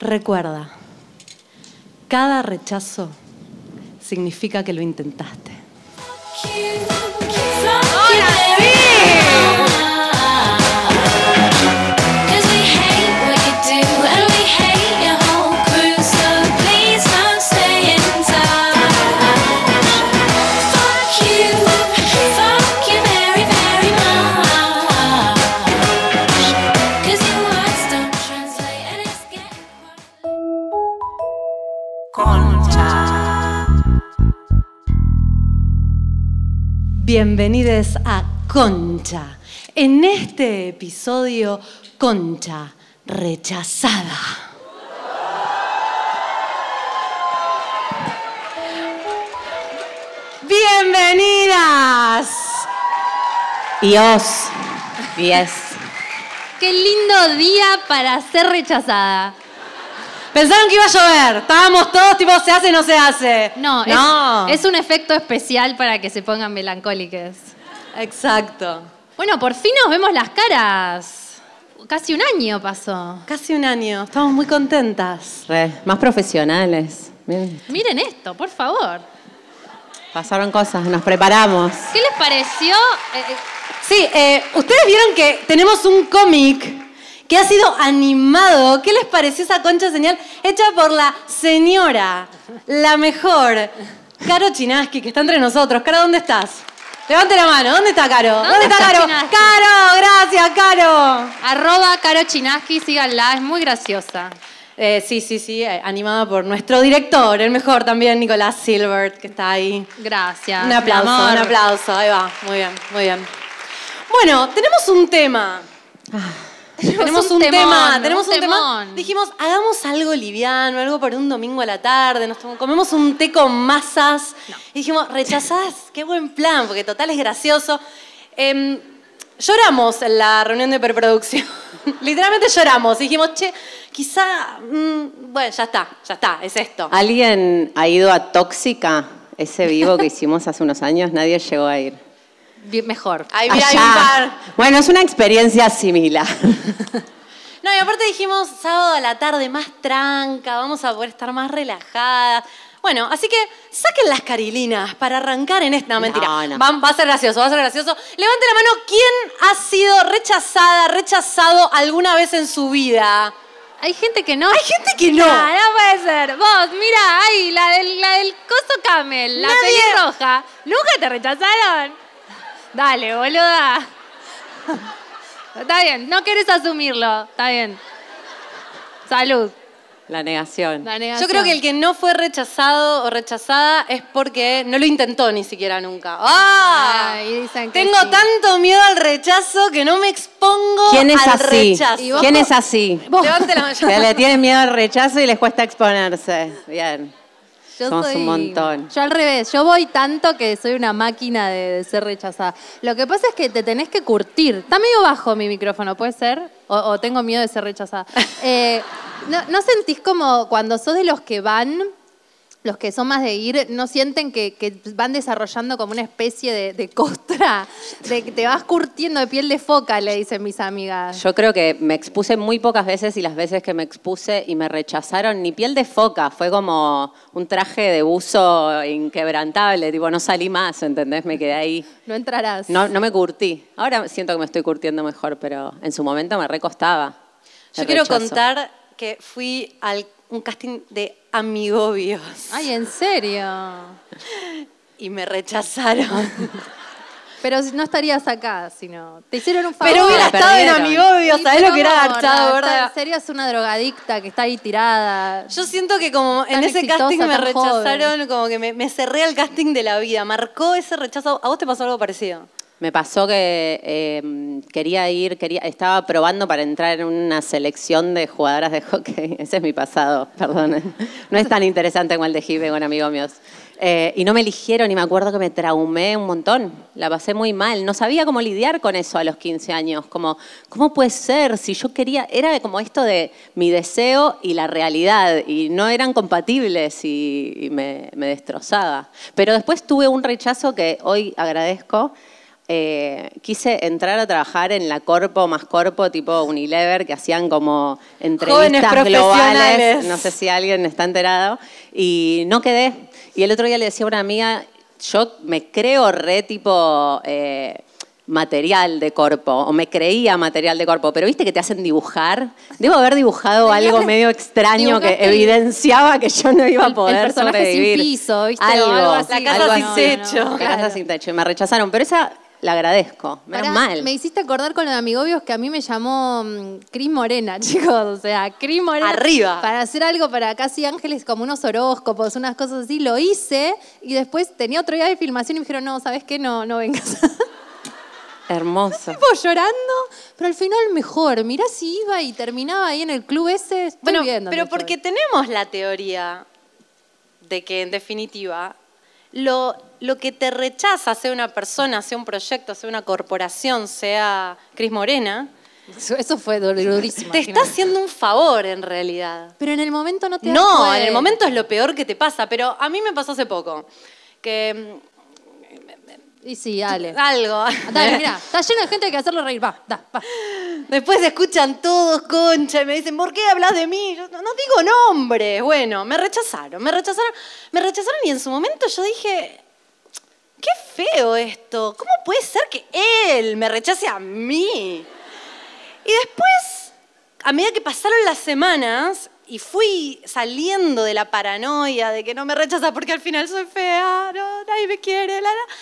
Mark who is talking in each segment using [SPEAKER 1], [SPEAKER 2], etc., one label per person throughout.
[SPEAKER 1] Recuerda, cada rechazo significa que lo intentaste. Bienvenidos a Concha. En este episodio, Concha, rechazada. Bienvenidas. Dios. Diez.
[SPEAKER 2] Qué lindo día para ser rechazada.
[SPEAKER 1] Pensaron que iba a llover. Estábamos todos tipo, ¿se hace o no se hace?
[SPEAKER 2] No, es-
[SPEAKER 1] no.
[SPEAKER 2] Es, un efecto especial para que se pongan melancólicas.
[SPEAKER 1] Exacto.
[SPEAKER 2] Bueno, por fin nos vemos las caras. Casi un año pasó.
[SPEAKER 1] Casi un año. Estamos muy contentas.
[SPEAKER 3] Re, más profesionales. Bien.
[SPEAKER 2] Miren esto, por favor.
[SPEAKER 3] Pasaron cosas, nos preparamos.
[SPEAKER 2] ¿Qué les pareció? Eh, eh,
[SPEAKER 1] Sí, eh, ustedes vieron que tenemos un cómic que ha sido animado. ¿Qué les pareció esa concha señal hecha por la señora, la mejor, Caro Chinaski, que está entre nosotros? Caro, ¿dónde estás? Levante la mano. ¿Dónde está Caro? ¿Dónde, está,
[SPEAKER 2] está
[SPEAKER 1] Caro?
[SPEAKER 2] Chinaski?
[SPEAKER 1] Caro, gracias, Caro.
[SPEAKER 2] arroba Caro Chinaski, síganla, es muy graciosa.
[SPEAKER 1] Eh, sí, sí, sí, eh, animada por nuestro director, el mejor también, Nicolás Silbert, que está ahí.
[SPEAKER 2] Gracias.
[SPEAKER 1] Un aplauso,
[SPEAKER 2] mi amor.
[SPEAKER 1] un aplauso. Ahí va, muy bien, muy bien. Bueno, tenemos un tema. Tenemos un,
[SPEAKER 2] temón,
[SPEAKER 1] tema, tenemos un, tema.
[SPEAKER 2] temón.
[SPEAKER 1] Dijimos, hagamos algo liviano, algo para un domingo a la tarde, nos tom- comemos un té con masas. Y dijimos, rechazás, qué buen plan, porque total es gracioso. Em, lloramos en la reunión de preproducción. Literalmente lloramos. Y dijimos, che, quizá, mm, bueno, ya está, ya está, es esto.
[SPEAKER 3] ¿Alguien ha ido a Tóxica? Ese vivo que hicimos hace unos años, nadie llegó a ir.
[SPEAKER 2] Bien, Mejor.
[SPEAKER 1] Ahí mira, hay un
[SPEAKER 3] Allá.
[SPEAKER 1] par.
[SPEAKER 3] Bueno, es una experiencia similar.
[SPEAKER 1] No, y aparte dijimos sábado a la tarde más tranca, vamos a poder estar más relajadas. Bueno, así que saquen las carilinas para arrancar en esta. No, mentira.
[SPEAKER 3] No, no.
[SPEAKER 1] Va, va a ser gracioso, va a ser gracioso. Levanten la mano, ¿quién ha sido rechazada, rechazado alguna vez en su vida?
[SPEAKER 2] Hay gente que no.
[SPEAKER 1] Hay gente que no.
[SPEAKER 2] Ah, no puede ser. Vos, mira, ahí, la del, la del coso camel, la
[SPEAKER 1] Nadie-
[SPEAKER 2] pelirroja. ¿Nunca te rechazaron? Dale, boluda. Está bien, no querés asumirlo. Está bien. Salud.
[SPEAKER 3] La negación.
[SPEAKER 2] La
[SPEAKER 1] Yo
[SPEAKER 2] negación.
[SPEAKER 1] creo que el que no fue rechazado o rechazada es porque no lo intentó ni siquiera nunca. ¡Ah!
[SPEAKER 2] Ay, dicen que
[SPEAKER 1] Tengo
[SPEAKER 2] sí.
[SPEAKER 1] tanto miedo al rechazo que no me expongo
[SPEAKER 3] ¿Quién es
[SPEAKER 1] al
[SPEAKER 3] así?
[SPEAKER 1] rechazo.
[SPEAKER 2] Y vos-
[SPEAKER 3] ¿Quién es así?
[SPEAKER 1] Levante la
[SPEAKER 3] Que
[SPEAKER 1] mano.
[SPEAKER 3] le tienen miedo al rechazo y les cuesta exponerse. Bien.
[SPEAKER 2] Yo
[SPEAKER 3] Somos
[SPEAKER 2] soy-
[SPEAKER 3] un montón.
[SPEAKER 2] Yo al revés, yo voy tanto que soy una máquina de, de ser rechazada. Lo que pasa es que te tenés que curtir. Está medio bajo mi micrófono, ¿puede ser? O, o tengo miedo de ser rechazada. Eh, ¿no, no sentís como cuando sos de los que van, los que son más de ir, no sienten que, que van desarrollando como una especie de, de costra? De que te vas curtiendo de piel de foca, le dicen mis amigas.
[SPEAKER 3] Yo creo que me expuse muy pocas veces y las veces que me expuse y me rechazaron, ni piel de foca, fue como un traje de buzo inquebrantable, tipo, no salí más, ¿entendés? Me quedé ahí.
[SPEAKER 2] No entrarás.
[SPEAKER 3] No, no me curtí. Ahora siento que me estoy curtiendo mejor, pero en su momento me recostaba.
[SPEAKER 1] Yo
[SPEAKER 3] el
[SPEAKER 1] quiero
[SPEAKER 3] rechazo.
[SPEAKER 1] contar que fui a un casting de amigobios
[SPEAKER 2] Ay, en serio.
[SPEAKER 1] y me rechazaron.
[SPEAKER 2] Pero si- no estarías acá, sino. Te hicieron un favor.
[SPEAKER 1] Pero hubiera
[SPEAKER 3] me
[SPEAKER 1] estado en
[SPEAKER 3] perdieron.
[SPEAKER 1] amigobios,
[SPEAKER 2] Sí,
[SPEAKER 1] ¿sabés
[SPEAKER 2] pero
[SPEAKER 1] lo que era
[SPEAKER 2] gorda,
[SPEAKER 1] agachado,
[SPEAKER 2] está-
[SPEAKER 1] verdad?
[SPEAKER 2] En serio es una drogadicta que está ahí tirada.
[SPEAKER 1] Yo siento que como en
[SPEAKER 2] Tan
[SPEAKER 1] ese
[SPEAKER 2] exitosa,
[SPEAKER 1] casting me
[SPEAKER 2] tan
[SPEAKER 1] rechazaron, como que me, me cerré al casting de la vida, marcó ese rechazo. ¿A vos te pasó algo parecido?
[SPEAKER 3] Me pasó que eh, quería ir, quería, estaba probando para entrar en una selección de jugadoras de hockey. Ese es mi pasado, perdón. No es tan interesante como el de Jive con amigos míos. Eh, y no me eligieron y me acuerdo que me traumé un montón. La pasé muy mal. No sabía cómo lidiar con eso a los 15 años. Como, ¿cómo puede ser? Si yo quería, era como esto de mi deseo y la realidad. Y no eran compatibles y, y me, me destrozaba. Pero después tuve un rechazo que hoy agradezco. eh, quise entrar a trabajar en la corpo más corpo, tipo Unilever, que hacían como entrevistas globales.
[SPEAKER 1] profesionales.
[SPEAKER 3] No sé si alguien está enterado. Y no quedé. Y el otro día le decía a una amiga, yo me creo re tipo... eh, material de corpo, o me creía material de corpo, pero viste que te hacen dibujar. Debo haber dibujado
[SPEAKER 2] Tenías
[SPEAKER 3] algo
[SPEAKER 2] que-
[SPEAKER 3] medio extraño que
[SPEAKER 2] dibujaste el-
[SPEAKER 3] evidenciaba que yo no
[SPEAKER 2] El-
[SPEAKER 3] iba a
[SPEAKER 2] el
[SPEAKER 3] poder
[SPEAKER 2] personaje sin
[SPEAKER 3] sobrevivir.
[SPEAKER 2] piso, ¿viste? O
[SPEAKER 3] Algo,
[SPEAKER 2] algo así.
[SPEAKER 1] La casa
[SPEAKER 3] algo
[SPEAKER 1] sin
[SPEAKER 3] así.
[SPEAKER 1] techo.
[SPEAKER 3] La
[SPEAKER 2] Claro.
[SPEAKER 3] casa sin techo. Y me rechazaron, pero esa la agradezco. Menos
[SPEAKER 2] Pará,
[SPEAKER 3] mal.
[SPEAKER 2] Me hiciste acordar con los amigobios que a mí me llamó mm, Cris Morena, chicos. O sea, Cris Morena.
[SPEAKER 1] Arriba.
[SPEAKER 2] Para hacer algo para Casi Ángeles, como unos horóscopos, unas cosas así. Lo hice y después tenía otro día de filmación y me dijeron, no, ¿sabes qué? No, no vengas.
[SPEAKER 3] Hermoso.
[SPEAKER 2] Tipo llorando, pero al final mejor. Mirá si iba y terminaba ahí en el club ese. Estoy
[SPEAKER 1] Bueno,
[SPEAKER 2] bien donde
[SPEAKER 1] pero
[SPEAKER 2] estoy.
[SPEAKER 1] porque tenemos la teoría de que en definitiva lo, lo que te rechaza, sea una persona, sea un proyecto, sea una corporación, sea Cris Morena,
[SPEAKER 2] Eso, eso fue durísimo.
[SPEAKER 1] te
[SPEAKER 2] al
[SPEAKER 1] está
[SPEAKER 2] final.
[SPEAKER 1] haciendo un favor en realidad.
[SPEAKER 2] Pero en el momento no te das
[SPEAKER 1] No, en
[SPEAKER 2] cuenta.
[SPEAKER 1] el momento es lo peor que te pasa, pero a mí me pasó hace poco que
[SPEAKER 2] Y sí,
[SPEAKER 1] mm,
[SPEAKER 2] dale. Ah,
[SPEAKER 1] algo.
[SPEAKER 2] Dale, mirá, está lleno de gente que hay que hacerlo reír. Va, da, va.
[SPEAKER 1] Después se escuchan todos, concha, y me dicen, ¿por qué hablas de mí? Yo no no digo nombres. Bueno, me rechazaron, me rechazaron, me rechazaron y en su momento yo dije, qué feo esto. ¿Cómo puede ser que él me rechace a mí? Y después, a medida que pasaron las semanas y fui saliendo de la paranoia de que no me rechaza porque al final soy fea, no, nadie me quiere, la, la,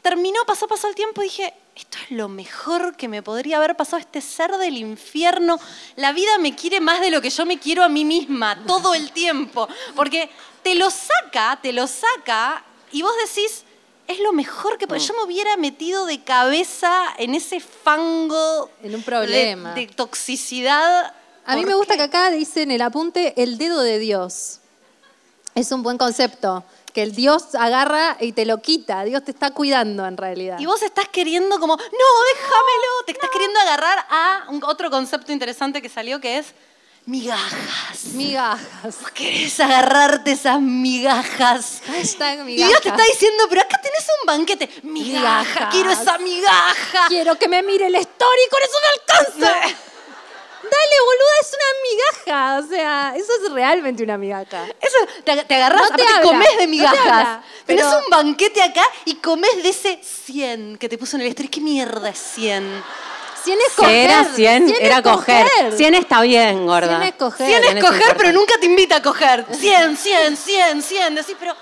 [SPEAKER 1] terminó, pasó, pasó el tiempo y dije, esto es lo mejor que me podría haber pasado este ser del infierno. La vida me quiere más de lo que yo me quiero a mí misma todo el tiempo, porque te lo saca, te lo saca y vos decís, es lo mejor que... po-".
[SPEAKER 2] Mm.
[SPEAKER 1] Yo me hubiera metido de cabeza en ese fango
[SPEAKER 2] En un problema.
[SPEAKER 1] de, de toxicidad.
[SPEAKER 2] A mí me gusta que acá dice en el apunte el dedo de Dios. Es un buen concepto. Que el Dios agarra y te lo quita. Dios te está cuidando en realidad.
[SPEAKER 1] Y vos estás queriendo como, no, déjamelo, te estás queriendo agarrar a un- otro concepto interesante que salió que es migajas.
[SPEAKER 2] Migajas.
[SPEAKER 1] Vos Querés agarrarte esas migajas.
[SPEAKER 2] Hashtag
[SPEAKER 1] Y Dios te está
[SPEAKER 2] migajas.
[SPEAKER 1] diciendo, pero acá tenés un banquete. Migaja,
[SPEAKER 2] Migajas.
[SPEAKER 1] quiero esa migaja.
[SPEAKER 2] Quiero que me mire el story, con eso me alcanza. Dale, boluda, es una migaja. O sea, eso es realmente una migaja.
[SPEAKER 1] Eso, te, te agarrás,
[SPEAKER 2] No te
[SPEAKER 1] aparte
[SPEAKER 2] habla,
[SPEAKER 1] comés
[SPEAKER 2] no te
[SPEAKER 1] de migajas.
[SPEAKER 2] habla,
[SPEAKER 1] Tenés
[SPEAKER 2] pero-
[SPEAKER 1] un banquete acá y comés de ese 100 que te puso en el estrés. ¿Qué mierda es 100?
[SPEAKER 2] 100 es coger.
[SPEAKER 3] Que era 100,
[SPEAKER 2] Cien es
[SPEAKER 3] era coger. 100 está bien, gorda.
[SPEAKER 2] Cien es coger.
[SPEAKER 1] Cien
[SPEAKER 3] Cien
[SPEAKER 1] es
[SPEAKER 3] es
[SPEAKER 1] coger,
[SPEAKER 3] importante.
[SPEAKER 1] pero nunca te invita a coger. 100, 100, 100, 100. Decís, pero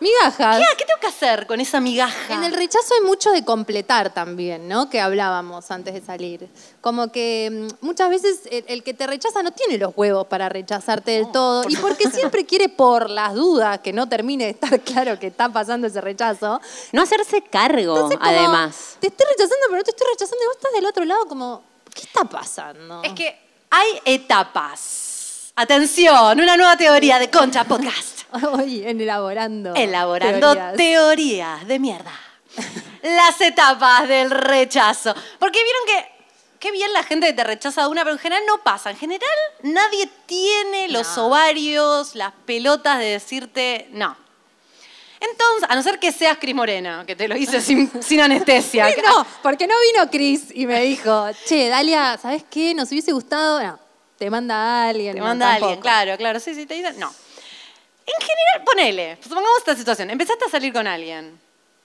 [SPEAKER 2] Migajas.
[SPEAKER 1] ¿qué, ¿qué tengo que hacer con esa migaja?
[SPEAKER 2] En el rechazo hay mucho de completar también, ¿no? Que hablábamos antes de salir. Como que mm, muchas veces el, el que te rechaza no tiene los huevos para rechazarte del todo. Y porque siempre quiere, por las dudas, que no termine de estar claro que está pasando ese rechazo.
[SPEAKER 3] No hacerse cargo,
[SPEAKER 2] Entonces, como,
[SPEAKER 3] además.
[SPEAKER 2] Te estoy rechazando, pero no te estoy rechazando. Y vos estás del otro lado como, ¿qué está pasando?
[SPEAKER 1] Es que hay etapas. Atención, una nueva teoría de Concha Podcast.
[SPEAKER 2] Hoy en Elaborando.
[SPEAKER 1] Elaborando
[SPEAKER 2] teorías.
[SPEAKER 1] teorías, de mierda. Las etapas del rechazo. Porque vieron que. Qué bien la gente que te rechaza de una, pero en general no pasa. En general nadie tiene los ovarios, las pelotas de decirte no. Entonces, a no ser que seas Cris Morena, que te lo hice sin, sin anestesia.
[SPEAKER 2] Sí, No, porque no vino Chris y me dijo, che, Dalia, ¿sabes qué? Nos hubiese gustado. No, te manda alguien.
[SPEAKER 1] Te
[SPEAKER 2] no,
[SPEAKER 1] manda alguien,
[SPEAKER 2] tampoco.
[SPEAKER 1] claro, claro. Sí, sí, te dicen. No. En general, ponele, supongamos esta situación. Empezaste a salir con alguien.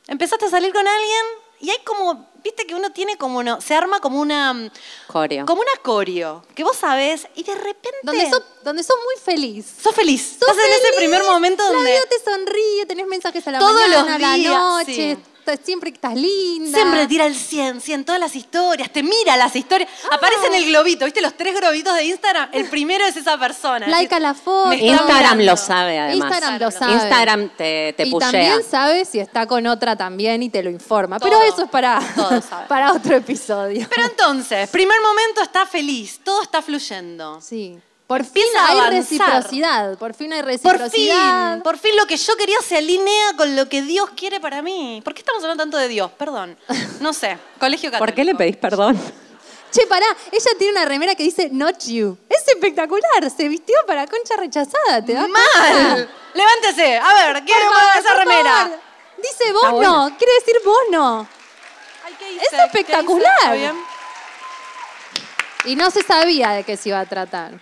[SPEAKER 1] Empezaste a salir con alguien y hay como, viste que uno tiene como, uno, se arma como una,
[SPEAKER 3] Coreo.
[SPEAKER 1] como una corio, que vos sabés, y de repente
[SPEAKER 2] Donde sos, donde sos muy feliz.
[SPEAKER 1] sos feliz.
[SPEAKER 2] Sos
[SPEAKER 1] Estás en ese
[SPEAKER 2] feliz,
[SPEAKER 1] primer momento
[SPEAKER 2] La
[SPEAKER 1] donde
[SPEAKER 2] vida te sonríe, tenés mensajes a la
[SPEAKER 1] Todos
[SPEAKER 2] mañana,
[SPEAKER 1] los
[SPEAKER 2] a la
[SPEAKER 1] días,
[SPEAKER 2] noche.
[SPEAKER 1] sí.
[SPEAKER 2] estás- Siempre que estás linda.
[SPEAKER 1] siempre te tira el 100, 100, todas las historias, te mira las historias.
[SPEAKER 2] Ah.
[SPEAKER 1] Aparece en el globito, viste los tres globitos de Instagram. El primero es esa persona.
[SPEAKER 2] Like a la foto.
[SPEAKER 1] Me está
[SPEAKER 3] Instagram
[SPEAKER 1] hablando.
[SPEAKER 3] lo sabe, además.
[SPEAKER 2] Instagram lo sabe.
[SPEAKER 3] Instagram te, te
[SPEAKER 2] y
[SPEAKER 3] pushea.
[SPEAKER 2] también sabes si está con otra también y te lo informa. Pero
[SPEAKER 1] Todo.
[SPEAKER 2] eso es para,
[SPEAKER 1] Todo sabe.
[SPEAKER 2] para otro episodio.
[SPEAKER 1] Pero entonces, primer momento está feliz, todo está fluyendo.
[SPEAKER 2] sí. Por fin
[SPEAKER 1] Empieza a
[SPEAKER 2] hay
[SPEAKER 1] avanzar.
[SPEAKER 2] reciprocidad. Por fin hay
[SPEAKER 1] Por
[SPEAKER 2] reciprocidad.
[SPEAKER 1] fin, por fin lo que yo quería se alinea con lo que Dios quiere para mí. ¿Por qué estamos hablando tanto de Dios? Perdón. No sé, colegio católico.
[SPEAKER 3] ¿Por qué le pedís perdón?
[SPEAKER 2] Che, pará, ella tiene una remera que dice Not You. Es espectacular, se vistió para concha rechazada, ¿te das
[SPEAKER 1] ¡Mal! Levántese, a ver, quiero
[SPEAKER 2] cuenta?
[SPEAKER 1] esa
[SPEAKER 2] Ah. Por
[SPEAKER 1] remera.
[SPEAKER 2] favor. Dice vos no, quiere decir vos no.
[SPEAKER 1] ¿Qué hice?
[SPEAKER 2] Es
[SPEAKER 1] ¿Qué hice?
[SPEAKER 2] espectacular.
[SPEAKER 1] ¿Estoy bien?
[SPEAKER 2] Y no se sabía de qué se iba a tratar.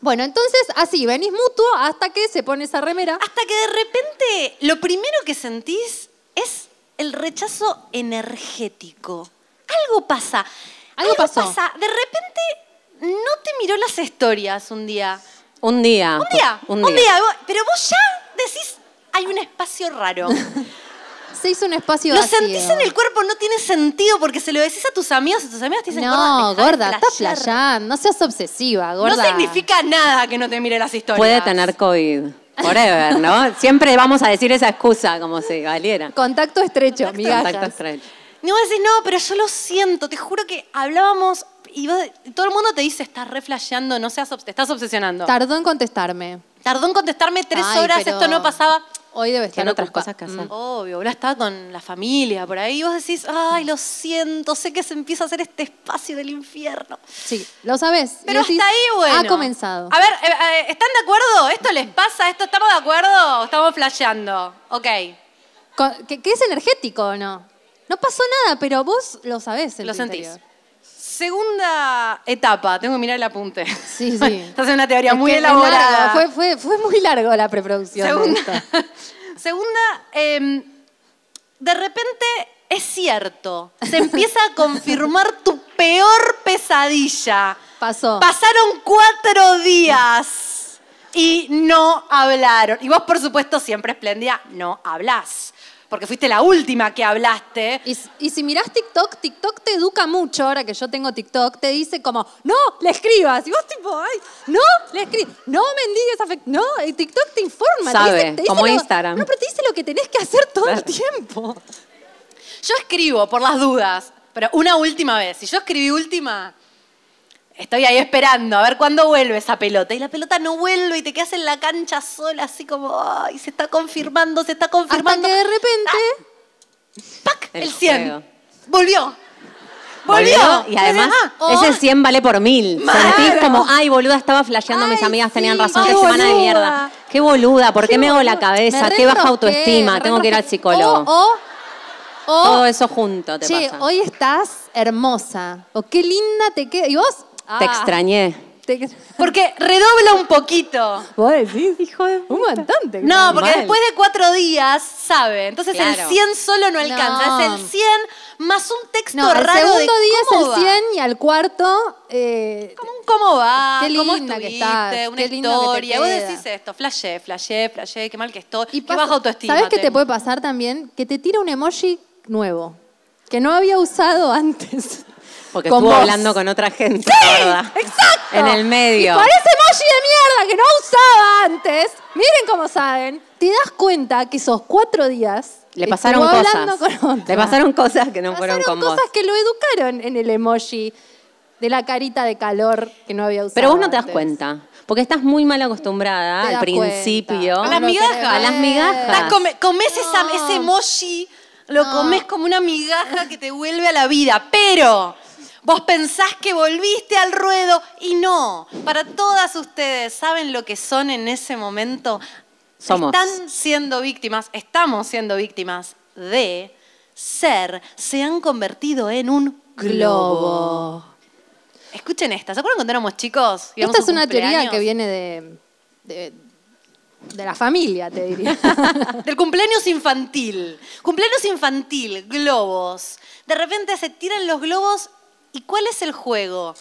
[SPEAKER 2] Bueno, entonces así, venís mutuo hasta que se pone esa remera.
[SPEAKER 1] Hasta que de repente lo primero que sentís es el rechazo energético. Algo pasa.
[SPEAKER 2] Algo pasó.
[SPEAKER 1] pasa. De repente no te miró las historias un día.
[SPEAKER 3] Un día.
[SPEAKER 1] Un día.
[SPEAKER 3] Un día.
[SPEAKER 1] vos- Pero vos ya decís, hay un espacio raro.
[SPEAKER 2] Se hizo un espacio
[SPEAKER 1] Lo
[SPEAKER 2] vacío.
[SPEAKER 1] sentís en el cuerpo, no tiene sentido porque se lo decís a tus amigos y tus amigos te dicen,
[SPEAKER 2] No,
[SPEAKER 1] gorda,
[SPEAKER 2] gorda,
[SPEAKER 1] dejá de
[SPEAKER 2] estás
[SPEAKER 1] flashear".
[SPEAKER 2] playando. No seas obsesiva, gorda.
[SPEAKER 1] No significa nada que no te mire las historias.
[SPEAKER 3] Puede tener COVID. Forever, ¿no? Siempre vamos a decir esa excusa como si valiera.
[SPEAKER 2] Contacto estrecho, migajas.
[SPEAKER 3] Contacto estrecho.
[SPEAKER 1] Y vos decís, no, pero yo lo siento, te juro que hablábamos y vos- y todo el mundo te dice, estás re flasheando, no seas, obs- te estás obsesionando.
[SPEAKER 2] Tardó en contestarme.
[SPEAKER 1] Tardó en contestarme tres
[SPEAKER 2] Ay,
[SPEAKER 1] horas,
[SPEAKER 2] pero
[SPEAKER 1] esto no pasaba.
[SPEAKER 2] Hoy debe estar Mm,
[SPEAKER 3] Tiene otras
[SPEAKER 2] ocupa-
[SPEAKER 3] cosas que hacer.
[SPEAKER 1] Obvio, ahora estaba con la familia por ahí. Y vos decís, ay, lo siento, sé que se empieza a hacer este espacio del infierno.
[SPEAKER 2] Sí, lo sabes.
[SPEAKER 1] Pero hasta ahí, bueno.
[SPEAKER 2] Ha comenzado.
[SPEAKER 1] A ver, eh, eh, ¿están de acuerdo? ¿Esto les pasa? ¿Esto estamos de acuerdo? ¿O estamos flasheando? Ok.
[SPEAKER 2] Co- Que, que es energético o no? No pasó nada, pero vos lo sabés. en
[SPEAKER 1] Lo
[SPEAKER 2] tu
[SPEAKER 1] sentís.
[SPEAKER 2] interior.
[SPEAKER 1] Segunda etapa, tengo que mirar el apunte.
[SPEAKER 2] Sí, sí.
[SPEAKER 1] Estás en una teoría
[SPEAKER 2] Es
[SPEAKER 1] muy
[SPEAKER 2] que es largo,
[SPEAKER 1] elaborada.
[SPEAKER 2] Fue, fue, fue muy largo la preproducción. de esto.
[SPEAKER 1] Segunda, segunda em, de repente es cierto, se empieza a confirmar tu peor pesadilla.
[SPEAKER 2] Pasó.
[SPEAKER 1] Pasaron cuatro días y no hablaron. Y vos, por supuesto, siempre espléndida, no hablas. Porque fuiste la última que hablaste.
[SPEAKER 2] Y, s- y si mirás TikTok, TikTok te educa mucho, ahora que yo tengo TikTok, te dice como, no, le escribas. Y vos tipo, ay, no, le escribas. No mendigues afecto. No, el TikTok te informa. te
[SPEAKER 3] Sabe,
[SPEAKER 2] dice- te dice
[SPEAKER 3] como
[SPEAKER 2] lo-
[SPEAKER 3] Instagram.
[SPEAKER 2] No, pero te dice lo que tenés que hacer todo el
[SPEAKER 3] Claro.
[SPEAKER 2] tiempo.
[SPEAKER 1] Yo escribo por las dudas, pero una última vez. Si yo escribí última, estoy ahí esperando a ver cuándo vuelve esa pelota. Y la pelota no vuelve y te quedas en la cancha sola, así como, ay, se está confirmando, se está
[SPEAKER 2] Hasta
[SPEAKER 1] confirmando.
[SPEAKER 2] que de repente...
[SPEAKER 1] ¡Pac! El,
[SPEAKER 3] El
[SPEAKER 1] 100.
[SPEAKER 3] juego.
[SPEAKER 1] Volvió. Volvió.
[SPEAKER 3] Y además,
[SPEAKER 1] Ah, oh,
[SPEAKER 3] ese 100 vale por mil.
[SPEAKER 1] Claro.
[SPEAKER 3] Sentís como, ay, boluda, estaba flasheando, mis
[SPEAKER 2] Ay,
[SPEAKER 3] amigas tenían
[SPEAKER 2] sí,
[SPEAKER 3] razón,
[SPEAKER 2] qué
[SPEAKER 3] qué semana de
[SPEAKER 2] boluda.
[SPEAKER 3] mierda. Qué boluda, ¿por qué, me hago la
[SPEAKER 2] boludo,
[SPEAKER 3] cabeza?
[SPEAKER 2] me
[SPEAKER 3] Qué baja
[SPEAKER 2] retrofé,
[SPEAKER 3] autoestima,
[SPEAKER 2] me Oh,
[SPEAKER 3] tengo que ir al
[SPEAKER 2] retrofé.
[SPEAKER 3] psicólogo.
[SPEAKER 2] O, o, o,
[SPEAKER 3] Todo eso junto te
[SPEAKER 2] che,
[SPEAKER 3] pasa.
[SPEAKER 2] oh. hoy estás hermosa. O qué linda te queda. Y vos...
[SPEAKER 3] Te
[SPEAKER 2] ah,
[SPEAKER 3] extrañé.
[SPEAKER 2] te-
[SPEAKER 1] Porque redobla un poquito.
[SPEAKER 2] Vos decís, hijo de... Un montón. te-
[SPEAKER 1] No, porque
[SPEAKER 3] Mal.
[SPEAKER 1] después de cuatro días sabe. Entonces el
[SPEAKER 3] Claro.
[SPEAKER 1] 100 solo no alcanza.
[SPEAKER 2] No.
[SPEAKER 1] Es el 100 más un texto
[SPEAKER 2] No, el
[SPEAKER 1] raro.
[SPEAKER 2] segundo
[SPEAKER 1] de
[SPEAKER 2] día
[SPEAKER 1] cómo
[SPEAKER 2] es
[SPEAKER 1] va.
[SPEAKER 2] el 100 y al cuarto... eh,
[SPEAKER 1] ¿Cómo, cómo va?
[SPEAKER 2] Qué
[SPEAKER 1] ¿Cómo
[SPEAKER 2] linda que
[SPEAKER 1] estuviste?
[SPEAKER 2] estás,
[SPEAKER 1] Una
[SPEAKER 2] qué lindo que te
[SPEAKER 1] historia. Vos
[SPEAKER 2] queda.
[SPEAKER 1] decís esto, flashé, flashé, flashé, qué mal que estoy.
[SPEAKER 2] y
[SPEAKER 1] qué
[SPEAKER 2] pasa-
[SPEAKER 1] baja autoestima.
[SPEAKER 2] ¿Sabes qué te
[SPEAKER 1] tengo.
[SPEAKER 2] puede pasar también? Que te tira un emoji nuevo. Que no había usado antes.
[SPEAKER 3] Porque
[SPEAKER 2] Con
[SPEAKER 3] estuvo
[SPEAKER 2] vos.
[SPEAKER 3] hablando con otra gente,
[SPEAKER 2] ¡Sí!
[SPEAKER 3] gorda.
[SPEAKER 2] ¡Exacto!
[SPEAKER 3] En el medio.
[SPEAKER 2] Y con ese emoji de mierda que no usaba antes, miren cómo saben, te das cuenta que esos cuatro días
[SPEAKER 3] Le pasaron
[SPEAKER 2] estuvo
[SPEAKER 3] cosas.
[SPEAKER 2] hablando con otra.
[SPEAKER 3] Le pasaron cosas que no fueron
[SPEAKER 2] Pasaron
[SPEAKER 3] con vos.
[SPEAKER 2] cosas que lo educaron en el emoji de la carita de calor que no había usado
[SPEAKER 3] Pero vos no te das
[SPEAKER 2] antes.
[SPEAKER 3] cuenta, porque estás muy mal
[SPEAKER 2] Te
[SPEAKER 3] acostumbrada al
[SPEAKER 2] das
[SPEAKER 3] principio.
[SPEAKER 2] cuenta.
[SPEAKER 1] A las
[SPEAKER 2] Oh, No
[SPEAKER 1] migajas.
[SPEAKER 2] querés
[SPEAKER 1] A
[SPEAKER 3] las
[SPEAKER 2] ver.
[SPEAKER 3] migajas.
[SPEAKER 1] Estás come- comés esa-
[SPEAKER 2] No.
[SPEAKER 1] ese emoji, lo
[SPEAKER 2] No.
[SPEAKER 1] comés como una migaja que te vuelve a la vida. Pero vos pensás que volviste al ruedo y no. Para todas ustedes, ¿saben lo que son en ese momento?
[SPEAKER 3] Somos.
[SPEAKER 1] Están siendo víctimas, estamos siendo víctimas de ser, se han convertido en un globo.
[SPEAKER 2] Globo.
[SPEAKER 1] Escuchen esta, ¿se acuerdan cuando éramos chicos? Íbamos
[SPEAKER 2] Esta
[SPEAKER 1] a
[SPEAKER 2] es una teoría
[SPEAKER 1] cumpleaños?
[SPEAKER 2] que viene de, de, de la familia, te diría.
[SPEAKER 1] Del cumpleaños infantil. Cumpleaños infantil, globos. De repente se tiran los globos. ¿Y cuál es el juego?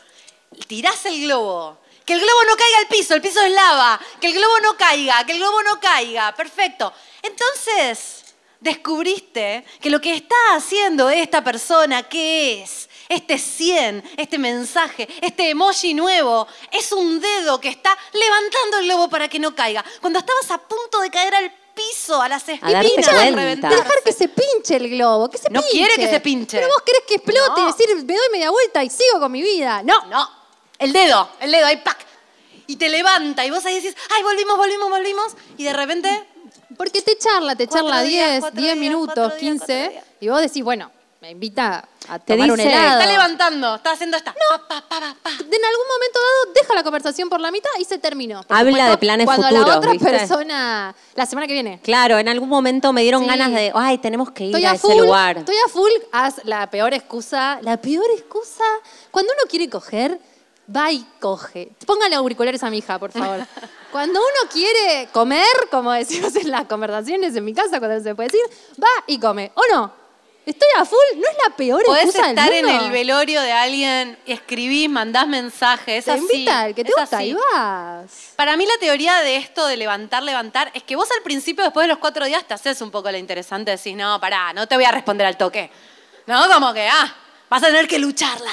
[SPEAKER 1] Tirás el globo. Que el globo no caiga al piso, el piso es lava. Que el globo no caiga, que el globo no caiga. Perfecto. Entonces, descubriste que lo que está haciendo esta persona, ¿qué es? Este 100, este mensaje, este emoji nuevo, es un dedo que está levantando el globo para que no caiga. Cuando estabas a punto de caer al piso, a las
[SPEAKER 3] A darte
[SPEAKER 1] espinas, a
[SPEAKER 3] cuenta.
[SPEAKER 1] reventar.
[SPEAKER 2] Dejar que se pinche el globo, que se
[SPEAKER 1] No
[SPEAKER 2] pinche.
[SPEAKER 1] quiere que se pinche.
[SPEAKER 2] Pero vos querés que explote
[SPEAKER 1] No.
[SPEAKER 2] y decir, me doy media vuelta y sigo con mi vida. No.
[SPEAKER 1] No, el dedo, el dedo, ahí pac. Y te levanta y vos ahí decís, ay, volvimos, volvimos, volvimos. Y de repente,
[SPEAKER 2] Porque te charla, te
[SPEAKER 1] Cuatro
[SPEAKER 2] charla
[SPEAKER 1] días,
[SPEAKER 2] 10,
[SPEAKER 1] cuatro
[SPEAKER 2] 10
[SPEAKER 1] días,
[SPEAKER 2] minutos,
[SPEAKER 1] cuatro días,
[SPEAKER 2] 15,
[SPEAKER 1] cuatro días.
[SPEAKER 2] y vos decís, bueno, me invita a
[SPEAKER 3] Te
[SPEAKER 2] tomar un
[SPEAKER 3] dice-
[SPEAKER 2] helado.
[SPEAKER 1] Está levantando, está haciendo esta. pa, pa, pa, pa, pa.
[SPEAKER 2] De- en algún momento dado deja la conversación por la mitad y se terminó. Por
[SPEAKER 3] Habla
[SPEAKER 2] supuesto,
[SPEAKER 3] de planes
[SPEAKER 2] cuando la
[SPEAKER 3] futuros,
[SPEAKER 2] otra
[SPEAKER 3] ¿viste?
[SPEAKER 2] persona, la semana que viene.
[SPEAKER 3] Claro, en algún momento me dieron
[SPEAKER 2] Sí.
[SPEAKER 3] ganas de, ay, tenemos que ir
[SPEAKER 2] Estoy
[SPEAKER 3] a,
[SPEAKER 2] a
[SPEAKER 3] ese
[SPEAKER 2] full,
[SPEAKER 3] lugar.
[SPEAKER 2] estoy a full, haz la peor excusa, la peor excusa. Cuando uno quiere coger, va y coge. Póngale auriculares a mi hija, por favor. Cuando uno quiere comer, como decimos en las conversaciones en mi casa, cuando no se puede decir, va y come, ¿o no? Estoy a full, no es la peor
[SPEAKER 1] Podés
[SPEAKER 2] excusa del
[SPEAKER 1] estar en
[SPEAKER 2] mundo.
[SPEAKER 1] el velorio de alguien, escribís, mandás mensajes, es
[SPEAKER 2] Te
[SPEAKER 1] así.
[SPEAKER 2] invita el que te
[SPEAKER 1] es
[SPEAKER 2] gusta
[SPEAKER 1] así.
[SPEAKER 2] y vas.
[SPEAKER 1] Para mí la teoría de esto de levantar, levantar, es que vos al principio, después de los cuatro días, te haces un poco la interesante, decís, no, pará, no te voy a responder al toque. No, como que, ah, vas a tener que lucharla.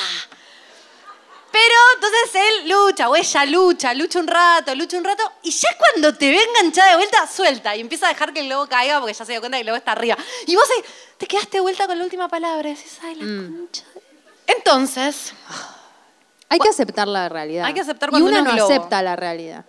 [SPEAKER 1] Pero entonces él lucha, o ella lucha, lucha un rato, lucha un rato, y ya cuando te ve enganchada de vuelta, suelta y empieza a dejar que el globo caiga porque ya se dio cuenta que el globo está arriba. Y vos ahí, te quedaste de vuelta con la última palabra, decís, ay, la concha. de-". Entonces,
[SPEAKER 2] Hay que aceptar la realidad.
[SPEAKER 1] Hay que aceptar
[SPEAKER 2] Y
[SPEAKER 1] cuando
[SPEAKER 2] uno
[SPEAKER 1] uno
[SPEAKER 2] no
[SPEAKER 1] es globo.
[SPEAKER 2] acepta la realidad.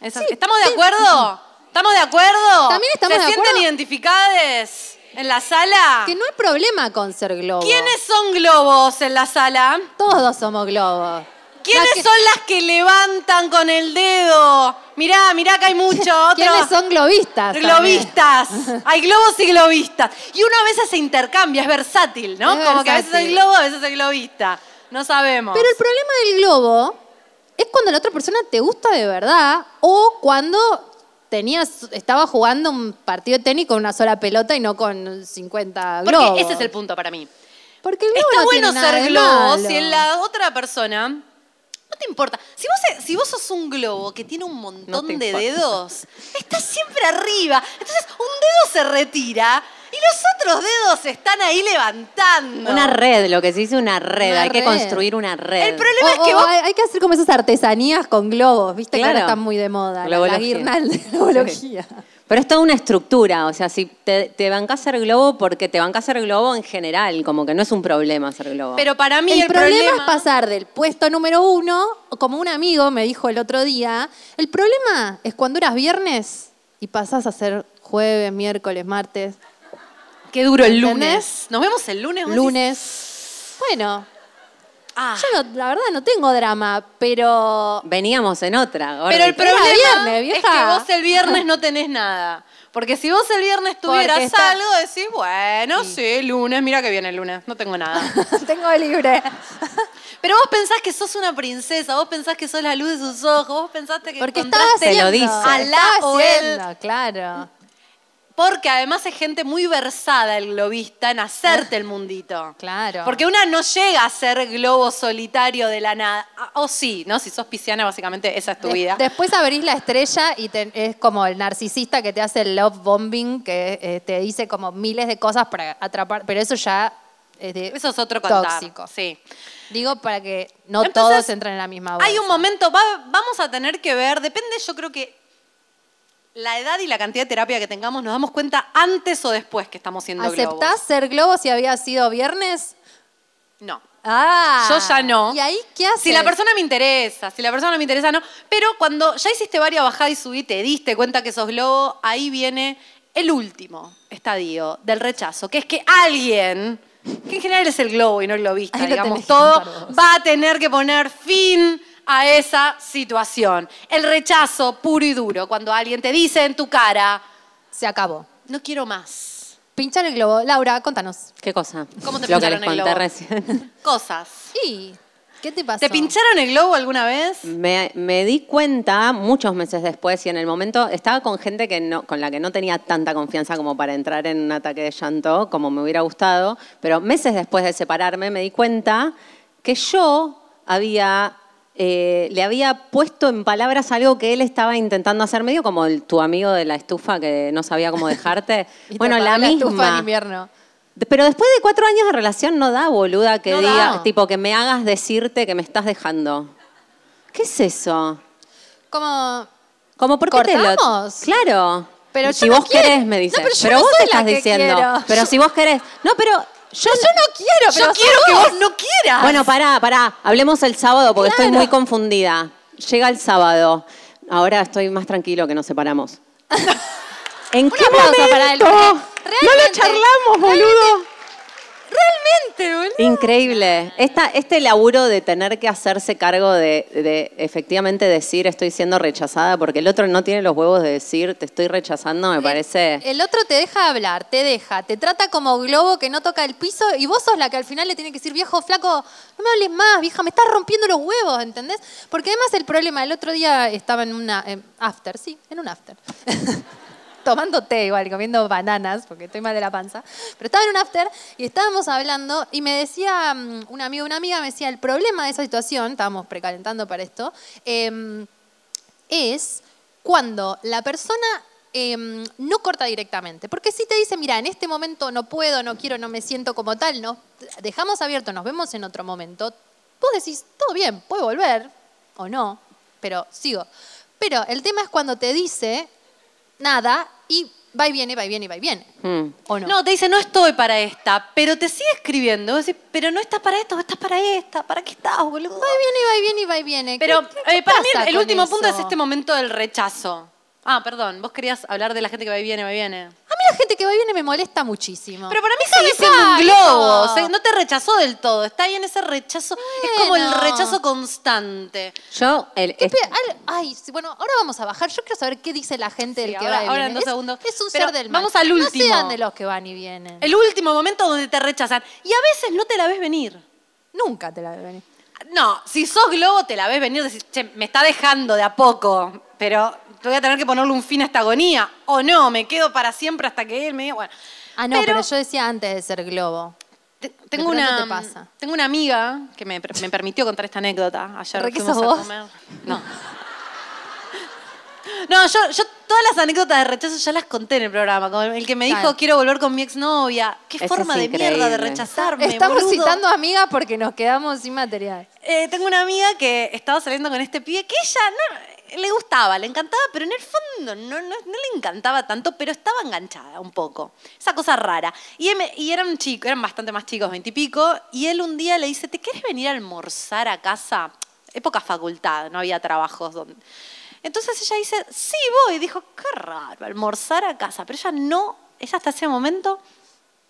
[SPEAKER 1] Eso-
[SPEAKER 2] Sí,
[SPEAKER 1] ¿Estamos de
[SPEAKER 2] sí.
[SPEAKER 1] acuerdo? ¿Estamos de acuerdo?
[SPEAKER 2] También estamos
[SPEAKER 1] ¿Se
[SPEAKER 2] de
[SPEAKER 1] sienten
[SPEAKER 2] acuerdo?
[SPEAKER 1] identificadas en la sala?
[SPEAKER 2] Que no hay problema con ser globo.
[SPEAKER 1] ¿Quiénes son globos en la sala?
[SPEAKER 2] Todos somos globos.
[SPEAKER 1] ¿Quiénes
[SPEAKER 2] La que-
[SPEAKER 1] son las que levantan con el dedo? Mirá, mirá que hay mucho. Otro.
[SPEAKER 2] ¿Quiénes son globistas? también?
[SPEAKER 1] Globistas. Hay globos y globistas. Y uno a veces se intercambia, es versátil, ¿no?
[SPEAKER 2] Es
[SPEAKER 1] Como que a veces
[SPEAKER 2] versátil.
[SPEAKER 1] el globo, a veces el globista. No sabemos.
[SPEAKER 2] Pero el problema del globo es cuando la otra persona te gusta de verdad o cuando tenías, estaba jugando un partido de tenis con una sola pelota y no con 50
[SPEAKER 1] Porque
[SPEAKER 2] globos.
[SPEAKER 1] ese es el punto para mí.
[SPEAKER 2] Porque el globo
[SPEAKER 1] Está
[SPEAKER 2] no
[SPEAKER 1] bueno
[SPEAKER 2] tiene nada
[SPEAKER 1] ser
[SPEAKER 2] de
[SPEAKER 1] globo
[SPEAKER 2] malo.
[SPEAKER 1] si en la otra persona no te importa. Si vos, si vos sos un globo que tiene un
[SPEAKER 3] No
[SPEAKER 1] montón
[SPEAKER 3] te
[SPEAKER 1] de
[SPEAKER 3] importa.
[SPEAKER 1] dedos, estás siempre arriba. Entonces un dedo se retira y los otros dedos se están ahí levantando.
[SPEAKER 3] Una red, lo que se dice una red,
[SPEAKER 2] Una
[SPEAKER 3] hay que
[SPEAKER 2] red.
[SPEAKER 3] construir una red.
[SPEAKER 1] El problema-
[SPEAKER 2] O-
[SPEAKER 1] es que
[SPEAKER 2] o
[SPEAKER 1] vos-
[SPEAKER 2] hay, hay que hacer como esas artesanías con globos, ¿viste? Que ahora
[SPEAKER 3] Claro.
[SPEAKER 2] están muy de moda. La, la
[SPEAKER 3] Globología.
[SPEAKER 2] guirnalda, la globología.
[SPEAKER 3] Pero es toda una estructura, o sea, si te, te bancás ser globo, porque te bancás ser globo en general, como que no es un problema ser globo.
[SPEAKER 1] Pero para mí
[SPEAKER 2] el,
[SPEAKER 1] el,
[SPEAKER 2] problema, es pasar del puesto número uno, como un amigo me dijo el otro día, el problema es cuando eras viernes y pasás a ser jueves, miércoles, martes,
[SPEAKER 1] Qué duro el
[SPEAKER 2] ¿Entendés?
[SPEAKER 1] lunes. Nos vemos el lunes. vos decís,
[SPEAKER 2] lunes. Bueno,
[SPEAKER 1] ah.
[SPEAKER 2] yo no- la verdad no tengo drama, pero
[SPEAKER 3] Veníamos en otra. gordi.
[SPEAKER 1] Pero el
[SPEAKER 2] Pero era
[SPEAKER 1] problema
[SPEAKER 2] viernes,
[SPEAKER 1] es que
[SPEAKER 2] vieja.
[SPEAKER 1] vos el viernes no tenés nada. Porque si vos el viernes tuvieras
[SPEAKER 2] Porque está-
[SPEAKER 1] algo, decís, bueno, sí. lunes, mira que viene el lunes, no tengo nada.
[SPEAKER 2] tengo libre.
[SPEAKER 1] Pero vos pensás que sos una princesa, vos pensás que sos la luz de sus ojos, vos pensaste que
[SPEAKER 2] Porque estaba
[SPEAKER 1] encontraste-
[SPEAKER 3] Se lo
[SPEAKER 2] haciendo,
[SPEAKER 3] dice.
[SPEAKER 2] estaba
[SPEAKER 1] A la o
[SPEAKER 2] haciendo, claro.
[SPEAKER 1] Porque además es gente muy versada el globista en hacerte el mundito.
[SPEAKER 2] Claro.
[SPEAKER 1] Porque una no llega a ser globo solitario de la nada. Ah, O sí, ¿no? Si sos pisciana, básicamente esa es tu
[SPEAKER 2] Des-
[SPEAKER 1] vida.
[SPEAKER 2] Después abrís la estrella y te- es como el narcisista que te hace el love bombing, que eh, te dice como miles de cosas para atrapar, pero eso ya es de
[SPEAKER 1] Eso es otro contar.
[SPEAKER 2] tóxico.
[SPEAKER 1] Sí.
[SPEAKER 2] Digo para que no
[SPEAKER 1] Entonces,
[SPEAKER 2] todos entren en la misma bolsa.
[SPEAKER 1] Hay un momento, va- vamos a tener que ver, depende, yo creo que la edad y la cantidad de terapia que tengamos nos damos cuenta antes o después que estamos siendo
[SPEAKER 2] ¿Aceptás
[SPEAKER 1] globos.
[SPEAKER 2] ser globo si había sido viernes?
[SPEAKER 1] No.
[SPEAKER 2] Ah.
[SPEAKER 1] Yo ya no.
[SPEAKER 2] ¿Y ahí qué haces?
[SPEAKER 1] Si la persona me interesa, si la persona no me interesa, no. Pero cuando ya hiciste varias bajadas y subí, te diste cuenta que sos globo, ahí viene el último estadio del rechazo, que es que alguien, que en general es el globo y no el globista,
[SPEAKER 2] Ahí lo
[SPEAKER 1] digamos
[SPEAKER 2] tenés,
[SPEAKER 1] todo,
[SPEAKER 2] Carlos.
[SPEAKER 1] va a tener que poner fin a esa situación. El rechazo puro y duro, cuando alguien te dice en tu cara,
[SPEAKER 2] Se acabó.
[SPEAKER 1] no quiero más.
[SPEAKER 2] Pinchar el globo. Laura, contanos.
[SPEAKER 3] ¿Qué cosa?
[SPEAKER 1] ¿Cómo te
[SPEAKER 3] Lo que les
[SPEAKER 1] pincharon el
[SPEAKER 3] conté
[SPEAKER 1] globo?
[SPEAKER 3] recién.
[SPEAKER 1] Cosas.
[SPEAKER 2] ¿Y qué te pasó?
[SPEAKER 1] ¿Te pincharon el globo alguna vez?
[SPEAKER 3] Me, me di cuenta muchos meses después y en el momento estaba con gente que no, con la que no tenía tanta confianza como para entrar en un ataque de llanto como me hubiera gustado, pero meses después de separarme me di cuenta que yo había eh, le había puesto en palabras algo que él estaba intentando hacer medio como el- tu amigo de la estufa que no sabía cómo dejarte.
[SPEAKER 2] Y te
[SPEAKER 3] bueno, la,
[SPEAKER 2] apagó estufa en
[SPEAKER 3] misma.
[SPEAKER 2] invierno.
[SPEAKER 3] Pero después de cuatro años de relación no da, boluda, que
[SPEAKER 2] No
[SPEAKER 3] diga,
[SPEAKER 2] da.
[SPEAKER 3] tipo, que me hagas decirte que me estás dejando. ¿Qué es eso?
[SPEAKER 2] Como...
[SPEAKER 3] Como, ¿por qué te lo-
[SPEAKER 2] ¿Cortamos?
[SPEAKER 3] Claro.
[SPEAKER 2] Pero
[SPEAKER 3] si
[SPEAKER 2] yo no
[SPEAKER 3] vos
[SPEAKER 2] quiero-
[SPEAKER 3] querés, me dice.
[SPEAKER 2] No, pero yo
[SPEAKER 3] pero
[SPEAKER 2] no
[SPEAKER 3] vos
[SPEAKER 2] soy la
[SPEAKER 3] estás
[SPEAKER 2] que
[SPEAKER 3] diciendo.
[SPEAKER 2] quiero.
[SPEAKER 3] Pero
[SPEAKER 2] Yo-
[SPEAKER 3] si vos querés. No, pero yo,
[SPEAKER 2] Yo no quiero, pero
[SPEAKER 1] Yo
[SPEAKER 2] sos
[SPEAKER 1] quiero que
[SPEAKER 2] vos.
[SPEAKER 1] vos no quieras.
[SPEAKER 3] Bueno, pará, pará. Hablemos el sábado porque estoy muy confundida. Llega el sábado. Ahora estoy más tranquilo que nos separamos. ¿En qué
[SPEAKER 2] aplauso
[SPEAKER 3] momento?
[SPEAKER 2] para él,
[SPEAKER 3] no
[SPEAKER 2] porque
[SPEAKER 3] lo
[SPEAKER 2] realmente-
[SPEAKER 3] charlamos, boludo.
[SPEAKER 2] Realmente, boludo.
[SPEAKER 3] Increíble. Esta, este laburo de tener que hacerse cargo de, de efectivamente decir estoy siendo rechazada porque el otro no tiene los huevos de decir te estoy rechazando, me parece...
[SPEAKER 2] El otro te deja hablar, te deja, te trata como globo que no toca el piso y vos sos la que al final le tiene que decir, viejo, flaco, no me hables más, vieja, me estás rompiendo los huevos, ¿entendés? Porque además el problema, el otro día estaba en una en after, sí, en un after. Tomando té igual, comiendo bananas, porque estoy mal de la panza. Pero estaba en un after y estábamos hablando y me decía mm, un amigo, una amiga me decía, el problema de esa situación, estábamos precalentando para esto, em, es cuando la persona eh, no corta directamente. Porque si te dice, mira, en este momento no puedo, no quiero, no me siento como tal, no, dejamos abierto, nos vemos en otro momento, vos decís, todo bien, puedo volver o no, pero sigo. Pero el tema es cuando te dice nada y va y viene, va y viene, va y viene.
[SPEAKER 3] Mm.
[SPEAKER 2] ¿O no?
[SPEAKER 1] No, te dice, no estoy para esta, pero te sigue escribiendo. Vos decís, pero no estás para esto, estás para esta. ¿Para qué estás, boludo?
[SPEAKER 2] Va y viene, va y viene, va y viene. ¿Qué-
[SPEAKER 1] Pero
[SPEAKER 2] qué- qué
[SPEAKER 1] eh, para mí
[SPEAKER 2] pasa
[SPEAKER 1] el
[SPEAKER 2] con
[SPEAKER 1] último punto es
[SPEAKER 2] eso?
[SPEAKER 1] este momento del rechazo. Ah, perdón, vos querías hablar de la gente que va y viene, va y viene.
[SPEAKER 2] A mí la gente que va y viene me molesta muchísimo.
[SPEAKER 1] Pero para mí sigue
[SPEAKER 2] Déjame
[SPEAKER 1] siendo un
[SPEAKER 2] estar,
[SPEAKER 1] globo.
[SPEAKER 2] hijo.
[SPEAKER 1] o sea, no te rechazó del todo. Está ahí en ese rechazo. Es como el
[SPEAKER 2] Bueno.
[SPEAKER 1] rechazo constante.
[SPEAKER 3] Yo, el,
[SPEAKER 2] ¿Qué
[SPEAKER 3] es-
[SPEAKER 2] pe- al- Ay, sí, bueno, ahora vamos a bajar. Yo quiero saber qué dice la gente del
[SPEAKER 1] Sí,
[SPEAKER 2] que
[SPEAKER 1] ahora-
[SPEAKER 2] va y
[SPEAKER 1] ahora
[SPEAKER 2] viene.
[SPEAKER 1] en dos
[SPEAKER 2] Es-
[SPEAKER 1] segundos.
[SPEAKER 2] Es, un
[SPEAKER 1] Pero
[SPEAKER 2] ser del
[SPEAKER 1] vamos
[SPEAKER 2] mal.
[SPEAKER 1] al último. Eh,
[SPEAKER 2] No sean de los que van y vienen.
[SPEAKER 1] El último momento donde te rechazan. Y a veces no te la ves venir.
[SPEAKER 2] Nunca te la ven.
[SPEAKER 1] No, si sos globo te la ves venir. Decís, che, me está dejando de a poco. Pero voy a tener que ponerle un fin a esta agonía. O no, me quedo para siempre hasta que él me diga, bueno.
[SPEAKER 2] Ah, no, pero, yo decía antes de ser globo.
[SPEAKER 1] Te-
[SPEAKER 2] De
[SPEAKER 1] Tengo
[SPEAKER 2] pronto
[SPEAKER 1] una, mm,
[SPEAKER 2] te pasa.
[SPEAKER 1] tengo una amiga que me, per- me permitió contar esta anécdota. Ayer
[SPEAKER 2] ¿Re que
[SPEAKER 1] fuimos
[SPEAKER 2] sos
[SPEAKER 1] a
[SPEAKER 2] vos?
[SPEAKER 1] comer. No. No, yo, yo todas las anécdotas de rechazo ya las conté en el programa. Como el que me dijo
[SPEAKER 2] Claro.
[SPEAKER 1] quiero volver con mi exnovia. Qué
[SPEAKER 3] Eso es
[SPEAKER 1] forma de mierda de
[SPEAKER 3] increíble.
[SPEAKER 1] rechazarme.
[SPEAKER 2] Estamos
[SPEAKER 1] boludo.
[SPEAKER 2] citando amigas porque nos quedamos sin material.
[SPEAKER 1] Eh, tengo una amiga que estaba saliendo con este pibe que ella no, le gustaba, le encantaba, pero en el fondo no, no, no le encantaba tanto, pero estaba enganchada un poco. Esa cosa rara. Y, em- y eran chicos, eran bastante más chicos, veintipico, y, él un día le dice, ¿te querés venir a almorzar a casa? Época facultad, no había trabajos donde... Entonces ella dice, sí, voy. Dijo, qué raro, almorzar a casa. Pero ella no, ella hasta ese momento,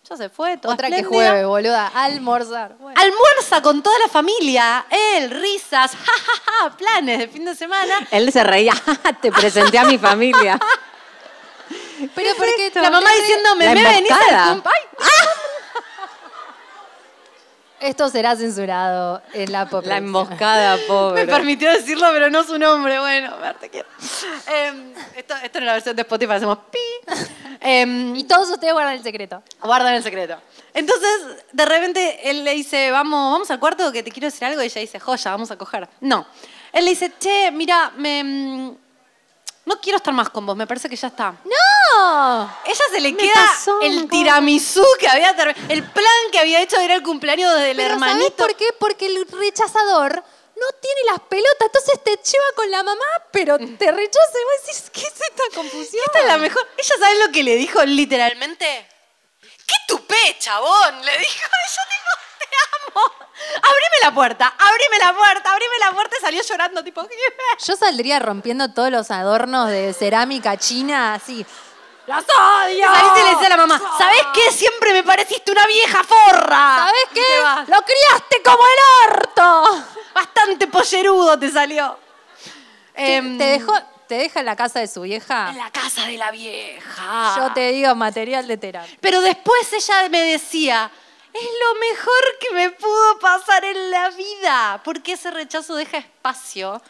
[SPEAKER 1] ya se fue, toda
[SPEAKER 2] Otra que
[SPEAKER 1] espléndida.
[SPEAKER 2] jueves, boluda. Almorzar. Bueno.
[SPEAKER 1] Almuerza con toda la familia, él, risas, ja, ja, ja, planes de fin de semana.
[SPEAKER 3] él se reía, te presenté a mi familia.
[SPEAKER 2] Pero porque
[SPEAKER 1] La mamá
[SPEAKER 2] también-
[SPEAKER 1] diciendo, me
[SPEAKER 3] La
[SPEAKER 1] venís al Ah,
[SPEAKER 3] emboscada.
[SPEAKER 1] cumpa- Ay,
[SPEAKER 2] Esto será censurado en la
[SPEAKER 3] La
[SPEAKER 2] postproducción.
[SPEAKER 3] emboscada,
[SPEAKER 1] Me
[SPEAKER 3] pobre.
[SPEAKER 1] permitió decirlo, pero no su nombre. Bueno, Mar, te quiero. Em, esto, esto en la versión de Spotify hacemos pi. Em,
[SPEAKER 2] Y todos ustedes guardan el secreto.
[SPEAKER 1] Guardan el secreto. Entonces, de repente, él le dice, vamos, vamos al cuarto que te quiero decir algo. Y ella dice, joya, vamos a coger. No. Él le dice, che, mira, me, mm, no quiero estar más con vos, me parece que ya está.
[SPEAKER 2] ¡No!
[SPEAKER 1] Ella se le queda
[SPEAKER 3] pasó,
[SPEAKER 1] el
[SPEAKER 3] no.
[SPEAKER 1] tiramisú que había ter- el plan que había hecho de ir al cumpleaños del
[SPEAKER 2] Pero ¿sabés
[SPEAKER 1] hermanito.
[SPEAKER 2] por qué? Porque el rechazador no tiene las pelotas, entonces te lleva con la mamá, pero te rechaza y vos decís, ¿qué es esta confusión?
[SPEAKER 1] Esta es la mejor. Ella sabe lo que le dijo literalmente. ¡Qué tupé, chabón! Le dijo, yo tipo, te amo. Abrime la puerta, abrime la puerta, abrime la puerta y salió llorando, tipo, ¿qué?
[SPEAKER 2] Yo saldría rompiendo todos los adornos de cerámica china, así. ¡Las odio!
[SPEAKER 1] Saliste y le decía a la mamá, ¿sabés qué? Siempre me pareciste una vieja forra.
[SPEAKER 2] ¿Sabés
[SPEAKER 1] Ah, Y
[SPEAKER 2] qué?
[SPEAKER 1] te vas.
[SPEAKER 2] ¡Lo criaste como el orto!
[SPEAKER 1] Bastante pollerudo te salió. Em,
[SPEAKER 2] ¿Te, dejó, ¿Te deja en la casa de su vieja?
[SPEAKER 1] En la casa de la vieja.
[SPEAKER 2] Yo te digo material de terapia.
[SPEAKER 1] Pero después ella me decía, es lo mejor que me pudo pasar en la vida, porque ese rechazo deja espacio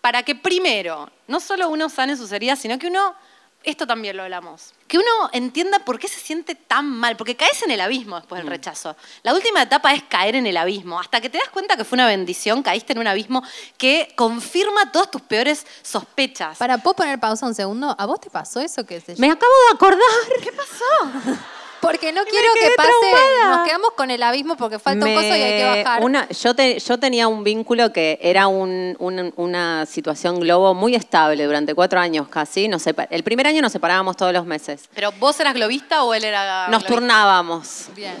[SPEAKER 1] para que primero, no solo uno sane sus heridas, sino que uno, esto también lo hablamos, que uno entienda por qué se siente tan mal, porque caes en el abismo después
[SPEAKER 3] Mm.
[SPEAKER 1] del rechazo. La última etapa es caer en el abismo, hasta que te das cuenta que fue una bendición, caíste en un abismo que confirma todas tus peores sospechas.
[SPEAKER 2] Para, ¿puedo poner pausa un segundo? ¿A vos te pasó eso que se
[SPEAKER 3] Me acabo de acordar.
[SPEAKER 1] ¿Qué pasó?
[SPEAKER 2] Porque no quiero que
[SPEAKER 3] quedé
[SPEAKER 2] pase.
[SPEAKER 3] traumada.
[SPEAKER 2] Nos quedamos con el abismo porque falta un
[SPEAKER 3] Me-
[SPEAKER 2] coso y hay que bajar.
[SPEAKER 3] una- yo, te- yo tenía un vínculo que era un- un- una situación globo muy estable durante cuatro años casi. Nos sepa- el primer año nos separábamos todos los meses.
[SPEAKER 1] ¿Pero vos eras globista o él era
[SPEAKER 3] Nos
[SPEAKER 1] globista?
[SPEAKER 3] turnábamos.
[SPEAKER 2] Bien.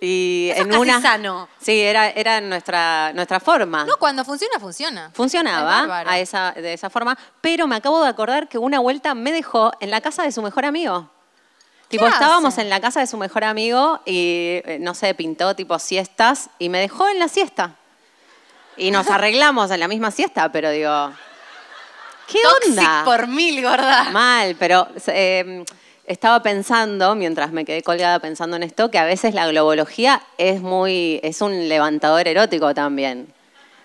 [SPEAKER 3] Y
[SPEAKER 1] Eso es
[SPEAKER 3] en
[SPEAKER 1] casi
[SPEAKER 3] una.
[SPEAKER 1] sano.
[SPEAKER 3] Sí, era, era nuestra, nuestra forma.
[SPEAKER 2] No, cuando funciona, funciona. Es
[SPEAKER 3] Funcionaba
[SPEAKER 2] bárbaro.
[SPEAKER 3] a esa, de esa forma, pero me acabo de acordar que una vuelta me dejó en la casa de su mejor amigo. Tipo,
[SPEAKER 2] hace?
[SPEAKER 3] estábamos en la casa de su mejor amigo y, eh, no sé, pintó tipo siestas y me dejó en la siesta. Y nos arreglamos en la misma siesta, pero digo, ¿qué
[SPEAKER 4] Toxic
[SPEAKER 3] onda?
[SPEAKER 4] por mil, gorda.
[SPEAKER 3] Mal, pero eh, estaba pensando, mientras me quedé colgada pensando en esto, que a veces la globología es muy, es un levantador erótico también.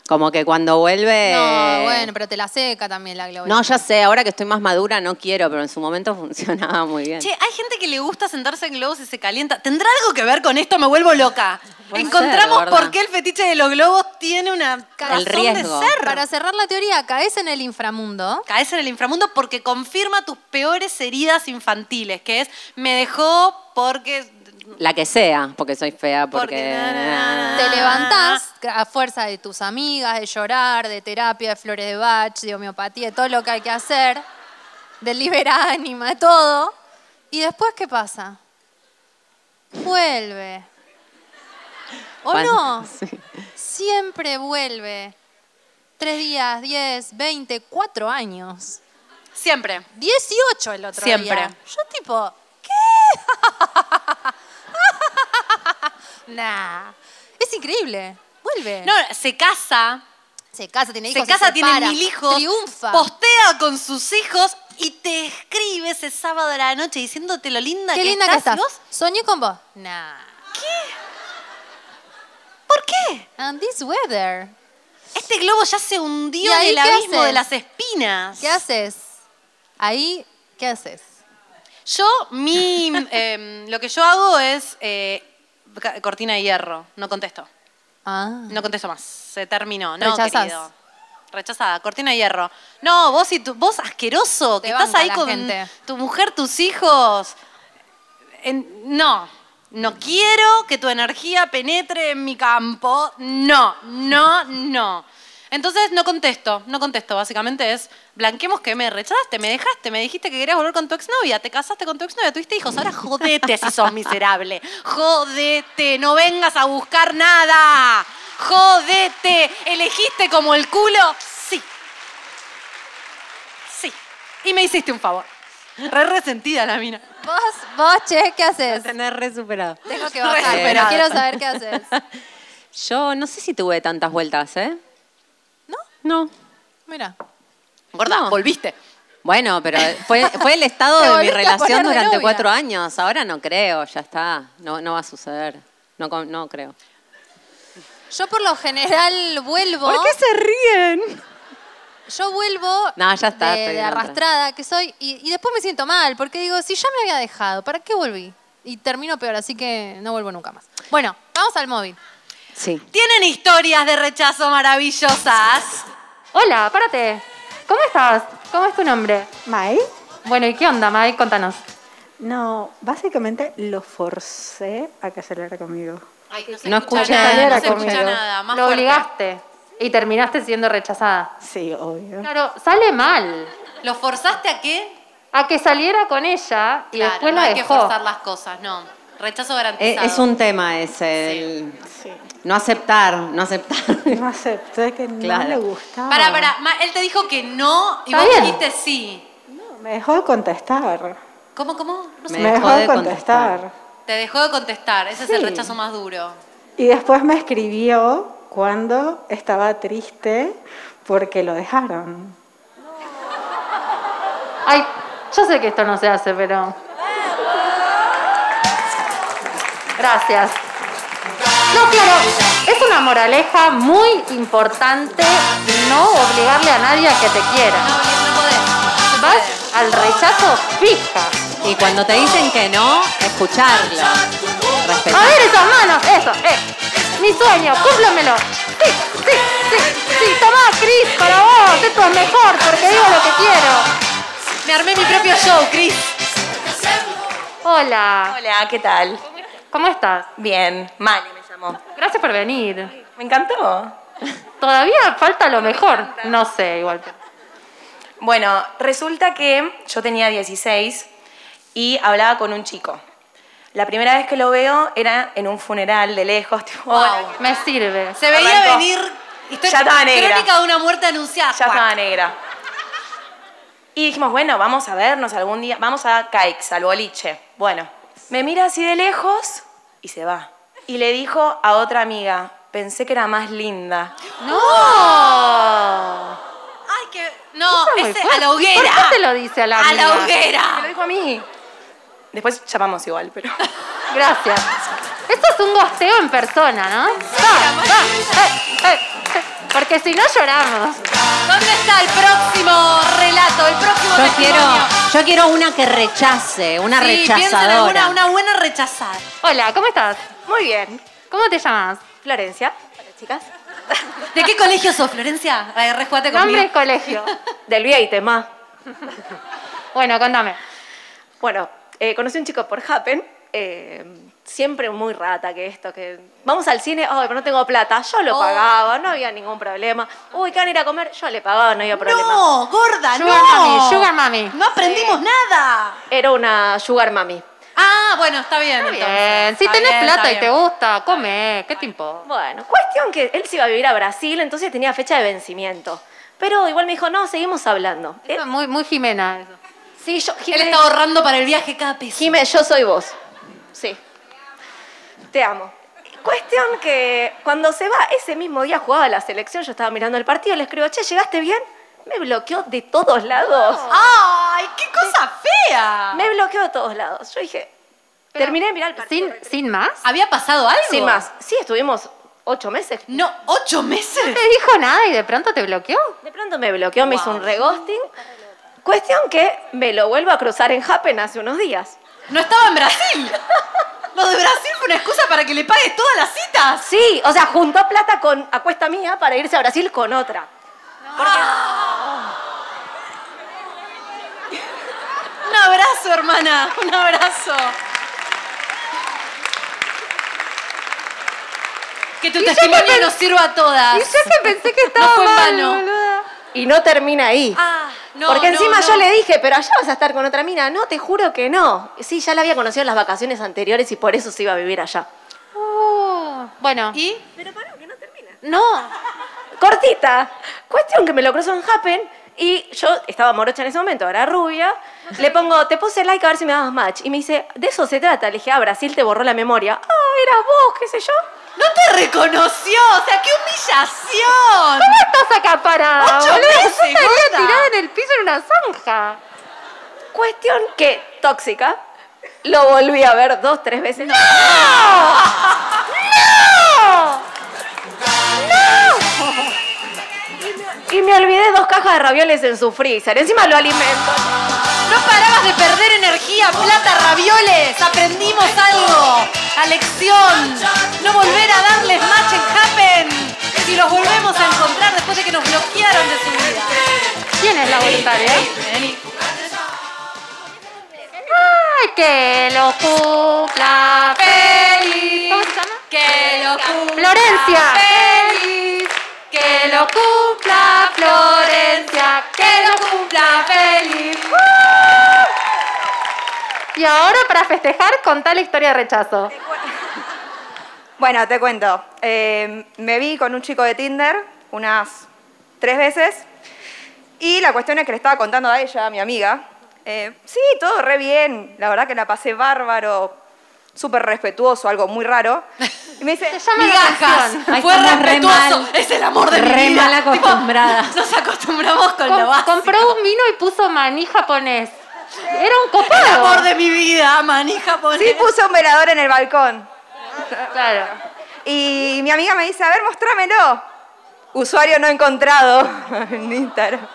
[SPEAKER 3] Como que cuando vuelve.
[SPEAKER 4] No, bueno, pero te la seca también la globo.
[SPEAKER 3] No, ya sé, ahora que estoy más madura no quiero, pero en su momento funcionaba muy bien.
[SPEAKER 1] Che, hay gente que le gusta sentarse en globos y se calienta. ¿Tendrá algo que ver con esto? Me vuelvo loca.
[SPEAKER 3] Puede
[SPEAKER 1] Encontramos
[SPEAKER 3] ser, gorda.
[SPEAKER 1] por qué el fetiche de los globos tiene una
[SPEAKER 4] El
[SPEAKER 1] razón
[SPEAKER 3] riesgo.
[SPEAKER 1] de ser.
[SPEAKER 2] Para cerrar la teoría, caes en el inframundo.
[SPEAKER 1] Caes en el inframundo porque confirma tus peores heridas infantiles, que es me dejó porque...
[SPEAKER 3] La que sea, porque soy fea, porque.
[SPEAKER 1] Porque na, na, na, na.
[SPEAKER 3] Ah.
[SPEAKER 2] Te levantás a fuerza de tus amigas, de llorar, de terapia, de flores de bach, de homeopatía, de todo lo que hay que hacer, de libera ánima, de todo. ¿Y después qué pasa? Vuelve. ¿O
[SPEAKER 3] Cuando-
[SPEAKER 2] no?
[SPEAKER 3] Sí.
[SPEAKER 2] Siempre vuelve. Tres días, diez, veinte, cuatro años.
[SPEAKER 1] Siempre.
[SPEAKER 2] 18 el otro
[SPEAKER 1] Siempre.
[SPEAKER 2] día. Yo tipo, ¿qué? nah. Es increíble. Vuelve.
[SPEAKER 1] No, se casa,
[SPEAKER 2] se casa, tiene hijos.
[SPEAKER 1] se casa, tiene
[SPEAKER 2] separa,
[SPEAKER 1] mil hijos,
[SPEAKER 2] Triunfa.
[SPEAKER 1] postea con sus hijos y te escribe ese sábado a la noche diciéndote lo linda
[SPEAKER 2] Qué
[SPEAKER 1] que
[SPEAKER 2] linda
[SPEAKER 1] estás.
[SPEAKER 2] que
[SPEAKER 1] ¿Y
[SPEAKER 2] estás.
[SPEAKER 1] vos?
[SPEAKER 2] Soñé con vos. Nah.
[SPEAKER 1] ¿Por qué?
[SPEAKER 2] And this weather.
[SPEAKER 1] Este globo ya se hundió
[SPEAKER 2] ¿Y
[SPEAKER 1] en
[SPEAKER 2] ahí
[SPEAKER 1] el
[SPEAKER 2] qué
[SPEAKER 1] abismo
[SPEAKER 2] haces?
[SPEAKER 1] de las espinas.
[SPEAKER 2] ¿Qué haces? Ahí, ¿qué haces?
[SPEAKER 1] Yo, mi, em, lo que yo hago es eh, ca- cortina de hierro. No contesto.
[SPEAKER 2] Ah.
[SPEAKER 1] No contesto más. Se terminó. No,
[SPEAKER 2] Rechazás.
[SPEAKER 1] querido. Rechazada, cortina de hierro. No, vos y tu, vos asqueroso,
[SPEAKER 2] Te
[SPEAKER 1] que estás
[SPEAKER 2] banca
[SPEAKER 1] ahí
[SPEAKER 2] la
[SPEAKER 1] con
[SPEAKER 2] gente.
[SPEAKER 1] tu mujer, tus hijos. En- no, no quiero que tu energía penetre en mi campo. No, no, no. Entonces no contesto, no contesto. Básicamente es, blanquemos que me rechazaste, me dejaste, me dijiste que querías volver con tu exnovia, te casaste con tu exnovia, tuviste hijos, ahora jodete si sos miserable. Jodete, no vengas a buscar nada. Jodete, elegiste como el culo. Sí, sí. Y me hiciste un favor. Re resentida la mina.
[SPEAKER 2] Vos, vos, che, ¿qué haces?
[SPEAKER 3] Tener re superado.
[SPEAKER 2] Tengo que
[SPEAKER 1] Re
[SPEAKER 2] bajar, pero
[SPEAKER 1] superada.
[SPEAKER 2] quiero saber qué haces.
[SPEAKER 3] Yo no sé si tuve tantas vueltas, ¿eh?
[SPEAKER 2] ¿No?
[SPEAKER 3] No.
[SPEAKER 2] Mira.
[SPEAKER 1] Gorda,
[SPEAKER 3] No.
[SPEAKER 1] volviste.
[SPEAKER 3] Bueno, pero fue, fue el estado
[SPEAKER 2] Te
[SPEAKER 3] de mi
[SPEAKER 2] volviste a poner
[SPEAKER 3] relación
[SPEAKER 2] de
[SPEAKER 3] durante
[SPEAKER 2] novia.
[SPEAKER 3] cuatro años. Ahora no creo, ya está. No, no va a suceder. No, con- no creo.
[SPEAKER 2] Yo por lo general vuelvo.
[SPEAKER 3] se ríen?
[SPEAKER 2] Yo vuelvo
[SPEAKER 3] No, ya está,
[SPEAKER 2] de,
[SPEAKER 3] estoy
[SPEAKER 2] de
[SPEAKER 3] en otra.
[SPEAKER 2] arrastrada que soy y, y después me siento mal porque digo, si ya me había dejado, ¿para qué volví? Y termino peor, así que no vuelvo nunca más. Bueno, vamos al móvil.
[SPEAKER 3] Sí.
[SPEAKER 1] Tienen historias de rechazo maravillosas.
[SPEAKER 2] Hola, párate. ¿Cómo estás? ¿Cómo es tu nombre?
[SPEAKER 5] Mai,
[SPEAKER 2] Bueno, ¿y qué onda, May? Contanos.
[SPEAKER 5] no, básicamente lo forcé a que saliera conmigo.
[SPEAKER 3] se No escucha escucha
[SPEAKER 5] nada, nada,
[SPEAKER 1] no
[SPEAKER 5] no
[SPEAKER 1] se
[SPEAKER 5] se conmigo.
[SPEAKER 1] escucha
[SPEAKER 5] escucha
[SPEAKER 1] nada.
[SPEAKER 5] nada,
[SPEAKER 1] Más
[SPEAKER 2] y terminaste siendo rechazada.
[SPEAKER 5] Sí, obvio.
[SPEAKER 2] Claro, sale mal.
[SPEAKER 1] ¿Lo forzaste a qué?
[SPEAKER 2] A que saliera con ella y
[SPEAKER 1] Claro, no hay que forzar las cosas, no. Rechazo
[SPEAKER 5] Eh,
[SPEAKER 3] Eh, Es,
[SPEAKER 1] garantizado.
[SPEAKER 3] un tema ese.
[SPEAKER 1] Sí.
[SPEAKER 3] el
[SPEAKER 5] Sí.
[SPEAKER 3] no aceptar, no aceptar.
[SPEAKER 5] No acepté que
[SPEAKER 3] Claro.
[SPEAKER 5] no le gustaba.
[SPEAKER 1] Pará, pará. Ma- Él te dijo que no y
[SPEAKER 2] Está
[SPEAKER 1] vos
[SPEAKER 2] bien.
[SPEAKER 1] dijiste sí.
[SPEAKER 5] No, me dejó de contestar.
[SPEAKER 1] ¿Cómo, cómo? No sé.
[SPEAKER 5] Me, dejó de contestar.
[SPEAKER 1] Te dejó de contestar. Ese es el
[SPEAKER 5] Sí.
[SPEAKER 1] rechazo más duro.
[SPEAKER 5] Y después me escribió cuando estaba triste porque lo dejaron.
[SPEAKER 2] Ay, yo sé que esto no se hace, pero. Gracias. No, claro, es una moraleja muy importante no obligarle a nadie a que te
[SPEAKER 1] No,
[SPEAKER 2] quiera.
[SPEAKER 1] no podés. no se puede.
[SPEAKER 2] Vas al rechazo fija.
[SPEAKER 3] Y cuando te dicen que no, escucharlo.
[SPEAKER 2] A
[SPEAKER 3] Respetar.
[SPEAKER 2] ver esas manos, eso, eh. Mi sueño, cúmplamelo. Sí, sí, sí, sí, tomá, Cris, para vos, esto es mejor porque digo lo que quiero.
[SPEAKER 1] Me armé mi propio show, Chris.
[SPEAKER 2] Hola,
[SPEAKER 6] Hola, ¿qué tal?
[SPEAKER 2] ¿cómo estás?
[SPEAKER 6] Bien, Mali me llamó.
[SPEAKER 2] Gracias por venir.
[SPEAKER 6] Me encantó.
[SPEAKER 2] Todavía falta lo mejor. No sé, igual.
[SPEAKER 6] Bueno, resulta que yo tenía 16 y hablaba con un chico. La primera vez que lo veo era en un funeral de lejos, tipo, "Oh, hola,
[SPEAKER 2] Me sirve.
[SPEAKER 1] Se veía
[SPEAKER 6] Arrancó.
[SPEAKER 1] venir.
[SPEAKER 6] Ya estaba negra.
[SPEAKER 1] Crónica de una muerte anunciada.
[SPEAKER 6] ya estaba negra. Y dijimos, bueno, vamos a vernos algún día, vamos a Caix, al boliche. Bueno, me mira así de lejos y se va. Y le dijo a otra amiga, pensé que era más linda.
[SPEAKER 1] Ay, que. No,
[SPEAKER 5] Eso es muy
[SPEAKER 1] ese,
[SPEAKER 5] fuerte.
[SPEAKER 1] a la hoguera.
[SPEAKER 5] ¿Por qué te lo dice a la
[SPEAKER 1] A la
[SPEAKER 6] Me
[SPEAKER 5] amiga?
[SPEAKER 6] lo
[SPEAKER 1] hoguera.
[SPEAKER 6] dijo a mí. Después llamamos igual, pero...
[SPEAKER 2] Gracias.
[SPEAKER 5] Esto es un gosteo en persona, ¿no? Va, va, eh, eh, eh, Porque si no lloramos.
[SPEAKER 1] ¿Dónde está el próximo relato? El próximo
[SPEAKER 3] Yo quiero,
[SPEAKER 1] testimonio?
[SPEAKER 3] yo quiero una que rechace, una
[SPEAKER 1] Sí, piensen en
[SPEAKER 3] rechazadora.
[SPEAKER 1] alguna, una buena rechazada.
[SPEAKER 5] Hola, ¿cómo estás?
[SPEAKER 7] Muy bien.
[SPEAKER 5] ¿Cómo te llamas?
[SPEAKER 7] Florencia. Hola, chicas.
[SPEAKER 1] ¿De qué colegio sos, Florencia? Ay, Rescuate conmigo.
[SPEAKER 5] Nombre y colegio.
[SPEAKER 7] Del Vieitemá.
[SPEAKER 5] Bueno, contame.
[SPEAKER 7] Bueno, eh, conocí a un chico por Happen. eh, siempre muy rata que esto, que vamos al cine, ay, pero no tengo plata. Yo lo pagaba, no había ningún problema. Uy, ¿qué van a ir a comer? Yo le pagaba, no había problema.
[SPEAKER 1] No, gorda,
[SPEAKER 5] Sugar
[SPEAKER 1] Ah, no.
[SPEAKER 5] mami, sugar mami.
[SPEAKER 1] No aprendimos nada.
[SPEAKER 7] Era una sugar mami.
[SPEAKER 1] Ah, bueno, está bien. entonces.
[SPEAKER 5] Bien, si
[SPEAKER 1] Está
[SPEAKER 5] tenés
[SPEAKER 1] bien,
[SPEAKER 5] plata y
[SPEAKER 1] está
[SPEAKER 5] te
[SPEAKER 1] bien.
[SPEAKER 5] gusta, come, ¿qué te importa?
[SPEAKER 7] Bueno, cuestión que él se iba a vivir a Brasil, entonces tenía fecha de vencimiento. Pero igual me dijo, no, seguimos hablando. Eh,
[SPEAKER 5] Eso es muy, muy Jimena eso.
[SPEAKER 7] sí, yo,
[SPEAKER 1] Él
[SPEAKER 7] Jimé,
[SPEAKER 1] está ahorrando para el viaje cada peso.
[SPEAKER 7] Jimé, yo soy vos. Sí. Te amo. Cuestión que cuando se va, ese mismo día jugaba la selección, yo estaba mirando el partido, le escribo, che, ¿llegaste bien? Me bloqueó de todos lados. Ah,
[SPEAKER 1] ¡Ay, qué cosa fea!
[SPEAKER 7] Me bloqueó de todos lados. Yo dije, terminé de mirar el partido.
[SPEAKER 5] ¿Sin, sin más?
[SPEAKER 1] ¿Había pasado algo?
[SPEAKER 7] Sin más. Sí, estuvimos ocho meses.
[SPEAKER 1] No, ¿ocho meses?
[SPEAKER 5] ¿Te dijo nada y de pronto te bloqueó?
[SPEAKER 7] De pronto me bloqueó, me hizo un reghosting. Cuestión que me lo vuelvo a cruzar en Happen hace unos días.
[SPEAKER 1] No estaba en Brasil. Lo de Brasil fue una excusa para que le pagues todas las citas.
[SPEAKER 7] Sí, o sea, juntó plata con a cuesta mía para irse a Brasil con otra.
[SPEAKER 1] Un abrazo, hermana. Un abrazo. Que tu testimonio nos sirva a todas.
[SPEAKER 5] Y yo que pensé que estaba
[SPEAKER 1] No fue en
[SPEAKER 5] mal,
[SPEAKER 1] vano.
[SPEAKER 5] boluda.
[SPEAKER 7] Y no termina ahí.
[SPEAKER 1] Ah, no,
[SPEAKER 7] Porque
[SPEAKER 1] no,
[SPEAKER 7] encima
[SPEAKER 1] no.
[SPEAKER 7] yo le dije, pero allá vas a estar con otra mina. No, te juro que no. Sí, ya la había conocido en las vacaciones anteriores y por eso se iba a vivir allá.
[SPEAKER 5] Uh, bueno.
[SPEAKER 1] ¿Y?
[SPEAKER 5] No.
[SPEAKER 7] Cortita. Cuestión que me lo cruzó en Happen y yo estaba morocha en ese momento, ahora rubia. Le pongo, te puse like a ver si me dabas match. Y me dice, de eso se trata. Le dije, ah, Brasil te borró la memoria. Ah, eras vos, qué sé yo.
[SPEAKER 1] No te reconoció. O sea, qué humillación.
[SPEAKER 5] ¿Cómo estás acaparada,
[SPEAKER 1] Ocho
[SPEAKER 5] boluda? Yo
[SPEAKER 1] meses,
[SPEAKER 5] estaría
[SPEAKER 1] gorda.
[SPEAKER 5] tirada en el piso en una zanja.
[SPEAKER 7] Cuestión que, tóxica, lo volví a ver dos, tres veces. Y me olvidé dos cajas de ravioles en su freezer. Encima lo alimento.
[SPEAKER 1] No parabas de perder energía, plata, ravioles. Aprendimos algo. La lección. No volver a darles match en Happen. Si los volvemos a encontrar después de que nos bloquearon de su vida.
[SPEAKER 5] ¿Quién es la voluntaria?
[SPEAKER 1] Vení.
[SPEAKER 5] Ay, que lo cumpla feliz. ¿Cómo se llama?
[SPEAKER 1] Que lo cumpla
[SPEAKER 5] Florencia.
[SPEAKER 1] feliz. Que lo cumpla Florencia. Que lo cumpla feliz.
[SPEAKER 5] Y ahora para festejar, contá la historia de rechazo.
[SPEAKER 8] Bueno, te cuento. Eh, me vi con un chico de Tinder unas tres veces y la cuestión es que le estaba contando a ella, a mi amiga. eh, sí, todo re bien. La verdad que la pasé bárbaro, súper respetuoso, algo muy raro. Y me dice,
[SPEAKER 5] Se llama la
[SPEAKER 1] Migajas.
[SPEAKER 5] canción.
[SPEAKER 3] Ay,
[SPEAKER 1] Fue
[SPEAKER 3] estamos re
[SPEAKER 1] respetuoso.
[SPEAKER 3] mal.
[SPEAKER 1] Es el amor de mi
[SPEAKER 3] Re
[SPEAKER 1] vida.
[SPEAKER 3] mal acostumbradas.
[SPEAKER 1] Tipo, nos acostumbramos con
[SPEAKER 5] Com-
[SPEAKER 1] lo básico.
[SPEAKER 5] compró un vino y puso maní japonés. Era un
[SPEAKER 1] El amor
[SPEAKER 5] copado.
[SPEAKER 1] de mi vida, manija por
[SPEAKER 8] sí, puse un velador en el balcón.
[SPEAKER 5] Claro.
[SPEAKER 8] Y mi amiga me dice, a ver, mostrámelo. Usuario no encontrado en Instagram.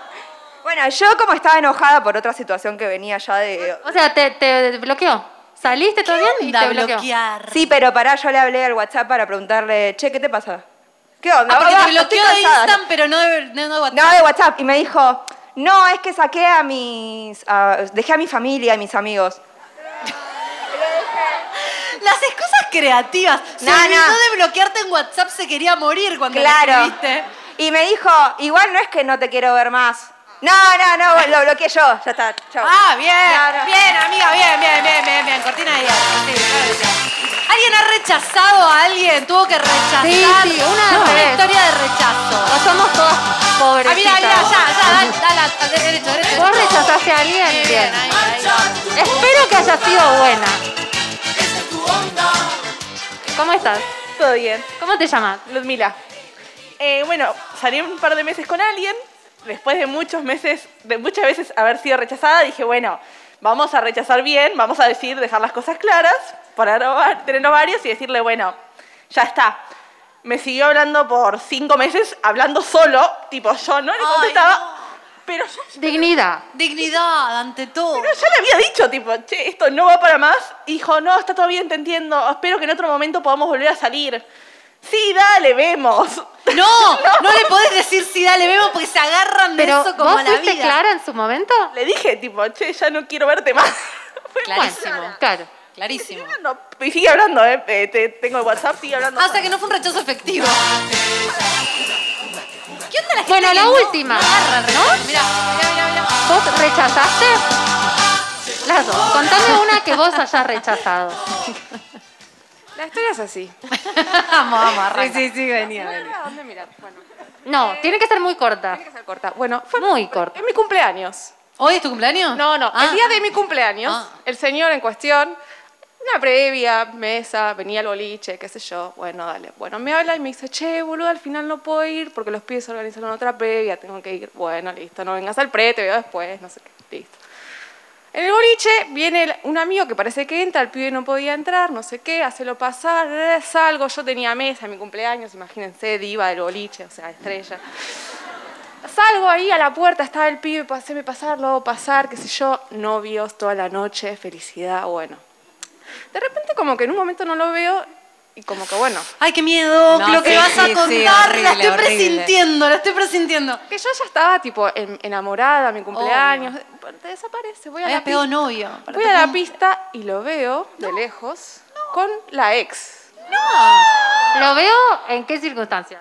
[SPEAKER 8] Bueno, yo como estaba enojada por otra situación que venía ya de
[SPEAKER 5] O sea, te, te bloqueó. Saliste todo bien y te bloqueó.
[SPEAKER 1] bloquear.
[SPEAKER 8] Sí, pero pará, yo le hablé al WhatsApp para preguntarle, che, ¿qué te pasa? ¿Qué onda?
[SPEAKER 1] Ah, porque
[SPEAKER 8] Basta,
[SPEAKER 1] te bloqueó
[SPEAKER 8] estoy
[SPEAKER 1] de
[SPEAKER 8] cansada".
[SPEAKER 1] Instagram, pero no de, no de WhatsApp.
[SPEAKER 8] No, de WhatsApp. Y me dijo, no, es que saqué a mis... a- dejé a mi familia y mis amigos.
[SPEAKER 1] Las excusas creativas. Se
[SPEAKER 8] No, no.
[SPEAKER 1] olvidó de bloquearte en WhatsApp, se quería morir cuando le
[SPEAKER 8] Claro.
[SPEAKER 1] escribiste.
[SPEAKER 8] Y me dijo, igual no es que no te quiero ver más. No, no, no, lo bloqueé yo. Ya está, chao.
[SPEAKER 1] Ah, bien.
[SPEAKER 8] Claro.
[SPEAKER 1] Bien, amiga, bien, bien, bien, bien, bien. Cortina de hierro. Sí, claro que sí. ¿Alguien ha rechazado a alguien? Tuvo que rechazar.
[SPEAKER 5] Sí, sí, una al revés.
[SPEAKER 1] historia de rechazo.
[SPEAKER 5] No somos todas
[SPEAKER 1] Ah,
[SPEAKER 5] pobrecitas.
[SPEAKER 1] mira, mira, ya, ya, dale, dale, al derecho, derecho.
[SPEAKER 5] Vos rechazaste
[SPEAKER 2] conoce a alguien, bien. Espero que haya sido buena. ¿Cómo estás?
[SPEAKER 9] Todo bien.
[SPEAKER 2] ¿Cómo te llamas?
[SPEAKER 9] Ludmila. Eh, bueno, salí un par de meses con alguien. Después de muchos meses, de muchas veces haber sido rechazada, dije, bueno, vamos a rechazar bien, vamos a decir, dejar las cosas claras, para no va- tener varios y decirle, bueno, ya está. Me siguió hablando por cinco meses, hablando solo, tipo yo no le
[SPEAKER 1] Ay,
[SPEAKER 9] contestaba, pero
[SPEAKER 2] Dignidad.
[SPEAKER 1] Dignidad, ante todo.
[SPEAKER 9] Pero ya le había dicho, tipo, che, esto no va para más. Y dijo, no, está todo bien, te entiendo. Espero que en otro momento podamos volver a salir. Sí, dale, vemos.
[SPEAKER 1] No, no le podés decir si dale, vemos, porque se agarran de
[SPEAKER 2] Pero
[SPEAKER 1] eso como
[SPEAKER 2] ¿vos
[SPEAKER 1] a la
[SPEAKER 2] fuiste
[SPEAKER 1] vida.
[SPEAKER 2] clara en su momento?
[SPEAKER 9] Le dije, tipo, che, ya no quiero verte más. Fue
[SPEAKER 1] Clarísimo.
[SPEAKER 2] Claro.
[SPEAKER 1] Clarísimo.
[SPEAKER 9] No, y sigue hablando, ¿eh? Eh, te- tengo el WhatsApp, sigue hablando.
[SPEAKER 1] Ah, o sea que no fue un rechazo efectivo. ¿Qué onda la gente
[SPEAKER 2] Bueno,
[SPEAKER 1] que
[SPEAKER 2] la
[SPEAKER 1] no-
[SPEAKER 2] última,
[SPEAKER 1] no agarra el
[SPEAKER 2] ¿no?
[SPEAKER 1] rechazo? Mirá, mirá, mirá, mirá.
[SPEAKER 2] ¿Vos rechazaste? Las dos. Contame una que vos hayas rechazado.
[SPEAKER 7] La historia es así.
[SPEAKER 1] Vamos, vamos, arranca.
[SPEAKER 7] Sí, sí, venía, venía. dónde mirar? Bueno,
[SPEAKER 2] No, tiene que ser muy corta.
[SPEAKER 7] tiene que ser corta. Bueno, fue
[SPEAKER 2] Muy corta.
[SPEAKER 7] en mi cumpleaños.
[SPEAKER 1] ¿Hoy es tu cumpleaños?
[SPEAKER 7] No, no,
[SPEAKER 1] Ah.
[SPEAKER 7] el día de mi cumpleaños,
[SPEAKER 1] Ah.
[SPEAKER 7] el señor en cuestión, una previa, mesa, venía el boliche, qué sé yo, bueno, dale. Bueno, me habla y me dice, che, boludo, al final no puedo ir porque los pibes organizaron otra previa, tengo que ir. Bueno, listo, no vengas al pre, te veo después, no sé qué, listo. En el boliche viene el- un amigo que parece que entra, el pibe no podía entrar, no sé qué, hacelo pasar, eh, salgo, yo tenía mesa en mi cumpleaños, imagínense, diva del boliche, o sea, estrella. Salgo ahí a la puerta, estaba el pibe, paséme pasarlo, pasar, qué sé yo, novios toda la noche, felicidad, bueno. De repente como que en un momento no lo veo y como que bueno,
[SPEAKER 1] Ay, qué miedo,
[SPEAKER 3] No,
[SPEAKER 1] lo que
[SPEAKER 3] sí,
[SPEAKER 1] vas a
[SPEAKER 3] sí, sí,
[SPEAKER 1] contar. la
[SPEAKER 3] horrible,
[SPEAKER 1] estoy
[SPEAKER 3] horrible.
[SPEAKER 1] presintiendo, la estoy presintiendo.
[SPEAKER 7] que yo ya estaba tipo en- enamorada, mi cumpleaños, te desaparece, voy a
[SPEAKER 1] Habías
[SPEAKER 7] la
[SPEAKER 1] pegado
[SPEAKER 7] pista,
[SPEAKER 1] novio.
[SPEAKER 7] voy a la pista y lo veo de lejos con la ex,
[SPEAKER 2] ¿Lo veo en qué circunstancia?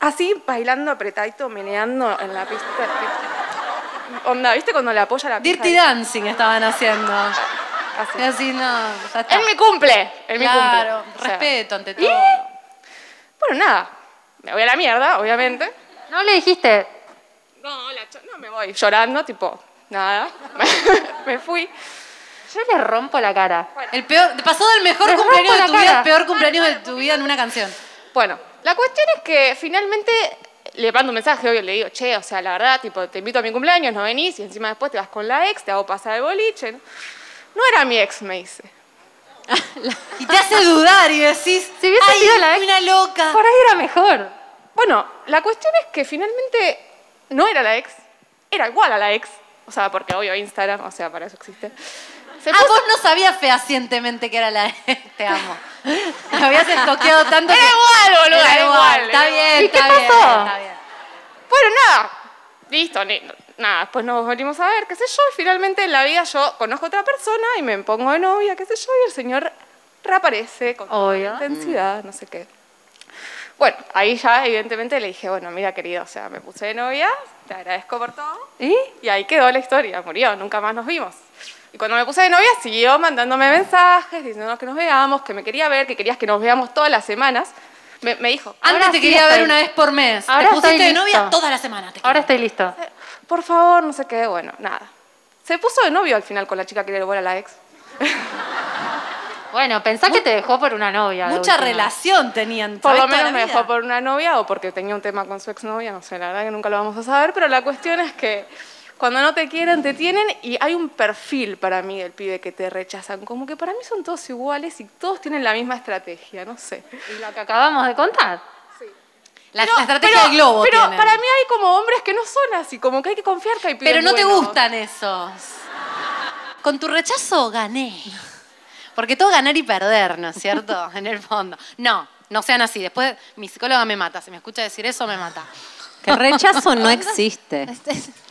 [SPEAKER 7] así bailando apretadito, meneando en la pista. ¿viste? Onda, ¿viste cuando le apoya la pista?
[SPEAKER 1] Dirty Dancing estaban haciendo.
[SPEAKER 7] Así.
[SPEAKER 1] Y así, no, ya está.
[SPEAKER 7] En mi cumple, en mi cumple.
[SPEAKER 1] claro,
[SPEAKER 7] O sea,
[SPEAKER 1] respeto ante todo.
[SPEAKER 7] Y, bueno, nada. Me voy a la mierda, obviamente.
[SPEAKER 2] No le dijiste,
[SPEAKER 7] No, la cho- no me voy. Llorando, tipo, nada. me fui.
[SPEAKER 2] yo le rompo la cara.
[SPEAKER 1] El peor, pasó del mejor
[SPEAKER 2] Les
[SPEAKER 1] cumpleaños
[SPEAKER 2] rompo
[SPEAKER 1] de
[SPEAKER 2] la
[SPEAKER 1] tu vida
[SPEAKER 2] cara.
[SPEAKER 1] al peor cumpleaños de tu vida en una canción.
[SPEAKER 7] Bueno, la cuestión es que finalmente le mando un mensaje, obvio, le digo, che, o sea, la verdad, tipo, te invito a mi cumpleaños, no venís, y encima después te vas con la ex, te hago pasar el boliche. ¿no? No era mi ex, me dice.
[SPEAKER 1] Y te hace dudar y decís,
[SPEAKER 2] Si hubiese
[SPEAKER 1] ay,
[SPEAKER 2] sido la
[SPEAKER 1] fui una loca.
[SPEAKER 2] Por ahí era mejor.
[SPEAKER 7] Bueno, la cuestión es que finalmente no era la ex, era igual a la ex. O sea, porque obvio Instagram, o sea, para eso existe. Se
[SPEAKER 1] Ah,
[SPEAKER 7] puso-
[SPEAKER 1] vos no sabías fehacientemente que era la Te amo. Me habías estoqueado tanto que...
[SPEAKER 7] Era igual, boluda,
[SPEAKER 1] Era
[SPEAKER 7] era
[SPEAKER 1] igual.
[SPEAKER 7] igual,
[SPEAKER 1] Está
[SPEAKER 7] era
[SPEAKER 1] bien,
[SPEAKER 2] ¿Y
[SPEAKER 1] está
[SPEAKER 2] qué
[SPEAKER 1] bien,
[SPEAKER 2] pasó?
[SPEAKER 1] está bien.
[SPEAKER 7] Bueno, nada. Listo, ni- nada, después nos volvimos a ver, qué sé yo. y Finalmente en la vida yo conozco a otra persona y me pongo de novia, qué sé yo, y el señor reaparece con toda
[SPEAKER 2] Obvio.
[SPEAKER 7] intensidad, no sé qué. Bueno, ahí ya evidentemente le dije, bueno, mira querido, o sea, me puse de novia, te agradezco por todo.
[SPEAKER 2] ¿Y?
[SPEAKER 7] Y ahí quedó la historia, murió, nunca más nos vimos. Y cuando me puse de novia siguió mandándome mensajes, diciéndonos que nos veamos, que me quería ver, que querías que nos veamos todas las semanas. Me, me dijo,
[SPEAKER 1] Antes
[SPEAKER 2] Ahora
[SPEAKER 1] te
[SPEAKER 2] sí
[SPEAKER 1] quería
[SPEAKER 2] estoy.
[SPEAKER 1] ver una vez por mes.
[SPEAKER 2] Ahora
[SPEAKER 1] te pusiste
[SPEAKER 2] estoy
[SPEAKER 1] de novia
[SPEAKER 2] lista.
[SPEAKER 1] toda la semana. te quiero.
[SPEAKER 2] Ahora estoy listo.
[SPEAKER 7] por favor, no sé qué, bueno, nada. Se puso de novio al final con la chica que le robó a la ex.
[SPEAKER 2] Bueno, pensá que te dejó por una novia. de
[SPEAKER 1] Mucha
[SPEAKER 2] última.
[SPEAKER 1] relación tenían.
[SPEAKER 7] Por
[SPEAKER 1] ¿sabés?
[SPEAKER 7] lo
[SPEAKER 1] Toda
[SPEAKER 7] menos
[SPEAKER 1] la
[SPEAKER 7] me
[SPEAKER 1] vida.
[SPEAKER 7] dejó por una novia o porque tenía un tema con su exnovia, no sé, la verdad que nunca lo vamos a saber, pero la cuestión es que cuando no te quieren, te tienen y hay un perfil para mí del pibe que te rechazan, como que para mí son todos iguales y todos tienen la misma estrategia, no sé.
[SPEAKER 2] Y lo que acabamos de contar.
[SPEAKER 1] La,
[SPEAKER 7] Pero-
[SPEAKER 1] la estrategia
[SPEAKER 7] pero-
[SPEAKER 1] del globo
[SPEAKER 7] Pero
[SPEAKER 1] tienen.
[SPEAKER 7] para mí hay como hombres que no son así, como que hay que confiar que hay pibes
[SPEAKER 1] Pero no te
[SPEAKER 7] buenos.
[SPEAKER 1] gustan esos. Con tu rechazo gané. Porque todo ganar y perder, ¿no es cierto? en el fondo. No, no sean así. Después mi psicóloga me mata. Si me escucha decir eso, me mata.
[SPEAKER 3] Que el rechazo no existe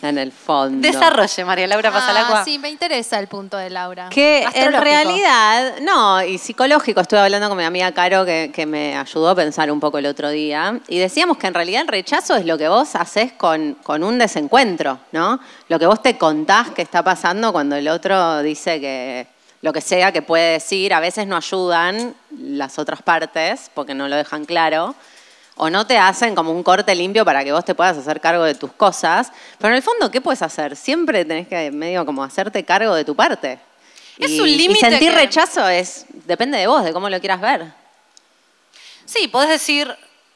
[SPEAKER 3] en el fondo.
[SPEAKER 1] Desarrolle, María Laura Pasalacua.
[SPEAKER 4] Este Ah, sí, me interesa el punto de Laura.
[SPEAKER 3] Que en
[SPEAKER 4] Astrológico.
[SPEAKER 3] realidad, no, y psicológico, estuve hablando con mi amiga Caro que, que me ayudó a pensar un poco el otro día, y decíamos que en realidad el rechazo es lo que vos haces con, con un desencuentro, ¿no? Lo que vos te contás que está pasando cuando el otro dice que lo que sea que puede decir, a veces no ayudan las otras partes porque no lo dejan claro. o no te hacen como un corte limpio para que vos te puedas hacer cargo de tus cosas. Pero en el fondo, ¿qué puedes hacer? Siempre tenés que medio como hacerte cargo de tu parte.
[SPEAKER 2] Es
[SPEAKER 3] Y-
[SPEAKER 2] un límite
[SPEAKER 3] Y sentir
[SPEAKER 2] que-
[SPEAKER 3] rechazo es depende de vos, de cómo lo quieras ver.
[SPEAKER 1] Sí, podés decir,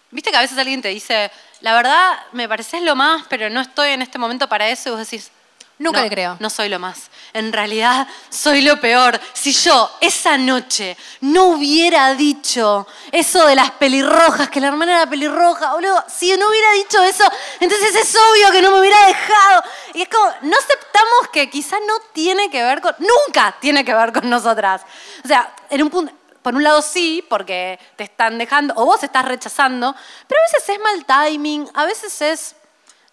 [SPEAKER 1] viste que a veces alguien te dice, la verdad me pareces lo más, pero no estoy en este momento para eso, y vos decís,
[SPEAKER 2] Nunca
[SPEAKER 1] "No,
[SPEAKER 2] le creo".
[SPEAKER 1] No soy lo más. En realidad soy lo peor. Si yo esa noche no hubiera dicho eso de las pelirrojas, que la hermana era pelirroja, boludo, si no hubiera dicho eso, entonces es obvio que no me hubiera dejado. Y es como, no aceptamos que quizá no tiene que ver con, nunca tiene que ver con nosotras. O sea, en un punto, por un lado sí, porque te están dejando, o vos estás rechazando, pero a veces es mal timing, a veces es,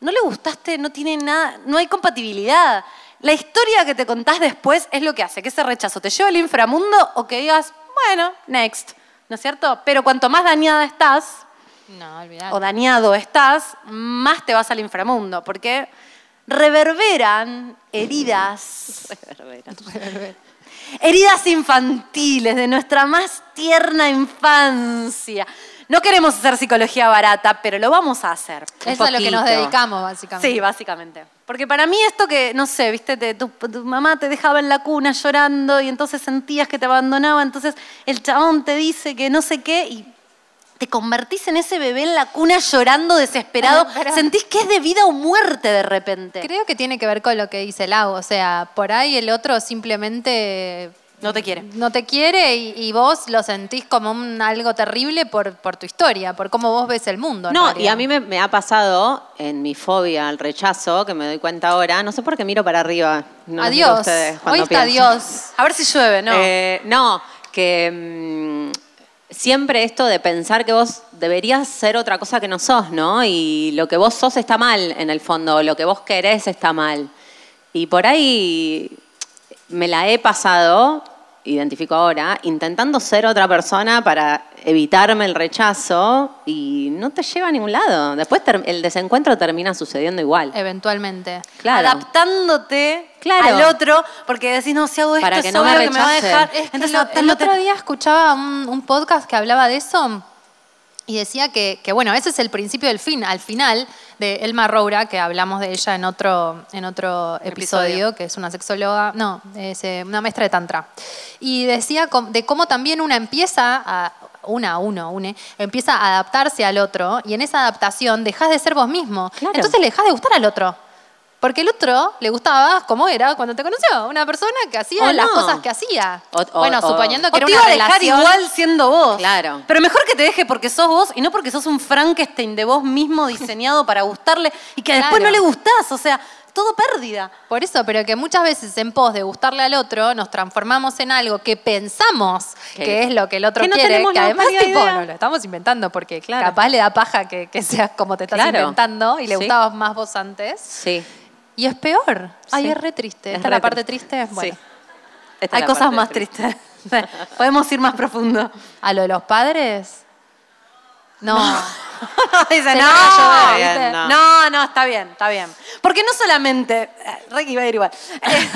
[SPEAKER 1] no le gustaste, no tiene nada, no hay compatibilidad. La historia que te contás después es lo que hace que ese rechazo te lleve al inframundo o que digas, bueno, next, ¿no es cierto? Pero cuanto más dañada estás,
[SPEAKER 2] No, olvidate.
[SPEAKER 1] o dañado estás, más te vas al inframundo, porque reverberan heridas, heridas infantiles de nuestra más tierna infancia. No queremos hacer psicología barata, pero lo vamos a hacer.
[SPEAKER 2] Eso es a lo que nos
[SPEAKER 3] poquito.
[SPEAKER 2] dedicamos, básicamente.
[SPEAKER 1] Sí, básicamente. Porque para mí esto que, no sé, viste, te- tu, tu mamá te dejaba en la cuna llorando y entonces sentías que te abandonaba, entonces el chabón te dice que no sé qué y te convertís en ese bebé en la cuna llorando desesperado.
[SPEAKER 2] Pará, pará.
[SPEAKER 1] Sentís que es de vida o muerte de repente.
[SPEAKER 2] Creo que tiene que ver con lo que dice Lau. O sea, por ahí el otro simplemente
[SPEAKER 1] No te quiere.
[SPEAKER 2] no te quiere y, y vos lo sentís como un algo terrible por, por tu historia, por cómo vos ves el mundo. en
[SPEAKER 3] No, y
[SPEAKER 2] realidad.
[SPEAKER 3] a mí me, me ha pasado en mi fobia al rechazo, que me doy cuenta ahora, no sé por qué miro para arriba. No les digo a
[SPEAKER 2] Adiós.
[SPEAKER 3] ustedes
[SPEAKER 2] Hoy
[SPEAKER 3] cuando
[SPEAKER 2] está
[SPEAKER 3] pienso.
[SPEAKER 2] Dios.
[SPEAKER 1] A ver si llueve, ¿no?
[SPEAKER 3] Eh, no, que mm, siempre esto de pensar que vos deberías ser otra cosa que no sos, ¿no? Y lo que vos sos está mal, en el fondo, lo que vos querés está mal. Y por ahí me la he pasado, identifico ahora, intentando ser otra persona para evitarme el rechazo y no te lleva a ningún lado. Después ter- el desencuentro termina sucediendo igual.
[SPEAKER 2] Eh, Eventualmente.
[SPEAKER 3] Claro.
[SPEAKER 1] Adaptándote
[SPEAKER 3] Claro.
[SPEAKER 1] al otro, porque decís, no, si hago esto,
[SPEAKER 3] Para que
[SPEAKER 1] es
[SPEAKER 3] no me
[SPEAKER 1] obvio que me va a
[SPEAKER 3] rechace.
[SPEAKER 1] dejar.
[SPEAKER 2] Es que
[SPEAKER 1] Entonces,
[SPEAKER 2] lo- el
[SPEAKER 1] adaptándote.
[SPEAKER 2] otro día escuchaba un, un podcast que hablaba de eso y decía que, que, bueno, ese es el principio del fin, al final de Elma Roura, que hablamos de ella en otro, en otro episodio, que es una sexóloga, no, es eh, una maestra de tantra. Y decía com- de cómo también una empieza a una, uno, une, empieza a adaptarse al otro y en esa adaptación dejas de ser vos mismo.
[SPEAKER 3] Claro.
[SPEAKER 2] Entonces le dejas de gustar al otro. Porque el otro le gustaba como era cuando te conoció, una persona que hacía
[SPEAKER 3] O
[SPEAKER 2] las
[SPEAKER 3] no.
[SPEAKER 2] cosas que hacía.
[SPEAKER 3] O- o-
[SPEAKER 2] bueno,
[SPEAKER 3] o-
[SPEAKER 2] suponiendo que
[SPEAKER 1] O
[SPEAKER 2] era
[SPEAKER 1] te
[SPEAKER 2] una
[SPEAKER 1] iba a dejar
[SPEAKER 2] relación.
[SPEAKER 1] igual siendo vos.
[SPEAKER 3] Claro.
[SPEAKER 1] Pero mejor que te deje porque sos vos y no porque sos un Frankenstein de vos mismo diseñado para gustarle y que después
[SPEAKER 2] Claro.
[SPEAKER 1] no le gustás. O sea, todo pérdida.
[SPEAKER 2] Por eso, pero que muchas veces en pos de gustarle al otro nos transformamos en algo que pensamos
[SPEAKER 3] Que-
[SPEAKER 2] que es lo que el otro
[SPEAKER 3] que no
[SPEAKER 2] quiere,
[SPEAKER 3] tenemos
[SPEAKER 2] que
[SPEAKER 3] la
[SPEAKER 2] además
[SPEAKER 3] pálida
[SPEAKER 2] tipo,
[SPEAKER 3] idea.
[SPEAKER 2] nos lo estamos inventando porque
[SPEAKER 3] Claro.
[SPEAKER 2] capaz le da paja que, que seas como te estás
[SPEAKER 3] Claro.
[SPEAKER 2] inventando y le
[SPEAKER 3] Sí.
[SPEAKER 2] gustabas más vos antes.
[SPEAKER 3] Sí.
[SPEAKER 2] Y es peor. Ay,
[SPEAKER 3] Sí.
[SPEAKER 2] es re triste.
[SPEAKER 3] Es
[SPEAKER 2] Esta es
[SPEAKER 3] re
[SPEAKER 2] la parte
[SPEAKER 3] triste.
[SPEAKER 2] triste. Bueno,
[SPEAKER 3] Sí. Esta es
[SPEAKER 1] Hay
[SPEAKER 3] la
[SPEAKER 1] cosas
[SPEAKER 3] parte
[SPEAKER 1] más
[SPEAKER 3] triste.
[SPEAKER 1] tristes. Podemos ir más profundo.
[SPEAKER 2] a lo de los padres. no.
[SPEAKER 1] Dice,
[SPEAKER 2] Se
[SPEAKER 1] no,
[SPEAKER 2] la va a
[SPEAKER 3] llover,
[SPEAKER 1] ¿viste?
[SPEAKER 3] no.
[SPEAKER 1] no, no, está bien, está bien. Porque no solamente, eh, Ricky iba a ir igual, Eh,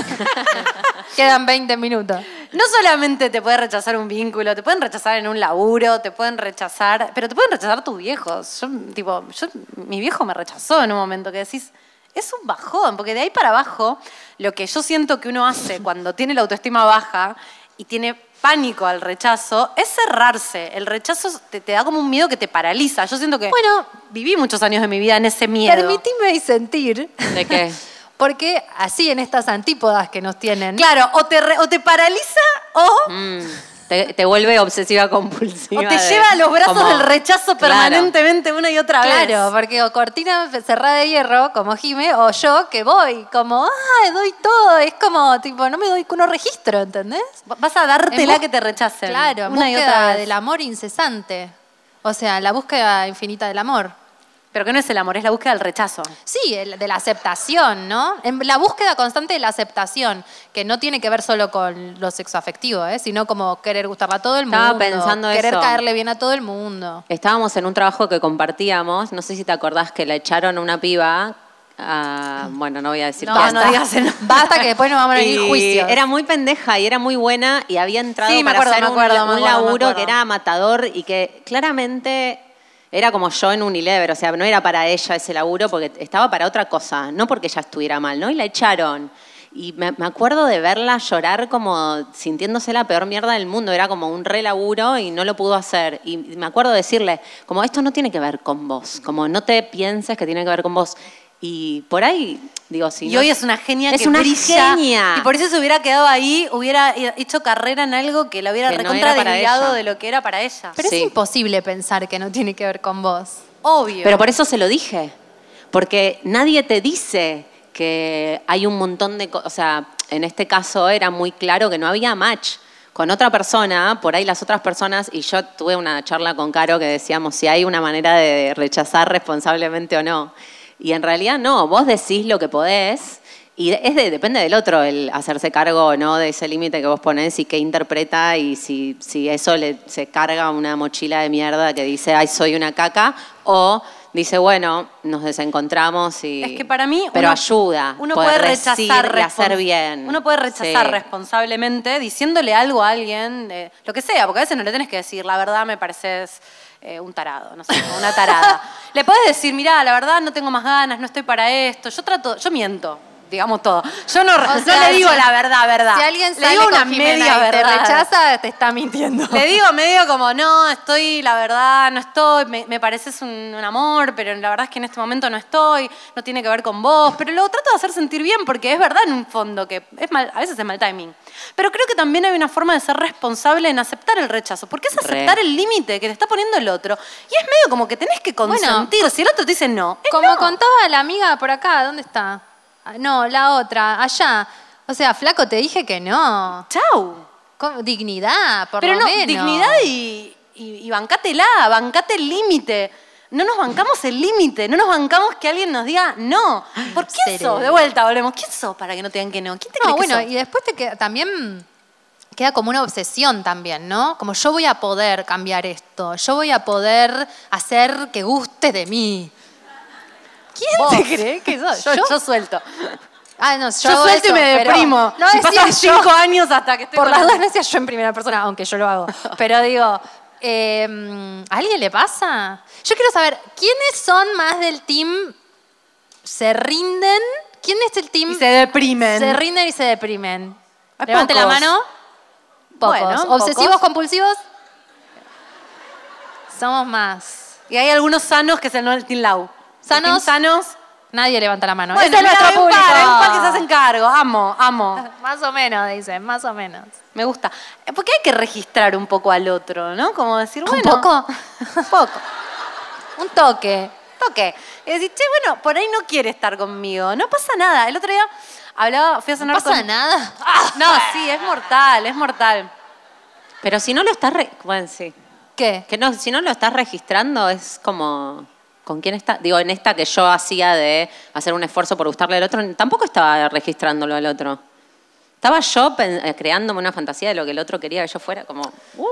[SPEAKER 2] Quedan 20 minutos.
[SPEAKER 1] no solamente te puede rechazar un vínculo, te pueden rechazar en un laburo, te pueden rechazar, pero te pueden rechazar tus viejos. Yo, tipo, yo, mi viejo me rechazó en un momento que decís, es un bajón, porque de ahí para abajo, lo que yo siento que uno hace cuando tiene la autoestima baja y tiene pánico al rechazo, es cerrarse. El rechazo te, te da como un miedo que te paraliza. Yo siento que
[SPEAKER 2] Bueno.
[SPEAKER 1] viví muchos años de mi vida en ese miedo.
[SPEAKER 2] Permitime sentir.
[SPEAKER 3] ¿De qué?
[SPEAKER 2] Porque así en estas antípodas que nos tienen.
[SPEAKER 1] Claro, o te, re- o te paraliza o,
[SPEAKER 3] Mm, Te, te vuelve obsesiva compulsiva.
[SPEAKER 1] o te
[SPEAKER 3] de-
[SPEAKER 1] lleva a los brazos
[SPEAKER 3] como-
[SPEAKER 1] del rechazo
[SPEAKER 3] Claro.
[SPEAKER 1] permanentemente una y otra vez.
[SPEAKER 2] Claro, porque o cortina cerrada de hierro, como Jime, o yo que voy, como, ah, doy todo. Es como, tipo, no me doy uno registro, ¿entendés?
[SPEAKER 1] Va- Vas a
[SPEAKER 2] En
[SPEAKER 1] dártela
[SPEAKER 2] bus-
[SPEAKER 1] que te rechacen.
[SPEAKER 2] Claro, en
[SPEAKER 1] una y otra
[SPEAKER 2] búsqueda
[SPEAKER 1] vez.
[SPEAKER 2] del amor incesante. O sea, la búsqueda infinita del amor.
[SPEAKER 1] Pero que no es el amor, es la búsqueda del rechazo.
[SPEAKER 2] Sí, el- de la aceptación, ¿no? En la búsqueda constante de la aceptación, que no tiene que ver solo con lo sexoafectivo, ¿eh? sino como querer gustarla a todo el
[SPEAKER 3] Estaba
[SPEAKER 2] mundo.
[SPEAKER 3] pensando
[SPEAKER 2] Querer
[SPEAKER 3] eso.
[SPEAKER 2] caerle bien a todo el mundo.
[SPEAKER 3] Estábamos en un trabajo que compartíamos, no sé si te acordás que la echaron a una piba. a- bueno, no voy a decir
[SPEAKER 1] No,
[SPEAKER 3] basta.
[SPEAKER 1] no digas el nombre.
[SPEAKER 2] Basta que después nos vamos a
[SPEAKER 3] Y
[SPEAKER 2] venir juicio.
[SPEAKER 3] Era muy pendeja y era muy buena y había entrado
[SPEAKER 1] Sí, me
[SPEAKER 3] para
[SPEAKER 1] acuerdo,
[SPEAKER 3] hacer
[SPEAKER 1] me acuerdo,
[SPEAKER 3] un,
[SPEAKER 1] me
[SPEAKER 3] un
[SPEAKER 1] acuerdo, me
[SPEAKER 3] laburo
[SPEAKER 1] acuerdo.
[SPEAKER 3] que era matador y que claramente Era como yo en Unilever, o sea, no era para ella ese laburo porque estaba para otra cosa, no porque ella estuviera mal, ¿no? Y la echaron. Y me, me acuerdo de verla llorar como sintiéndose la peor mierda del mundo. Era como un re laburo y no lo pudo hacer. Y me acuerdo decirle, como esto no tiene que ver con vos, como no te pienses que tiene que ver con vos. Y por ahí, digo, sí.
[SPEAKER 1] Y hoy es una genia
[SPEAKER 3] Es
[SPEAKER 1] que
[SPEAKER 3] una
[SPEAKER 1] brilla,
[SPEAKER 3] genia.
[SPEAKER 1] Y por eso se hubiera quedado ahí, hubiera hecho carrera en algo que la hubiera
[SPEAKER 3] Que no
[SPEAKER 1] recontra
[SPEAKER 3] era para
[SPEAKER 1] desviado
[SPEAKER 3] ella.
[SPEAKER 1] de lo que era para ella.
[SPEAKER 2] Pero
[SPEAKER 3] Sí.
[SPEAKER 2] es imposible pensar que no tiene que ver con vos.
[SPEAKER 1] Obvio.
[SPEAKER 3] Pero por eso se lo dije. Porque nadie te dice que hay un montón de cosas. O sea, en este caso era muy claro que no había match. Con otra persona, por ahí las otras personas, y yo tuve una charla con Caro que decíamos si hay una manera de rechazar responsablemente o no. Y en realidad no, vos decís lo que podés y es de- depende del otro el hacerse cargo o no de ese límite que vos ponés y qué interpreta y si, si eso le, se carga una mochila de mierda que dice, ay, soy una caca, o dice, bueno, nos desencontramos y...
[SPEAKER 1] Es que para mí.
[SPEAKER 3] Pero
[SPEAKER 1] uno-
[SPEAKER 3] ayuda.
[SPEAKER 1] Uno
[SPEAKER 3] poder
[SPEAKER 1] puede
[SPEAKER 3] decir
[SPEAKER 1] rechazar.
[SPEAKER 3] y
[SPEAKER 1] respons-
[SPEAKER 3] hacer bien.
[SPEAKER 1] Uno puede rechazar
[SPEAKER 3] Sí.
[SPEAKER 1] responsablemente diciéndole algo a alguien, eh, lo que sea, porque a veces no le tenés que decir, la verdad me pareces eh, un tarado, no sé, o una tarada. le podés decir, mirá, la verdad no tengo más ganas, no estoy para esto. Yo trato, yo miento. Digamos todo. Yo no, no
[SPEAKER 2] sea,
[SPEAKER 1] le digo
[SPEAKER 2] si-
[SPEAKER 1] la verdad, verdad.
[SPEAKER 2] Si
[SPEAKER 1] le
[SPEAKER 2] alguien sale
[SPEAKER 1] digo
[SPEAKER 2] con
[SPEAKER 1] una
[SPEAKER 2] Jimena
[SPEAKER 1] media
[SPEAKER 2] y te
[SPEAKER 1] verdad.
[SPEAKER 2] rechaza, te está mintiendo.
[SPEAKER 1] Le digo medio como, no, estoy, la verdad, no estoy, me, me pareces un, un amor, pero la verdad es que en este momento no estoy, no tiene que ver con vos, pero lo trato de hacer sentir bien porque es verdad en un fondo que es mal, a veces es mal timing. Pero creo que también hay una forma de ser responsable en aceptar el rechazo, porque es
[SPEAKER 3] Re.
[SPEAKER 1] aceptar el límite que te está poniendo el otro. Y es medio como que tenés que consentir, si el otro te dice no, es
[SPEAKER 2] Como
[SPEAKER 1] no.
[SPEAKER 2] contaba la amiga por acá, ¿dónde está? Ah, No, la otra, allá. O sea, flaco, te dije que no.
[SPEAKER 1] Chau.
[SPEAKER 2] Con dignidad, por
[SPEAKER 1] Pero
[SPEAKER 2] lo
[SPEAKER 1] no,
[SPEAKER 2] menos.
[SPEAKER 1] dignidad y, y, y bancátela, bancate el límite. No nos bancamos el límite, no nos bancamos que alguien nos diga no. ¿Por quién
[SPEAKER 2] cerebro.
[SPEAKER 1] sos? De vuelta volvemos. ¿Quién sos para que no te digan que no? ¿Quién te cree
[SPEAKER 2] No, bueno,
[SPEAKER 1] que sos?
[SPEAKER 2] y después te queda, también queda como una obsesión también, ¿no? Como yo voy a poder cambiar esto, yo voy a poder hacer que guste de mí. ¿Quién te cree que soy?
[SPEAKER 1] Yo, yo suelto.
[SPEAKER 2] Ah, no, yo,
[SPEAKER 1] Yo,
[SPEAKER 2] hago
[SPEAKER 1] suelto y
[SPEAKER 2] eso,
[SPEAKER 1] me
[SPEAKER 2] pero
[SPEAKER 1] deprimo.
[SPEAKER 2] No
[SPEAKER 1] y
[SPEAKER 2] decía
[SPEAKER 1] pasan
[SPEAKER 2] yo,
[SPEAKER 1] cinco años hasta que estoy
[SPEAKER 2] por
[SPEAKER 1] con-
[SPEAKER 2] las dos no decía yo en primera persona, aunque yo lo hago. Pero digo, eh, ¿a alguien le pasa? Yo quiero saber, ¿quiénes son más del team se rinden? ¿Quién es el team
[SPEAKER 1] Y mm, se deprimen.
[SPEAKER 2] se rinden y se deprimen.
[SPEAKER 1] Hay
[SPEAKER 2] Levante la
[SPEAKER 1] pocos.
[SPEAKER 2] mano. Pocos.
[SPEAKER 1] Bueno,
[SPEAKER 2] Obsesivos,
[SPEAKER 1] pocos.
[SPEAKER 2] compulsivos. Somos más.
[SPEAKER 1] Y hay algunos sanos que se no el Team Lau. El
[SPEAKER 2] Sanos.
[SPEAKER 1] team sanos.
[SPEAKER 2] Nadie levanta la mano.
[SPEAKER 1] Bueno,
[SPEAKER 2] Ese es
[SPEAKER 1] mirá,
[SPEAKER 2] nuestro
[SPEAKER 1] hay un
[SPEAKER 2] público.
[SPEAKER 1] par, hay un par que se hacen cargo. Amo, amo.
[SPEAKER 2] Más o menos, dicen, más o menos.
[SPEAKER 1] Me gusta. Eh, Porque hay que registrar un poco al otro, ¿no? Como decir,
[SPEAKER 2] ¿Un
[SPEAKER 1] bueno.
[SPEAKER 2] poco?
[SPEAKER 1] Un poco.
[SPEAKER 2] Un toque.
[SPEAKER 1] toque. Y decís, che, bueno, por ahí no quiere estar conmigo. No pasa nada. El otro día hablaba, fui a cenar
[SPEAKER 2] No pasa
[SPEAKER 1] con-
[SPEAKER 2] nada.
[SPEAKER 1] No, sí, es mortal, es mortal.
[SPEAKER 3] Pero si no lo estás... re- Bueno, sí.
[SPEAKER 2] ¿Qué?
[SPEAKER 3] Que no, si no lo estás registrando es como... ¿Con quién está? Digo, en esta que yo hacía de hacer un esfuerzo por gustarle al otro, tampoco estaba registrándolo al otro. Estaba yo pen- eh, creándome una fantasía de lo que el otro quería que yo fuera, como... uh.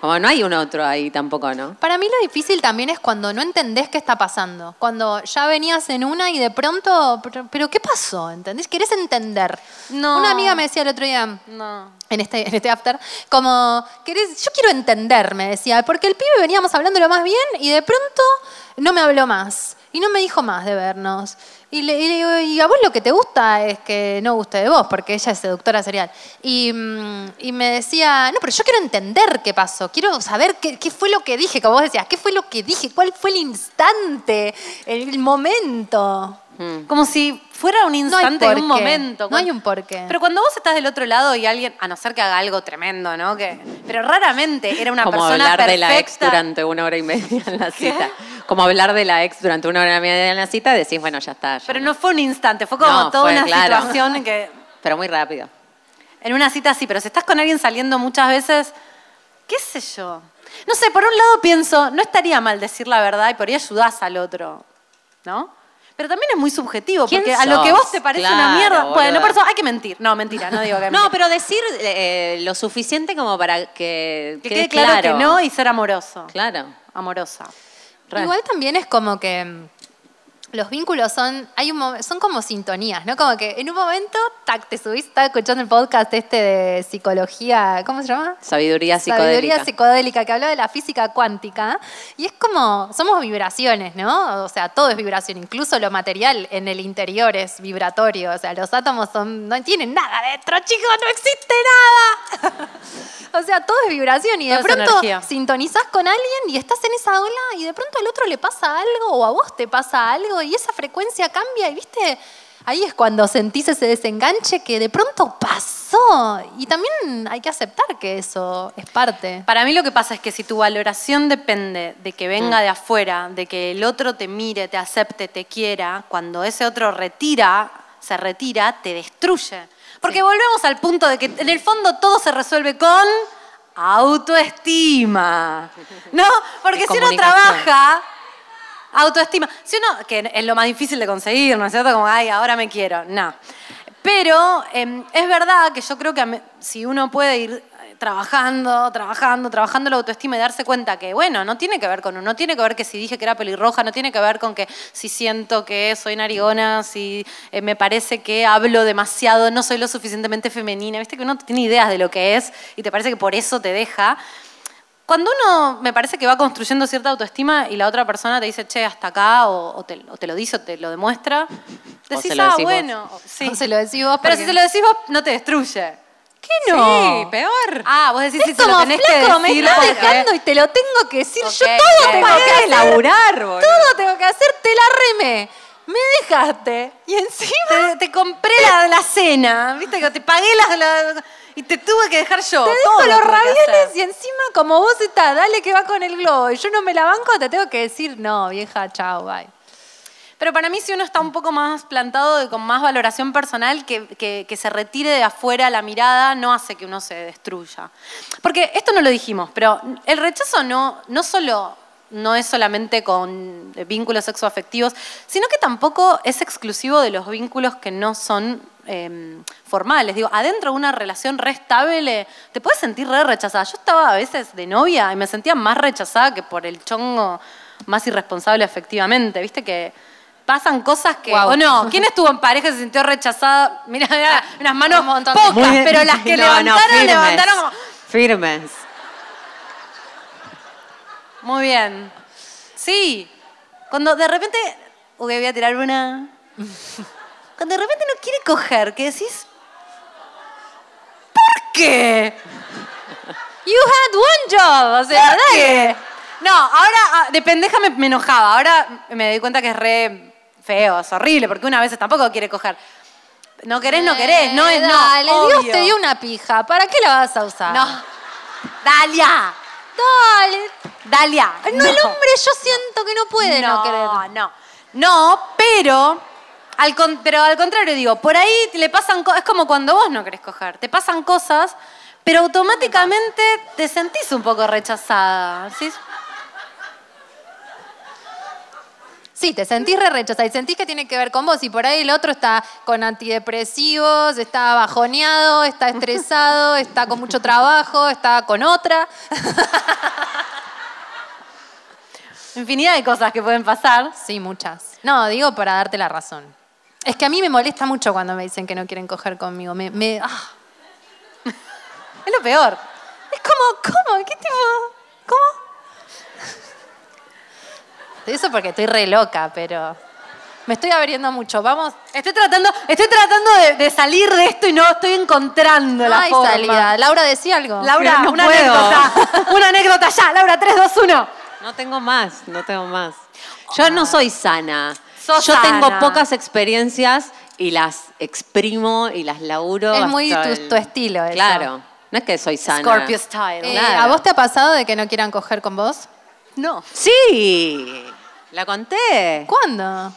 [SPEAKER 3] como no hay un otro ahí tampoco, ¿no?
[SPEAKER 2] Para mí lo difícil también es cuando no entendés qué está pasando. Cuando ya venías en una y de pronto, pero, pero ¿qué pasó? ¿Entendés? Querés entender.
[SPEAKER 1] No.
[SPEAKER 2] Una amiga me decía el otro día,
[SPEAKER 1] No.
[SPEAKER 2] en este, en este after, como, ¿querés? yo quiero entender, me decía, porque el pibe veníamos hablándolo más bien y de pronto no me habló más y no me dijo más de vernos. Y le, y le digo, y a vos lo que te gusta es que no guste de vos, porque ella es seductora serial. Y, mm, y me decía, no, pero yo quiero entender qué pasó, quiero saber qué, qué fue lo que dije, como vos decías, qué fue lo que dije, cuál fue el instante, el, el momento.
[SPEAKER 1] Como si fuera un
[SPEAKER 2] No hay
[SPEAKER 1] instante
[SPEAKER 2] por
[SPEAKER 1] de un
[SPEAKER 2] qué.
[SPEAKER 1] momento.
[SPEAKER 2] No hay un porqué.
[SPEAKER 1] Pero cuando vos estás del otro lado y alguien, a no ser que haga algo tremendo, ¿no? Que, pero raramente era una
[SPEAKER 3] como
[SPEAKER 1] persona
[SPEAKER 3] hablar
[SPEAKER 1] perfecta.
[SPEAKER 3] de la ex durante una hora y media en la cita. Como hablar de la ex durante una hora y media en la cita, decís, bueno, ya está. ya
[SPEAKER 1] Pero
[SPEAKER 3] no.
[SPEAKER 1] no fue un instante, fue como
[SPEAKER 3] No,
[SPEAKER 1] toda
[SPEAKER 3] fue,
[SPEAKER 1] una
[SPEAKER 3] claro.
[SPEAKER 1] situación en que
[SPEAKER 3] Pero muy rápido.
[SPEAKER 1] En una cita sí, pero si estás con alguien saliendo muchas veces, qué sé yo. No sé, por un lado pienso, no estaría mal decir la verdad y por ahí ayudás al otro, ¿no? Pero también es muy subjetivo,
[SPEAKER 3] ¿Quién
[SPEAKER 1] porque a lo que
[SPEAKER 3] sos?
[SPEAKER 1] vos te parece una
[SPEAKER 3] Claro,
[SPEAKER 1] mierda. Bueno,
[SPEAKER 3] boluda.
[SPEAKER 1] por eso hay que mentir. No, mentira, no digo que
[SPEAKER 3] No,
[SPEAKER 1] mentir.
[SPEAKER 3] pero decir eh, lo suficiente como para que,
[SPEAKER 1] que
[SPEAKER 3] quede
[SPEAKER 1] quede claro, que no y ser amoroso.
[SPEAKER 3] Claro.
[SPEAKER 1] Amorosa.
[SPEAKER 3] Re.
[SPEAKER 2] Igual también es como que mm, los vínculos son, hay un, mo- son como sintonías, ¿no? Como que en un momento, tac, te subís, estaba escuchando el podcast este de psicología, ¿cómo se llama?
[SPEAKER 3] Sabiduría psicodélica.
[SPEAKER 2] Sabiduría psicodélica, que hablaba de la física cuántica. Y es como, somos vibraciones, ¿no? O sea, todo es vibración, incluso lo material en el interior es vibratorio. O sea, los átomos son, no tienen nada adentro, chicos, no existe nada. o sea, todo es vibración y de
[SPEAKER 1] Todo es
[SPEAKER 2] pronto
[SPEAKER 1] energía.
[SPEAKER 2] sintonizás con alguien y estás en esa ola y de pronto al otro le pasa algo o a vos te pasa algo y esa frecuencia cambia y viste, ahí es cuando sentís ese desenganche que de pronto pasó y también hay que aceptar que eso es parte.
[SPEAKER 1] Para mí lo que pasa es que si tu valoración depende de que venga de afuera, de que el otro te mire, te acepte, te quiera, cuando ese otro retira, se retira, te destruye. Porque volvemos al punto de que en el fondo todo se resuelve con autoestima. ¿No? Porque
[SPEAKER 3] Es
[SPEAKER 1] si uno
[SPEAKER 3] comunicación.
[SPEAKER 1] trabaja autoestima, si uno que es lo más difícil de conseguir, ¿no es cierto? Como ay, ahora me quiero. No. Pero eh, es verdad que yo creo que a me- si uno puede ir eh, trabajando, trabajando, trabajando la autoestima y darse cuenta que, bueno, no tiene que ver con uno, no tiene que ver que si dije que era pelirroja, no tiene que ver con que si siento que soy narigona, si eh, me parece que hablo demasiado, no soy lo suficientemente femenina, viste que uno tiene ideas de lo que es y te parece que por eso te deja. Cuando uno me parece que va construyendo cierta autoestima y la otra persona te dice, che, hasta acá, o, o te, o te lo dice o te lo demuestra, decís,
[SPEAKER 3] se lo
[SPEAKER 1] ah,
[SPEAKER 3] decís vos".
[SPEAKER 1] bueno. o- sí.
[SPEAKER 2] O se lo decís vos
[SPEAKER 1] Pero
[SPEAKER 2] porque-
[SPEAKER 1] si se lo decís vos, no te destruye. ¿Qué
[SPEAKER 2] no?
[SPEAKER 1] Sí, peor. Ah, vos decís si
[SPEAKER 2] es
[SPEAKER 1] se lo
[SPEAKER 2] como
[SPEAKER 1] tenés
[SPEAKER 2] flaco,
[SPEAKER 1] que
[SPEAKER 2] me
[SPEAKER 1] decir
[SPEAKER 2] estás
[SPEAKER 1] porque-
[SPEAKER 2] dejando y te lo tengo que decir. Yo
[SPEAKER 1] Ok,
[SPEAKER 2] todo
[SPEAKER 1] ok.
[SPEAKER 2] tengo
[SPEAKER 1] ¿Para
[SPEAKER 2] que
[SPEAKER 1] qué
[SPEAKER 2] hacer.
[SPEAKER 1] laburar, boludo?
[SPEAKER 2] Todo tengo que hacer, te la remé. Me dejaste. Y encima
[SPEAKER 1] Te, te compré la, la cena, viste, que te pagué la, la- y te tuve que dejar yo.
[SPEAKER 2] Te
[SPEAKER 1] todo
[SPEAKER 2] dejo los
[SPEAKER 1] tuve que
[SPEAKER 2] ravioles
[SPEAKER 1] hacer.
[SPEAKER 2] y encima, como vos estás, dale que va con el globo y yo no me la banco, te tengo que decir, no, vieja, chao, bye.
[SPEAKER 1] Pero para mí, si uno está un poco más plantado y con más valoración personal, que, que- que se retire de afuera la mirada no hace que uno se destruya. Porque esto no lo dijimos, pero el rechazo no, no solo no es solamente con vínculos sexoafectivos, sino que tampoco es exclusivo de los vínculos que no son eh, formales. Digo, adentro de una relación re estable, te puedes sentir re rechazada. Yo estaba a veces de novia y me sentía más rechazada que por el chongo más irresponsable afectivamente. Viste que Pasan cosas que.
[SPEAKER 2] Guau.
[SPEAKER 1] O no, ¿quién estuvo en pareja y se sintió rechazada? Mirá, mirá, unas manos
[SPEAKER 2] Un montón.
[SPEAKER 1] pocas,
[SPEAKER 3] Ah, Muy bien.
[SPEAKER 1] pero las que
[SPEAKER 3] No, no,
[SPEAKER 1] levantaron,
[SPEAKER 3] firmes,
[SPEAKER 1] levantaron como.
[SPEAKER 3] Firmes.
[SPEAKER 1] Muy bien. Sí. Cuando de repente. Uy, voy a tirar una. Cuando de repente no quiere coger, ¿qué decís? ¿Por qué?
[SPEAKER 2] You had one job, o sea,
[SPEAKER 1] ¿Por
[SPEAKER 2] dale.
[SPEAKER 1] qué? No, ahora ah, de pendeja me, me enojaba. Ahora me doy cuenta que es re feo, es horrible, porque una vez tampoco quiere coger. No querés, no querés, no es no.
[SPEAKER 2] Dale, Dios
[SPEAKER 1] obvio.
[SPEAKER 2] te dio una pija, ¿para qué la vas a usar?
[SPEAKER 1] No. Dalia.
[SPEAKER 2] Dale.
[SPEAKER 1] Dalia.
[SPEAKER 2] No, el hombre yo siento que no puede no, querer.
[SPEAKER 1] No, no. No, pero al, con- pero al contrario, digo, por ahí te le pasan cosas. Es como cuando vos no querés coger. Te pasan cosas, pero automáticamente te sentís un poco rechazada. ¿sí?
[SPEAKER 2] Sí, te sentís re rechazada y sentís que tiene que ver con vos y por ahí el otro está con antidepresivos, está bajoneado, está estresado, está con mucho trabajo, está con otra.
[SPEAKER 1] Infinidad de cosas que pueden pasar.
[SPEAKER 2] Sí, muchas. No, digo para darte la razón. Es que a mí me molesta mucho cuando me dicen que no quieren coger conmigo. Me, me- ah.
[SPEAKER 1] Es lo peor.
[SPEAKER 2] Es como, ¿cómo? ¿Qué tipo? ¿Cómo? Eso porque estoy re loca, pero me estoy abriendo mucho. Vamos.
[SPEAKER 1] Estoy tratando, estoy tratando de, de salir de esto y no estoy encontrando
[SPEAKER 2] No
[SPEAKER 1] la
[SPEAKER 2] hay
[SPEAKER 1] forma.
[SPEAKER 2] salida. Laura, decía algo.
[SPEAKER 1] Laura,
[SPEAKER 3] No
[SPEAKER 1] una
[SPEAKER 3] puedo.
[SPEAKER 1] anécdota. Una anécdota ya. Laura, 3, 2, 1.
[SPEAKER 3] No tengo más, no tengo más. Yo no soy sana.
[SPEAKER 1] Sos
[SPEAKER 3] Yo
[SPEAKER 1] sana.
[SPEAKER 3] tengo pocas experiencias y las exprimo y las laburo.
[SPEAKER 2] Es muy
[SPEAKER 3] hasta
[SPEAKER 2] tu-
[SPEAKER 3] el-
[SPEAKER 2] tu estilo eso.
[SPEAKER 3] Claro. No es que soy sana.
[SPEAKER 1] Scorpio style.
[SPEAKER 2] Eh,
[SPEAKER 3] claro.
[SPEAKER 2] ¿A vos te ha pasado de que no quieran coger con vos?
[SPEAKER 1] No.
[SPEAKER 3] Sí, la conté.
[SPEAKER 2] ¿Cuándo?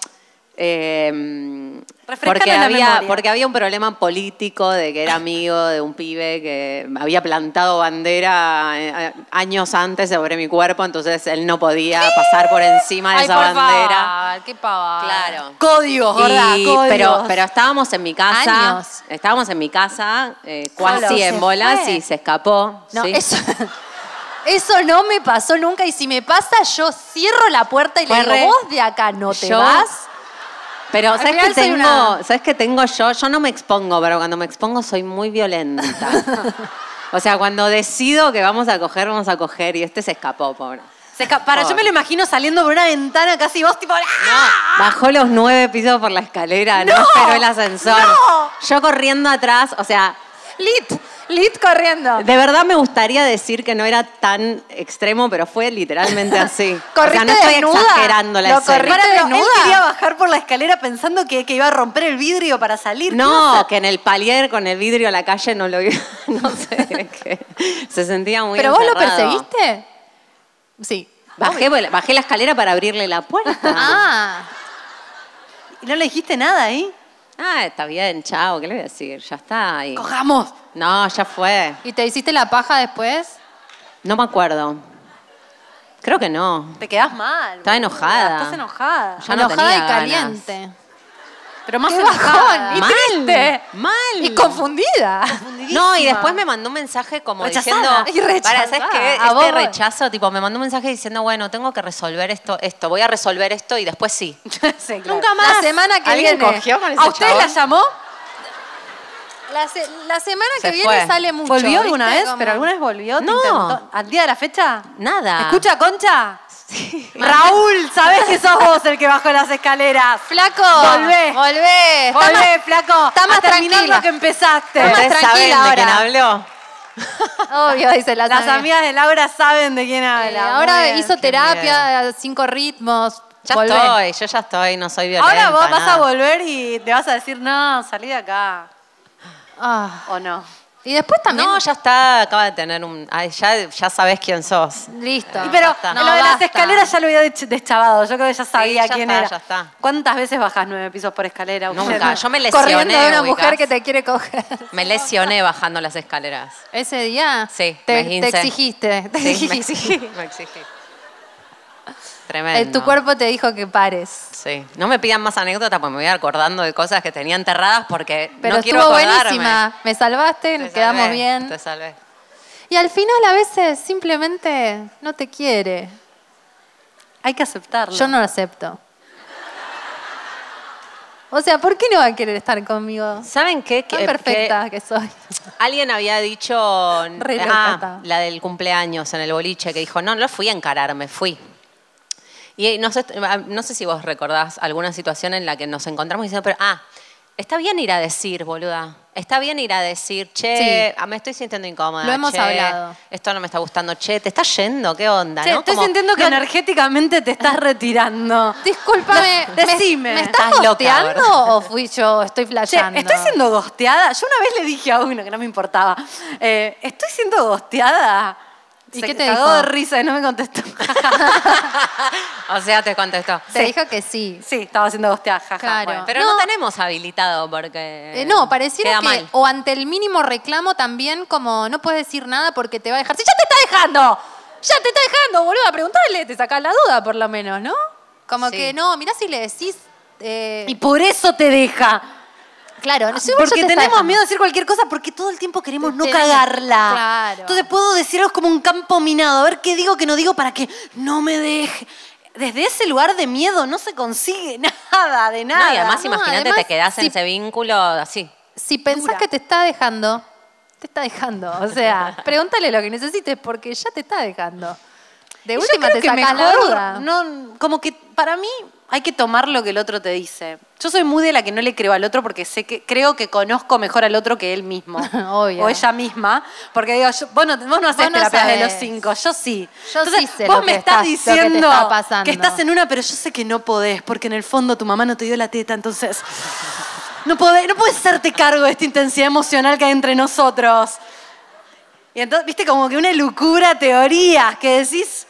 [SPEAKER 3] Eh,
[SPEAKER 1] Refrescame
[SPEAKER 3] porque,
[SPEAKER 1] la
[SPEAKER 3] había,
[SPEAKER 1] memoria.
[SPEAKER 3] porque había un problema político de que era amigo de un pibe que había plantado bandera eh, años antes sobre mi cuerpo, entonces él no podía pasar por encima de
[SPEAKER 2] Ay,
[SPEAKER 3] esa
[SPEAKER 2] por
[SPEAKER 3] bandera.
[SPEAKER 2] favor, qué pava.
[SPEAKER 3] Claro.
[SPEAKER 1] Códigos, gorda,
[SPEAKER 3] Y-
[SPEAKER 1] códigos.
[SPEAKER 3] pero, pero estábamos en mi casa.
[SPEAKER 2] Años.
[SPEAKER 3] Estábamos en mi casa, eh,
[SPEAKER 2] Solo
[SPEAKER 3] cuasi
[SPEAKER 2] se
[SPEAKER 3] en bolas
[SPEAKER 2] fue.
[SPEAKER 3] y se escapó.
[SPEAKER 2] No,
[SPEAKER 3] ¿sí?
[SPEAKER 2] eso, eso no me pasó nunca y si me pasa yo cierro la puerta y le
[SPEAKER 3] Fue
[SPEAKER 2] digo,
[SPEAKER 3] re-
[SPEAKER 2] vos de acá no te
[SPEAKER 3] Yo
[SPEAKER 2] vas.
[SPEAKER 3] Pero ¿sabes
[SPEAKER 2] final
[SPEAKER 3] que,
[SPEAKER 2] soy
[SPEAKER 3] tengo,
[SPEAKER 2] una-
[SPEAKER 3] ¿sabes que tengo yo? Yo no me expongo, pero cuando me expongo soy muy violenta. o sea, cuando decido que vamos a coger, vamos a coger y este se escapó, pobre.
[SPEAKER 1] Se esca- para, yo me lo imagino saliendo por una ventana casi vos, tipo. ¡ah!
[SPEAKER 3] Bajó los nueve pisos por la escalera, no, esperó el ascensor. Yo corriendo atrás, o sea,
[SPEAKER 2] Lit, lit corriendo.
[SPEAKER 3] de verdad me gustaría decir que no era tan extremo, pero fue literalmente así. o sea,
[SPEAKER 1] Ah,
[SPEAKER 2] Corriste
[SPEAKER 3] no estoy
[SPEAKER 2] desnuda.
[SPEAKER 3] exagerando la
[SPEAKER 2] Lo
[SPEAKER 3] escena.
[SPEAKER 2] corriste
[SPEAKER 1] Para, pero él
[SPEAKER 2] desnuda?
[SPEAKER 1] quería bajar por la escalera pensando que, que iba a romper el vidrio para salir. ¿Qué vas
[SPEAKER 3] No,
[SPEAKER 1] a-
[SPEAKER 3] que en el palier con el vidrio a la calle no lo iba, no sé, que se sentía muy
[SPEAKER 2] ¿Pero vos lo
[SPEAKER 3] encerrado.
[SPEAKER 2] perseguiste? Sí.
[SPEAKER 3] Bajé, por la- bajé la escalera para abrirle la puerta. Ah,
[SPEAKER 2] Ah,
[SPEAKER 1] ¿Y no le dijiste nada ahí?
[SPEAKER 3] Ah, está bien, chao, ¿qué le voy a decir? Ya está ahí.
[SPEAKER 1] ¡Cojamos!
[SPEAKER 3] No, ya fue.
[SPEAKER 2] ¿y te hiciste la paja después?
[SPEAKER 3] No me acuerdo. Creo que no.
[SPEAKER 1] Te quedás mal. boluda,
[SPEAKER 3] Estaba enojada.
[SPEAKER 1] Estás enojada.
[SPEAKER 3] Ya no
[SPEAKER 2] Enojada
[SPEAKER 3] tenía
[SPEAKER 2] y
[SPEAKER 3] ganas.
[SPEAKER 2] caliente.
[SPEAKER 1] Pero más
[SPEAKER 2] ¡Qué
[SPEAKER 1] enojada.
[SPEAKER 2] bajón! Y
[SPEAKER 3] Mal,
[SPEAKER 2] triste.
[SPEAKER 3] Mal.
[SPEAKER 2] Y confundida.
[SPEAKER 3] No, y después me mandó un mensaje como
[SPEAKER 1] Rechazada.
[SPEAKER 3] diciendo,
[SPEAKER 2] Y rechazada.
[SPEAKER 3] para, ¿sabes qué?
[SPEAKER 2] A
[SPEAKER 3] Este
[SPEAKER 2] vos.
[SPEAKER 3] rechazo, tipo, me mandó un mensaje diciendo, bueno, tengo que resolver esto, esto, voy a resolver esto y después sí.
[SPEAKER 1] Sí, claro.
[SPEAKER 2] Nunca más. La semana que
[SPEAKER 3] ¿Alguien
[SPEAKER 2] viene.
[SPEAKER 3] cogió con ese
[SPEAKER 2] ¿A usted
[SPEAKER 3] chabón?
[SPEAKER 2] la llamó? La, se- la semana
[SPEAKER 3] Se
[SPEAKER 2] que
[SPEAKER 3] fue.
[SPEAKER 2] viene sale mucho.
[SPEAKER 1] ¿Volvió alguna
[SPEAKER 2] ¿viste?
[SPEAKER 1] vez?
[SPEAKER 2] Como-
[SPEAKER 1] ¿Pero alguna vez volvió? ¿Te
[SPEAKER 3] No.
[SPEAKER 1] intentó? ¿Al día de la fecha?
[SPEAKER 2] Ah.
[SPEAKER 3] Nada.
[SPEAKER 1] ¿Escucha, Concha? Raúl, sabés que sos vos el que bajó las escaleras.
[SPEAKER 2] Flaco.
[SPEAKER 1] Volvé.
[SPEAKER 2] Volvé. Está más-
[SPEAKER 1] Volvé, flaco.
[SPEAKER 2] está más
[SPEAKER 1] a terminar
[SPEAKER 2] tranquila.
[SPEAKER 1] lo que empezaste.
[SPEAKER 2] Está más
[SPEAKER 3] ¿Ustedes saben
[SPEAKER 2] tranquila
[SPEAKER 3] de quién
[SPEAKER 2] ahora.
[SPEAKER 3] habló?
[SPEAKER 2] Obvio, dice la
[SPEAKER 1] Las
[SPEAKER 2] amigas.
[SPEAKER 1] amigas de Laura saben de quién habla.
[SPEAKER 2] Eh,
[SPEAKER 1] Muy
[SPEAKER 2] ahora
[SPEAKER 1] bien.
[SPEAKER 2] hizo terapia, cinco ritmos.
[SPEAKER 3] Ya
[SPEAKER 2] volvé.
[SPEAKER 3] estoy, yo ya estoy, no soy violenta.
[SPEAKER 1] Ahora vos vas
[SPEAKER 3] nada.
[SPEAKER 1] a volver y te vas a decir, no, salí de acá.
[SPEAKER 2] Ah.
[SPEAKER 1] ¿O no?
[SPEAKER 2] Y después también.
[SPEAKER 3] No, ya está, acaba de tener un... ay, ya, ya sabes quién sos.
[SPEAKER 2] Listo.
[SPEAKER 3] Y
[SPEAKER 1] Pero
[SPEAKER 3] basta.
[SPEAKER 1] lo
[SPEAKER 2] Ah, No,
[SPEAKER 1] de las
[SPEAKER 2] basta.
[SPEAKER 1] escaleras ya lo había dech- deschavado. Yo creo que ya sabía
[SPEAKER 3] ya
[SPEAKER 1] quién
[SPEAKER 3] está,
[SPEAKER 1] era.
[SPEAKER 3] ya está.
[SPEAKER 1] ¿Cuántas veces bajás nueve pisos por escalera?
[SPEAKER 3] Nunca, yo me
[SPEAKER 2] Corriendo
[SPEAKER 3] lesioné.
[SPEAKER 2] de una
[SPEAKER 3] ubicás.
[SPEAKER 2] mujer que te quiere coger.
[SPEAKER 3] Me lesioné bajando las escaleras.
[SPEAKER 2] Ese día
[SPEAKER 3] Sí,
[SPEAKER 2] te,
[SPEAKER 3] me
[SPEAKER 2] te
[SPEAKER 3] esguince.
[SPEAKER 2] exigiste. te
[SPEAKER 3] Sí, me
[SPEAKER 2] exigiste.
[SPEAKER 3] exigí, me exigí. Tremendo.
[SPEAKER 2] Eh, tu cuerpo te dijo que pares.
[SPEAKER 3] Sí. No me pidan más anécdotas porque me voy acordando de cosas que tenía enterradas porque
[SPEAKER 2] Pero
[SPEAKER 3] no quiero
[SPEAKER 2] estuvo
[SPEAKER 3] acordarme.
[SPEAKER 2] buenísima. Me salvaste,
[SPEAKER 3] Te
[SPEAKER 2] nos quedamos
[SPEAKER 3] salvé,
[SPEAKER 2] bien.
[SPEAKER 3] Te salvé.
[SPEAKER 2] Y al final a veces simplemente no te quiere.
[SPEAKER 1] Hay que aceptarlo.
[SPEAKER 2] Yo no lo acepto. O sea, ¿por qué no va a querer estar conmigo?
[SPEAKER 3] ¿Saben qué?
[SPEAKER 2] Tan
[SPEAKER 3] eh, Que-
[SPEAKER 2] perfecta que soy.
[SPEAKER 3] que alguien había dicho
[SPEAKER 2] Re loca
[SPEAKER 3] ah,
[SPEAKER 2] estaba.
[SPEAKER 3] la del cumpleaños en el boliche que dijo, no, no fui a encarar, me fui. Y eh, no sé, ah, no sé si vos recordás alguna situación en la que nos encontramos diciendo, pero, ah, está bien ir a decir, boluda. Está bien ir a decir, che,
[SPEAKER 2] Sí.
[SPEAKER 3] ah, me estoy sintiendo incómoda.
[SPEAKER 2] Lo hemos
[SPEAKER 3] che,
[SPEAKER 2] hablado.
[SPEAKER 3] Esto no me está gustando, che, te estás yendo, ¿qué onda?
[SPEAKER 1] Che,
[SPEAKER 3] ¿no?
[SPEAKER 1] estoy
[SPEAKER 3] Como,
[SPEAKER 1] sintiendo que
[SPEAKER 3] no,
[SPEAKER 1] energéticamente te estás retirando.
[SPEAKER 2] Discúlpame,
[SPEAKER 1] No,
[SPEAKER 2] ¿me-
[SPEAKER 1] decime.
[SPEAKER 2] ¿me, estás,
[SPEAKER 3] Estás loca,
[SPEAKER 2] gosteando
[SPEAKER 3] ¿verdad?
[SPEAKER 2] o fui yo? Estoy
[SPEAKER 1] Che,
[SPEAKER 2] flasheando.
[SPEAKER 1] estoy siendo gosteada. Yo una vez le dije a uno que no me importaba. eh, estoy siendo gosteada.
[SPEAKER 2] ¿Y
[SPEAKER 1] Se
[SPEAKER 2] qué te
[SPEAKER 1] cagó
[SPEAKER 2] dijo?
[SPEAKER 1] de risa y no me contestó.
[SPEAKER 3] ah, O sea, te contestó.
[SPEAKER 2] Te dijo que sí.
[SPEAKER 1] sí, estaba siendo gosteada, jaja.
[SPEAKER 2] Claro.
[SPEAKER 1] bueno.
[SPEAKER 3] Pero no,
[SPEAKER 2] No.
[SPEAKER 3] tenemos habilitado porque.
[SPEAKER 2] Eh, no, pareciera
[SPEAKER 3] queda
[SPEAKER 2] que
[SPEAKER 3] mal.
[SPEAKER 2] o ante el mínimo reclamo también como no puedes decir nada porque te va a dejar. ¡Si ya te está dejando! ¡Ya te está dejando, boludo! Preguntarle, te sacás la duda por lo menos, ¿no? Como
[SPEAKER 3] Sí.
[SPEAKER 2] que no, mirá si le decís... eh,
[SPEAKER 1] Y por eso te deja.
[SPEAKER 2] claro, no sé,
[SPEAKER 1] Ah,
[SPEAKER 2] igual ya
[SPEAKER 1] Porque
[SPEAKER 2] te está
[SPEAKER 1] tenemos
[SPEAKER 2] dejando.
[SPEAKER 1] miedo a decir cualquier cosa porque todo el tiempo queremos no
[SPEAKER 2] Tenemos-
[SPEAKER 1] cagarla.
[SPEAKER 2] claro.
[SPEAKER 1] Entonces puedo decirlo como un campo minado, a ver qué digo, qué no digo para que no me deje. Desde ese lugar de miedo no se consigue nada, de nada.
[SPEAKER 3] No, y además,
[SPEAKER 2] No,
[SPEAKER 3] imagínate,
[SPEAKER 2] además,
[SPEAKER 3] te quedás
[SPEAKER 2] si-
[SPEAKER 3] en ese vínculo así.
[SPEAKER 2] Si pensás que te está dejando, te está dejando. O sea, pregúntale lo que necesites porque ya te está dejando. De
[SPEAKER 1] Y yo
[SPEAKER 2] última
[SPEAKER 1] creo
[SPEAKER 2] te sacás la
[SPEAKER 1] mejor
[SPEAKER 2] duda.
[SPEAKER 1] No, como que para mí hay que tomar lo que el otro te dice. Yo soy muy de la que no le creo al otro porque sé que creo que conozco mejor al otro que él mismo
[SPEAKER 2] Obvio.
[SPEAKER 1] o ella misma, porque digo, yo- vos no, vos no hacés
[SPEAKER 2] Vos no
[SPEAKER 1] terapias de
[SPEAKER 2] sabés.
[SPEAKER 1] los cinco, yo sí.
[SPEAKER 2] Yo sí sé
[SPEAKER 1] vos
[SPEAKER 2] lo
[SPEAKER 1] me
[SPEAKER 2] que
[SPEAKER 1] estás,
[SPEAKER 2] estás- lo que te
[SPEAKER 1] diciendo
[SPEAKER 2] está pasando.
[SPEAKER 1] que estás en una, pero yo sé que no podés, porque en el fondo tu mamá no te dio la teta, entonces no podés, no podés hacerte cargo de esta intensidad emocional que hay entre nosotros. Y entonces, viste, como que una lucubra teorías que decís,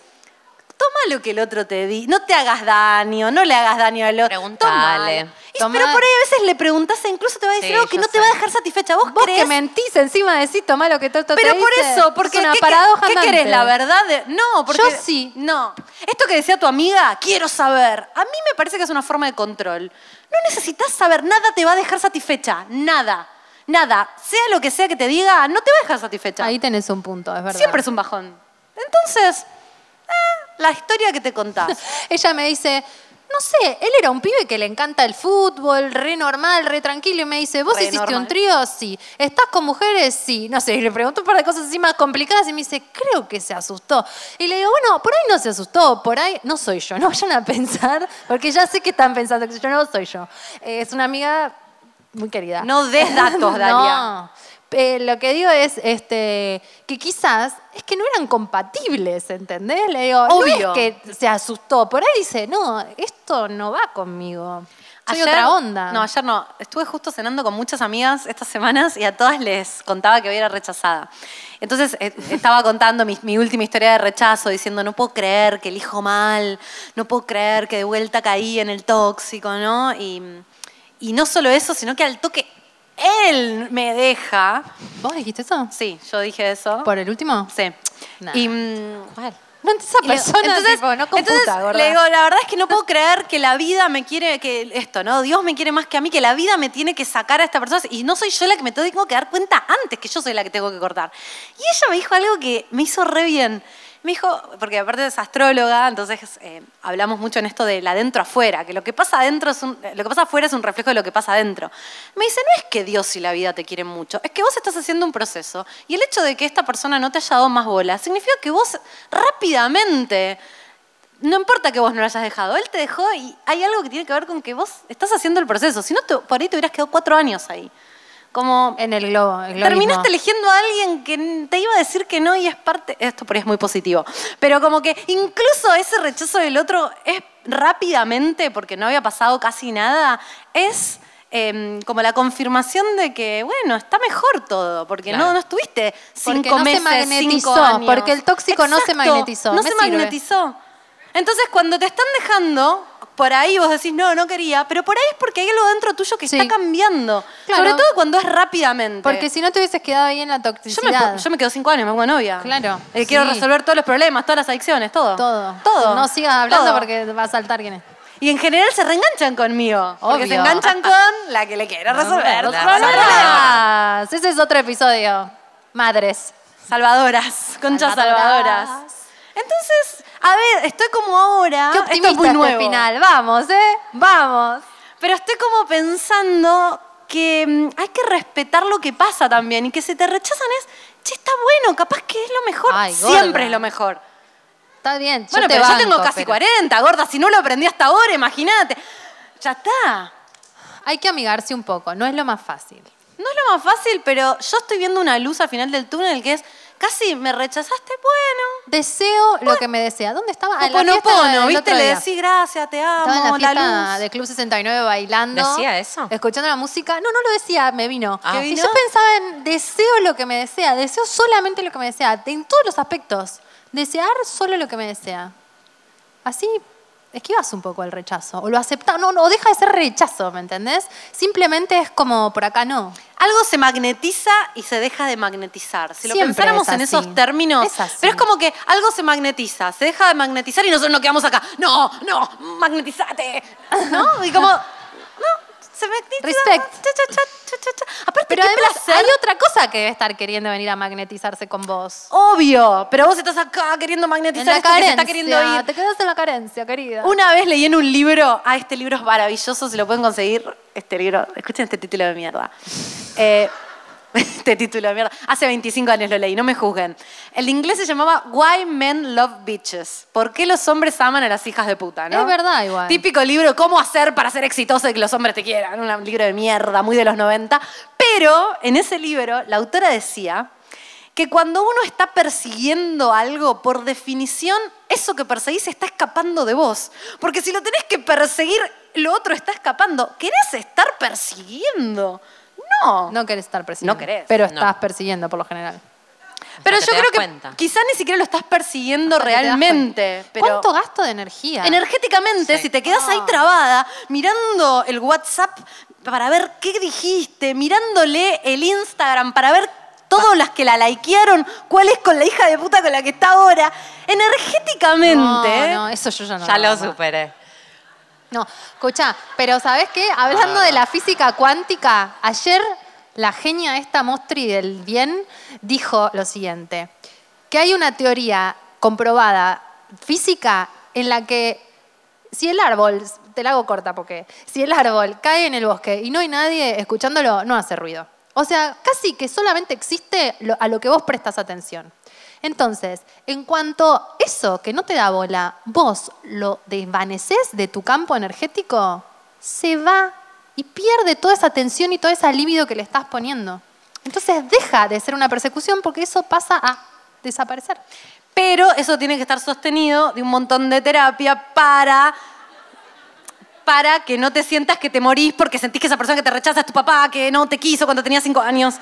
[SPEAKER 1] toma lo que el otro te di, no te hagas daño, no le hagas daño al otro.
[SPEAKER 3] Preguntale.
[SPEAKER 1] Tomá. Y-
[SPEAKER 2] Tomá.
[SPEAKER 1] Pero por ahí a veces le preguntás e incluso te va a decir
[SPEAKER 3] Sí,
[SPEAKER 1] algo que
[SPEAKER 3] yo
[SPEAKER 1] no te
[SPEAKER 3] sé.
[SPEAKER 1] va a dejar satisfecha. Vos,
[SPEAKER 2] Vos
[SPEAKER 1] crees
[SPEAKER 2] que mentís encima de sí, tomá lo que todo te
[SPEAKER 1] pero por
[SPEAKER 2] dice.
[SPEAKER 1] eso, porque
[SPEAKER 2] es una
[SPEAKER 1] ¿qué,
[SPEAKER 2] paradoja
[SPEAKER 1] qué
[SPEAKER 2] andante.
[SPEAKER 1] querés? ¿La verdad? de- No, porque.
[SPEAKER 2] Yo sí.
[SPEAKER 1] No. Esto que decía tu amiga, quiero saber. A mí me parece que es una forma de control. No necesitas saber, nada te va a dejar satisfecha. Nada. Nada. Sea lo que sea que te diga, no te va a dejar satisfecha.
[SPEAKER 2] Ahí tenés un punto, es verdad.
[SPEAKER 1] Siempre es un bajón. Entonces, eh, la historia que te contás.
[SPEAKER 2] Ella me dice, no No sé, él era un pibe que le encanta el fútbol, re normal, re tranquilo, y me dice, ¿vos
[SPEAKER 10] Re
[SPEAKER 2] hiciste un
[SPEAKER 10] normal.
[SPEAKER 2] trío? Sí. ¿Estás con mujeres? Sí. No sé, y le pregunto un par de cosas así más complicadas y me dice, creo que se asustó. Y le digo, bueno, por ahí no se asustó, por ahí no soy yo, no vayan a pensar, porque ya sé que están pensando que yo no soy yo. Eh, es una amiga muy querida.
[SPEAKER 10] No des datos, Dalia.
[SPEAKER 2] No. Eh, lo que digo es este, que quizás es que no eran compatibles, ¿entendés? Le digo,
[SPEAKER 10] Obvio.
[SPEAKER 2] No es que se asustó. Por ahí dice, no, esto no va conmigo. Soy
[SPEAKER 1] Ayer-
[SPEAKER 2] otra onda.
[SPEAKER 1] No, ayer no. Estuve justo cenando con muchas amigas estas semanas y a todas les contaba que hoy era rechazada. Entonces eh, estaba contando mi, mi última historia de rechazo, diciendo, no puedo creer que elijo mal, no puedo creer que de vuelta caí en el tóxico, ¿no? Y, y no solo eso, sino que al toque él me deja.
[SPEAKER 2] ¿Vos dijiste eso?
[SPEAKER 1] Sí, yo dije eso.
[SPEAKER 2] ¿Por el último?
[SPEAKER 1] Sí.
[SPEAKER 2] Nah.
[SPEAKER 1] Y, mm,
[SPEAKER 2] No, esa
[SPEAKER 1] y le-
[SPEAKER 2] persona tipo, no computa,
[SPEAKER 1] entonces
[SPEAKER 2] gorda.
[SPEAKER 1] le digo, la verdad es que no puedo creer que la vida me quiere, que esto, ¿no? Dios me quiere más que a mí, que la vida me tiene que sacar a esta persona y no soy yo la que me tengo que dar cuenta antes, que yo soy la que tengo que cortar. Y ella me dijo algo que me hizo re bien. Me dijo, porque aparte es astróloga, entonces eh, hablamos mucho en esto del adentro afuera, que lo que pasa adentro es un- lo que pasa afuera es un reflejo de lo que pasa adentro. Me dice, no es que Dios y la vida te quieren mucho, es que vos estás haciendo un proceso y el hecho de que esta persona no te haya dado más bola significa que vos rápidamente no importa que vos no lo hayas dejado, él te dejó y hay algo que tiene que ver con que vos estás haciendo el proceso. Si no, te- por ahí te hubieras quedado cuatro años ahí. Como
[SPEAKER 2] En el globo. el globismo.
[SPEAKER 1] terminaste eligiendo a alguien que n- te iba a decir que no y es parte. Esto por ahí es muy positivo. Pero como que incluso ese rechazo del otro es rápidamente, porque no había pasado casi nada, es. em, como la confirmación de que, bueno, está mejor todo, porque no, no estuviste cinco
[SPEAKER 2] Porque no se
[SPEAKER 1] meses,
[SPEAKER 2] magnetizó,
[SPEAKER 1] cinco años.
[SPEAKER 2] porque el tóxico no se magnetizó,
[SPEAKER 1] No
[SPEAKER 2] me
[SPEAKER 1] se
[SPEAKER 2] sirve.
[SPEAKER 1] magnetizó. Entonces, cuando te están dejando, por ahí vos decís, no, no quería, pero por ahí es porque hay algo dentro tuyo que
[SPEAKER 2] Sí.
[SPEAKER 1] está cambiando.
[SPEAKER 2] Claro.
[SPEAKER 1] Sobre todo cuando es rápidamente.
[SPEAKER 2] Porque si no te hubieses quedado ahí en la
[SPEAKER 1] Yo me,
[SPEAKER 2] toxicidad.
[SPEAKER 1] yo me quedo cinco años, me pongo novia.
[SPEAKER 2] Claro,
[SPEAKER 1] Eh, quiero
[SPEAKER 2] sí.
[SPEAKER 1] resolver todos los problemas, todas las adicciones, todo.
[SPEAKER 2] Todo.
[SPEAKER 1] Todo.
[SPEAKER 2] No sigas hablando
[SPEAKER 1] Todo.
[SPEAKER 2] porque va a saltar quién es.
[SPEAKER 1] Y en general se reenganchan conmigo. Porque
[SPEAKER 2] Obvio.
[SPEAKER 1] se enganchan con la que le quiere resolver los problemas.
[SPEAKER 2] Salvadoras. Ese es otro episodio. Madres.
[SPEAKER 1] Salvadoras, conchas
[SPEAKER 2] Salvadoras.
[SPEAKER 1] salvadoras. Entonces, a ver, estoy como ahora.
[SPEAKER 2] Qué
[SPEAKER 1] esto es
[SPEAKER 2] optimista
[SPEAKER 1] muy
[SPEAKER 2] este
[SPEAKER 1] nuevo.
[SPEAKER 2] final. Vamos, ¿eh? Vamos.
[SPEAKER 1] Pero estoy como pensando que mm, hay que respetar lo que pasa también y que si te rechazan es, che, está bueno, capaz que es lo mejor.
[SPEAKER 2] Ay, gorda.
[SPEAKER 1] Siempre es lo mejor.
[SPEAKER 2] Está bien. yo
[SPEAKER 1] bueno,
[SPEAKER 2] te
[SPEAKER 1] pero
[SPEAKER 2] banco,
[SPEAKER 1] yo tengo casi
[SPEAKER 2] pero
[SPEAKER 1] 40, gorda, si no lo aprendí hasta ahora, imagínate. Ya está.
[SPEAKER 2] Hay que amigarse un poco. No es lo más fácil.
[SPEAKER 1] No es lo más fácil, pero yo estoy viendo una luz al final del túnel que es, casi me rechazaste, bueno.
[SPEAKER 2] Deseo lo que me desea. ¿Dónde estaba? Ah, en la fiesta del
[SPEAKER 1] Ponopono,
[SPEAKER 2] otro
[SPEAKER 1] ¿viste? Le
[SPEAKER 2] día.
[SPEAKER 1] decís gracias, te amo,
[SPEAKER 2] Estaba en la
[SPEAKER 1] la,
[SPEAKER 2] fiesta
[SPEAKER 1] luz.
[SPEAKER 2] de Club 69 bailando.
[SPEAKER 3] ¿Decía eso?
[SPEAKER 2] Escuchando la música. No, no lo decía, me vino.
[SPEAKER 3] Ah.
[SPEAKER 2] Y
[SPEAKER 1] ¿Te
[SPEAKER 2] yo
[SPEAKER 1] vino?
[SPEAKER 2] pensaba en deseo lo que me desea, deseo solamente lo que me desea, de- en todos los aspectos. Desear solo lo que me desea. Así esquivas un poco el rechazo, o lo aceptas, no, no, deja de ser rechazo, ¿me entendés? Simplemente es como por acá no.
[SPEAKER 1] Algo se magnetiza y se deja de magnetizar. Si lo
[SPEAKER 2] Siempre
[SPEAKER 1] pensáramos
[SPEAKER 2] es
[SPEAKER 1] en
[SPEAKER 2] así.
[SPEAKER 1] esos términos.
[SPEAKER 2] Es así.
[SPEAKER 1] Pero es como que algo se magnetiza, se deja de magnetizar y nosotros nos quedamos acá. No, no, magnetizate. ¿No? Y como. No, se magnetiza.
[SPEAKER 2] Respect.
[SPEAKER 1] Cha, cha, cha, cha, cha, cha. Aparte,
[SPEAKER 2] Pero
[SPEAKER 1] qué
[SPEAKER 2] además
[SPEAKER 1] placer.
[SPEAKER 2] hay otra cosa que debe estar queriendo venir a magnetizarse con vos.
[SPEAKER 1] Obvio, pero vos estás acá queriendo
[SPEAKER 2] En
[SPEAKER 1] magnetizar
[SPEAKER 2] la
[SPEAKER 1] esto que se
[SPEAKER 2] carencia,
[SPEAKER 1] está queriendo ir.
[SPEAKER 2] te quedas en la carencia, querida.
[SPEAKER 1] Una vez leí en un libro, ah, este libro es maravilloso, si lo pueden conseguir, este libro, escuchen este título de mierda. Eh, este título de mierda. Hace 25 años lo leí, no me juzguen. El inglés se llamaba Why Men Love Bitches. ¿Por qué los hombres aman a las hijas de puta, no?
[SPEAKER 2] Es verdad igual.
[SPEAKER 1] Típico libro, cómo hacer para ser exitoso y que los hombres te quieran. Un libro de mierda, muy de los 90. Pero en ese libro, la autora decía que cuando uno está persiguiendo algo, por definición, eso que perseguís está escapando de vos. Porque si lo tenés que perseguir, lo otro está escapando. ¿Querés estar persiguiendo? No.
[SPEAKER 2] No querés estar persiguiendo.
[SPEAKER 1] No querés.
[SPEAKER 2] Pero
[SPEAKER 3] No.
[SPEAKER 2] estás persiguiendo por lo general.
[SPEAKER 1] pero yo
[SPEAKER 3] Hasta que te
[SPEAKER 1] creo
[SPEAKER 3] das
[SPEAKER 1] que
[SPEAKER 3] cuenta.
[SPEAKER 1] quizás ni siquiera lo estás persiguiendo
[SPEAKER 2] Hasta que te das
[SPEAKER 1] realmente.
[SPEAKER 2] cuenta.
[SPEAKER 1] Pero
[SPEAKER 2] ¿Cuánto gasto de energía? Ah.
[SPEAKER 1] Energéticamente,
[SPEAKER 3] Sí.
[SPEAKER 1] si te quedas ahí trabada, mirando el WhatsApp para ver qué dijiste, mirándole el Instagram para ver todas las que la likearon, cuál es con la hija de puta con la que está ahora, energéticamente. ¿eh?
[SPEAKER 2] No, no, eso yo ya no.
[SPEAKER 3] Ya lo
[SPEAKER 2] hago más.
[SPEAKER 3] superé.
[SPEAKER 2] No, escucha, pero ¿sabés qué? Hablando de la física cuántica, ayer la genia esta Mostri del bien dijo lo siguiente, que hay una teoría comprobada física en la que si el árbol, te la hago corta porque, si el árbol cae en el bosque y no hay nadie escuchándolo, no hace ruido. O sea, casi que solamente existe lo- a lo que vos prestas atención. Entonces, en cuanto a eso que no te da bola, vos lo desvaneces de tu campo energético, se va y pierde toda esa atención y todo ese libido que le estás poniendo. Entonces deja de ser una persecución porque eso pasa a desaparecer.
[SPEAKER 1] Pero eso tiene que estar sostenido de un montón de terapia para, para que no te sientas que te morís porque sentís que esa persona que te rechaza es tu papá, que no te quiso cuando tenías cinco años.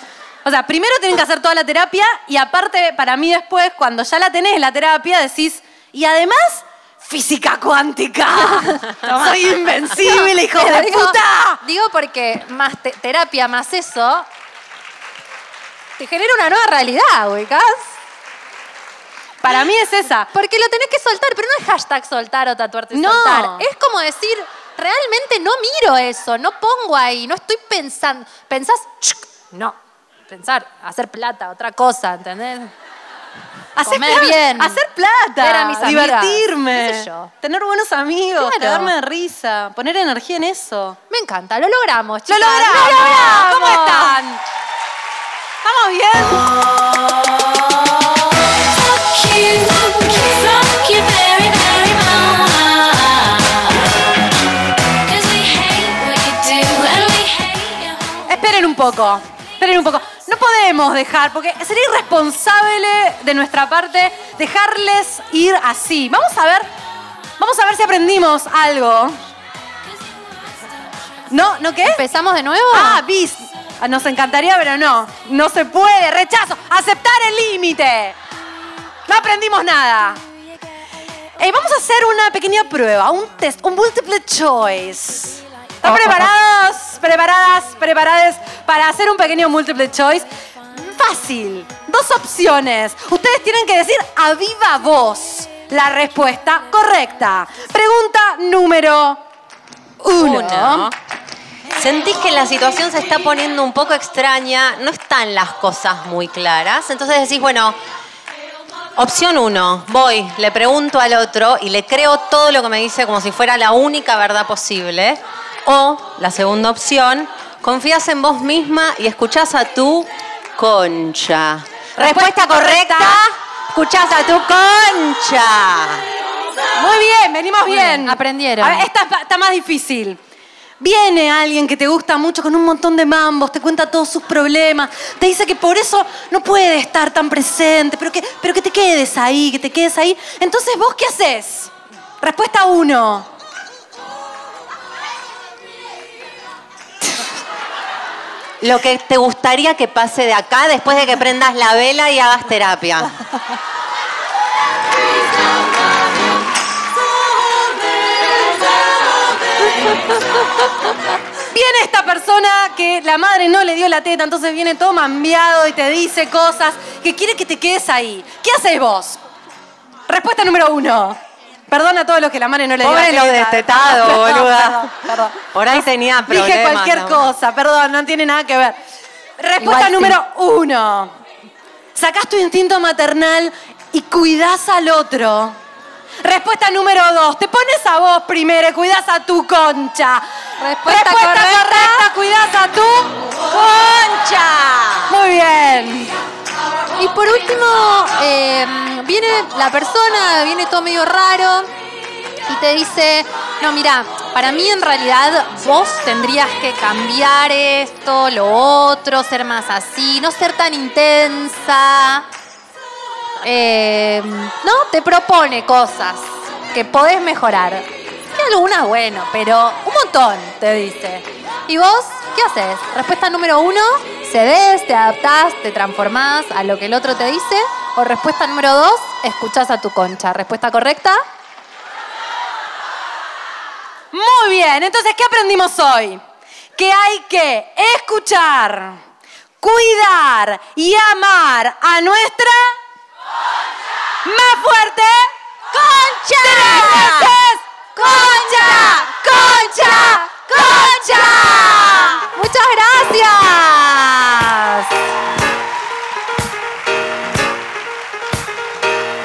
[SPEAKER 1] O sea, primero tienen que hacer toda la terapia y aparte, para mí después, cuando ya la tenés la terapia, decís, y además, física cuántica. Soy invencible, hijo
[SPEAKER 2] Pero
[SPEAKER 1] de
[SPEAKER 2] digo-
[SPEAKER 1] puta.
[SPEAKER 2] Digo porque más te- terapia, más eso, te genera una nueva realidad, ubicás.
[SPEAKER 1] Para mí es esa.
[SPEAKER 2] Porque lo tenés que soltar, pero no es hashtag soltar o tatuarte y
[SPEAKER 1] No.
[SPEAKER 2] soltar. Es como decir, realmente no miro eso, no pongo ahí, no estoy pensando. Pensás, chuc, no. Pensar, hacer plata, otra cosa, ¿entendés?
[SPEAKER 1] Hacer
[SPEAKER 2] Comer
[SPEAKER 1] plata,
[SPEAKER 2] bien.
[SPEAKER 1] Hacer plata.
[SPEAKER 2] Ver a mis amigas,
[SPEAKER 1] divertirme.
[SPEAKER 2] qué sé yo.
[SPEAKER 1] Tener buenos amigos.
[SPEAKER 2] Claro.
[SPEAKER 1] Quedarme de risa. Poner energía en eso.
[SPEAKER 2] Me encanta, lo logramos, chicas.
[SPEAKER 1] logramos!
[SPEAKER 2] ¿Cómo
[SPEAKER 1] ¡Vamos!
[SPEAKER 2] están?
[SPEAKER 1] ¿Estamos bien? Esperen un poco, esperen un poco. No podemos dejar, porque sería irresponsable de nuestra parte dejarles ir así. Vamos a ver, vamos a ver si aprendimos algo. No, ¿no qué?
[SPEAKER 2] ¿Empezamos de nuevo?
[SPEAKER 1] Ah, bis. Ah, Nos encantaría, pero no. No se puede. Rechazo. Aceptar el límite. No aprendimos nada. Eh, vamos a hacer una pequeña prueba, un test, un multiple choice. ¿Están preparados? ¿Preparadas? ¿Preparadas para hacer un pequeño multiple choice? Fácil. Dos opciones. Ustedes tienen que decir a viva voz la respuesta correcta. Pregunta número uno.
[SPEAKER 3] Uno. Sentís que la situación se está poniendo un poco extraña, no están las cosas muy claras, entonces decís, bueno, opción uno, voy, le pregunto al otro y le creo todo lo que me dice como si fuera la única verdad posible, o la segunda opción, confías en vos misma y escuchás a tu concha. Respuesta correcta, escuchás a tu concha.
[SPEAKER 1] Muy bien, venimos bien.
[SPEAKER 2] aprendieron.
[SPEAKER 1] A ver, esta es- está más difícil. Viene alguien que te gusta mucho con un montón de mambos, te cuenta todos sus problemas, te dice que por eso no puede estar tan presente, pero que, pero que te quedes ahí, que te quedes ahí. Entonces, ¿vos qué haces? Respuesta uno.
[SPEAKER 3] Lo que te gustaría que pase de acá después de que prendas la vela y hagas terapia.
[SPEAKER 1] Viene esta persona que la madre no le dio la teta, entonces viene todo mambiado y te dice cosas que quiere que te quedes ahí. ¿Qué haces vos? Respuesta número uno. Perdona a todos los que la madre no le dio la
[SPEAKER 3] Pobre
[SPEAKER 1] teta.
[SPEAKER 3] lo destetado,
[SPEAKER 1] Perdón,
[SPEAKER 3] boluda.
[SPEAKER 1] perdón, perdón.
[SPEAKER 3] Por ahí tenía problemas.
[SPEAKER 1] Dije cualquier
[SPEAKER 3] ¿no?
[SPEAKER 1] cosa, perdón, no tiene nada que ver. Respuesta
[SPEAKER 2] Igual sí.
[SPEAKER 1] número uno. Sacás tu instinto maternal y cuidás al otro. Respuesta número dos. Te pones a vos primero y cuidás a tu concha.
[SPEAKER 2] Respuesta correcta.
[SPEAKER 1] Cuidás a tu concha. Muy bien.
[SPEAKER 2] Y por último, eh, viene la persona, viene todo medio raro y te dice, no, mira, para mí en realidad vos tendrías que cambiar esto, lo otro, ser más así, no ser tan intensa. Eh, no, te propone cosas que podés mejorar. Que algunas, bueno, pero un montón, te dice. ¿Y vos qué haces? Respuesta número uno, cedes, te adaptás, te transformás a lo que el otro te dice. O respuesta número dos, escuchás a tu concha. Respuesta correcta,
[SPEAKER 1] Muy bien, entonces, ¿qué aprendimos hoy? Que hay que escuchar, cuidar y amar a nuestra... ¡Más fuerte! ¡Concha! ¡Tres veces! ¡Concha! ¡Concha! ¡Concha!
[SPEAKER 2] Muchas gracias.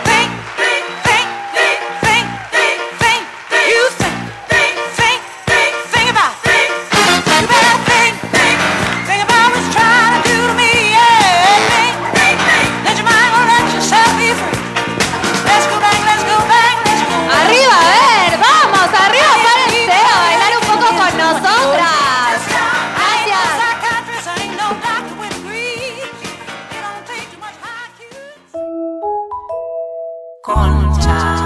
[SPEAKER 1] Think, think, think, think, think, think, think. You think, concha.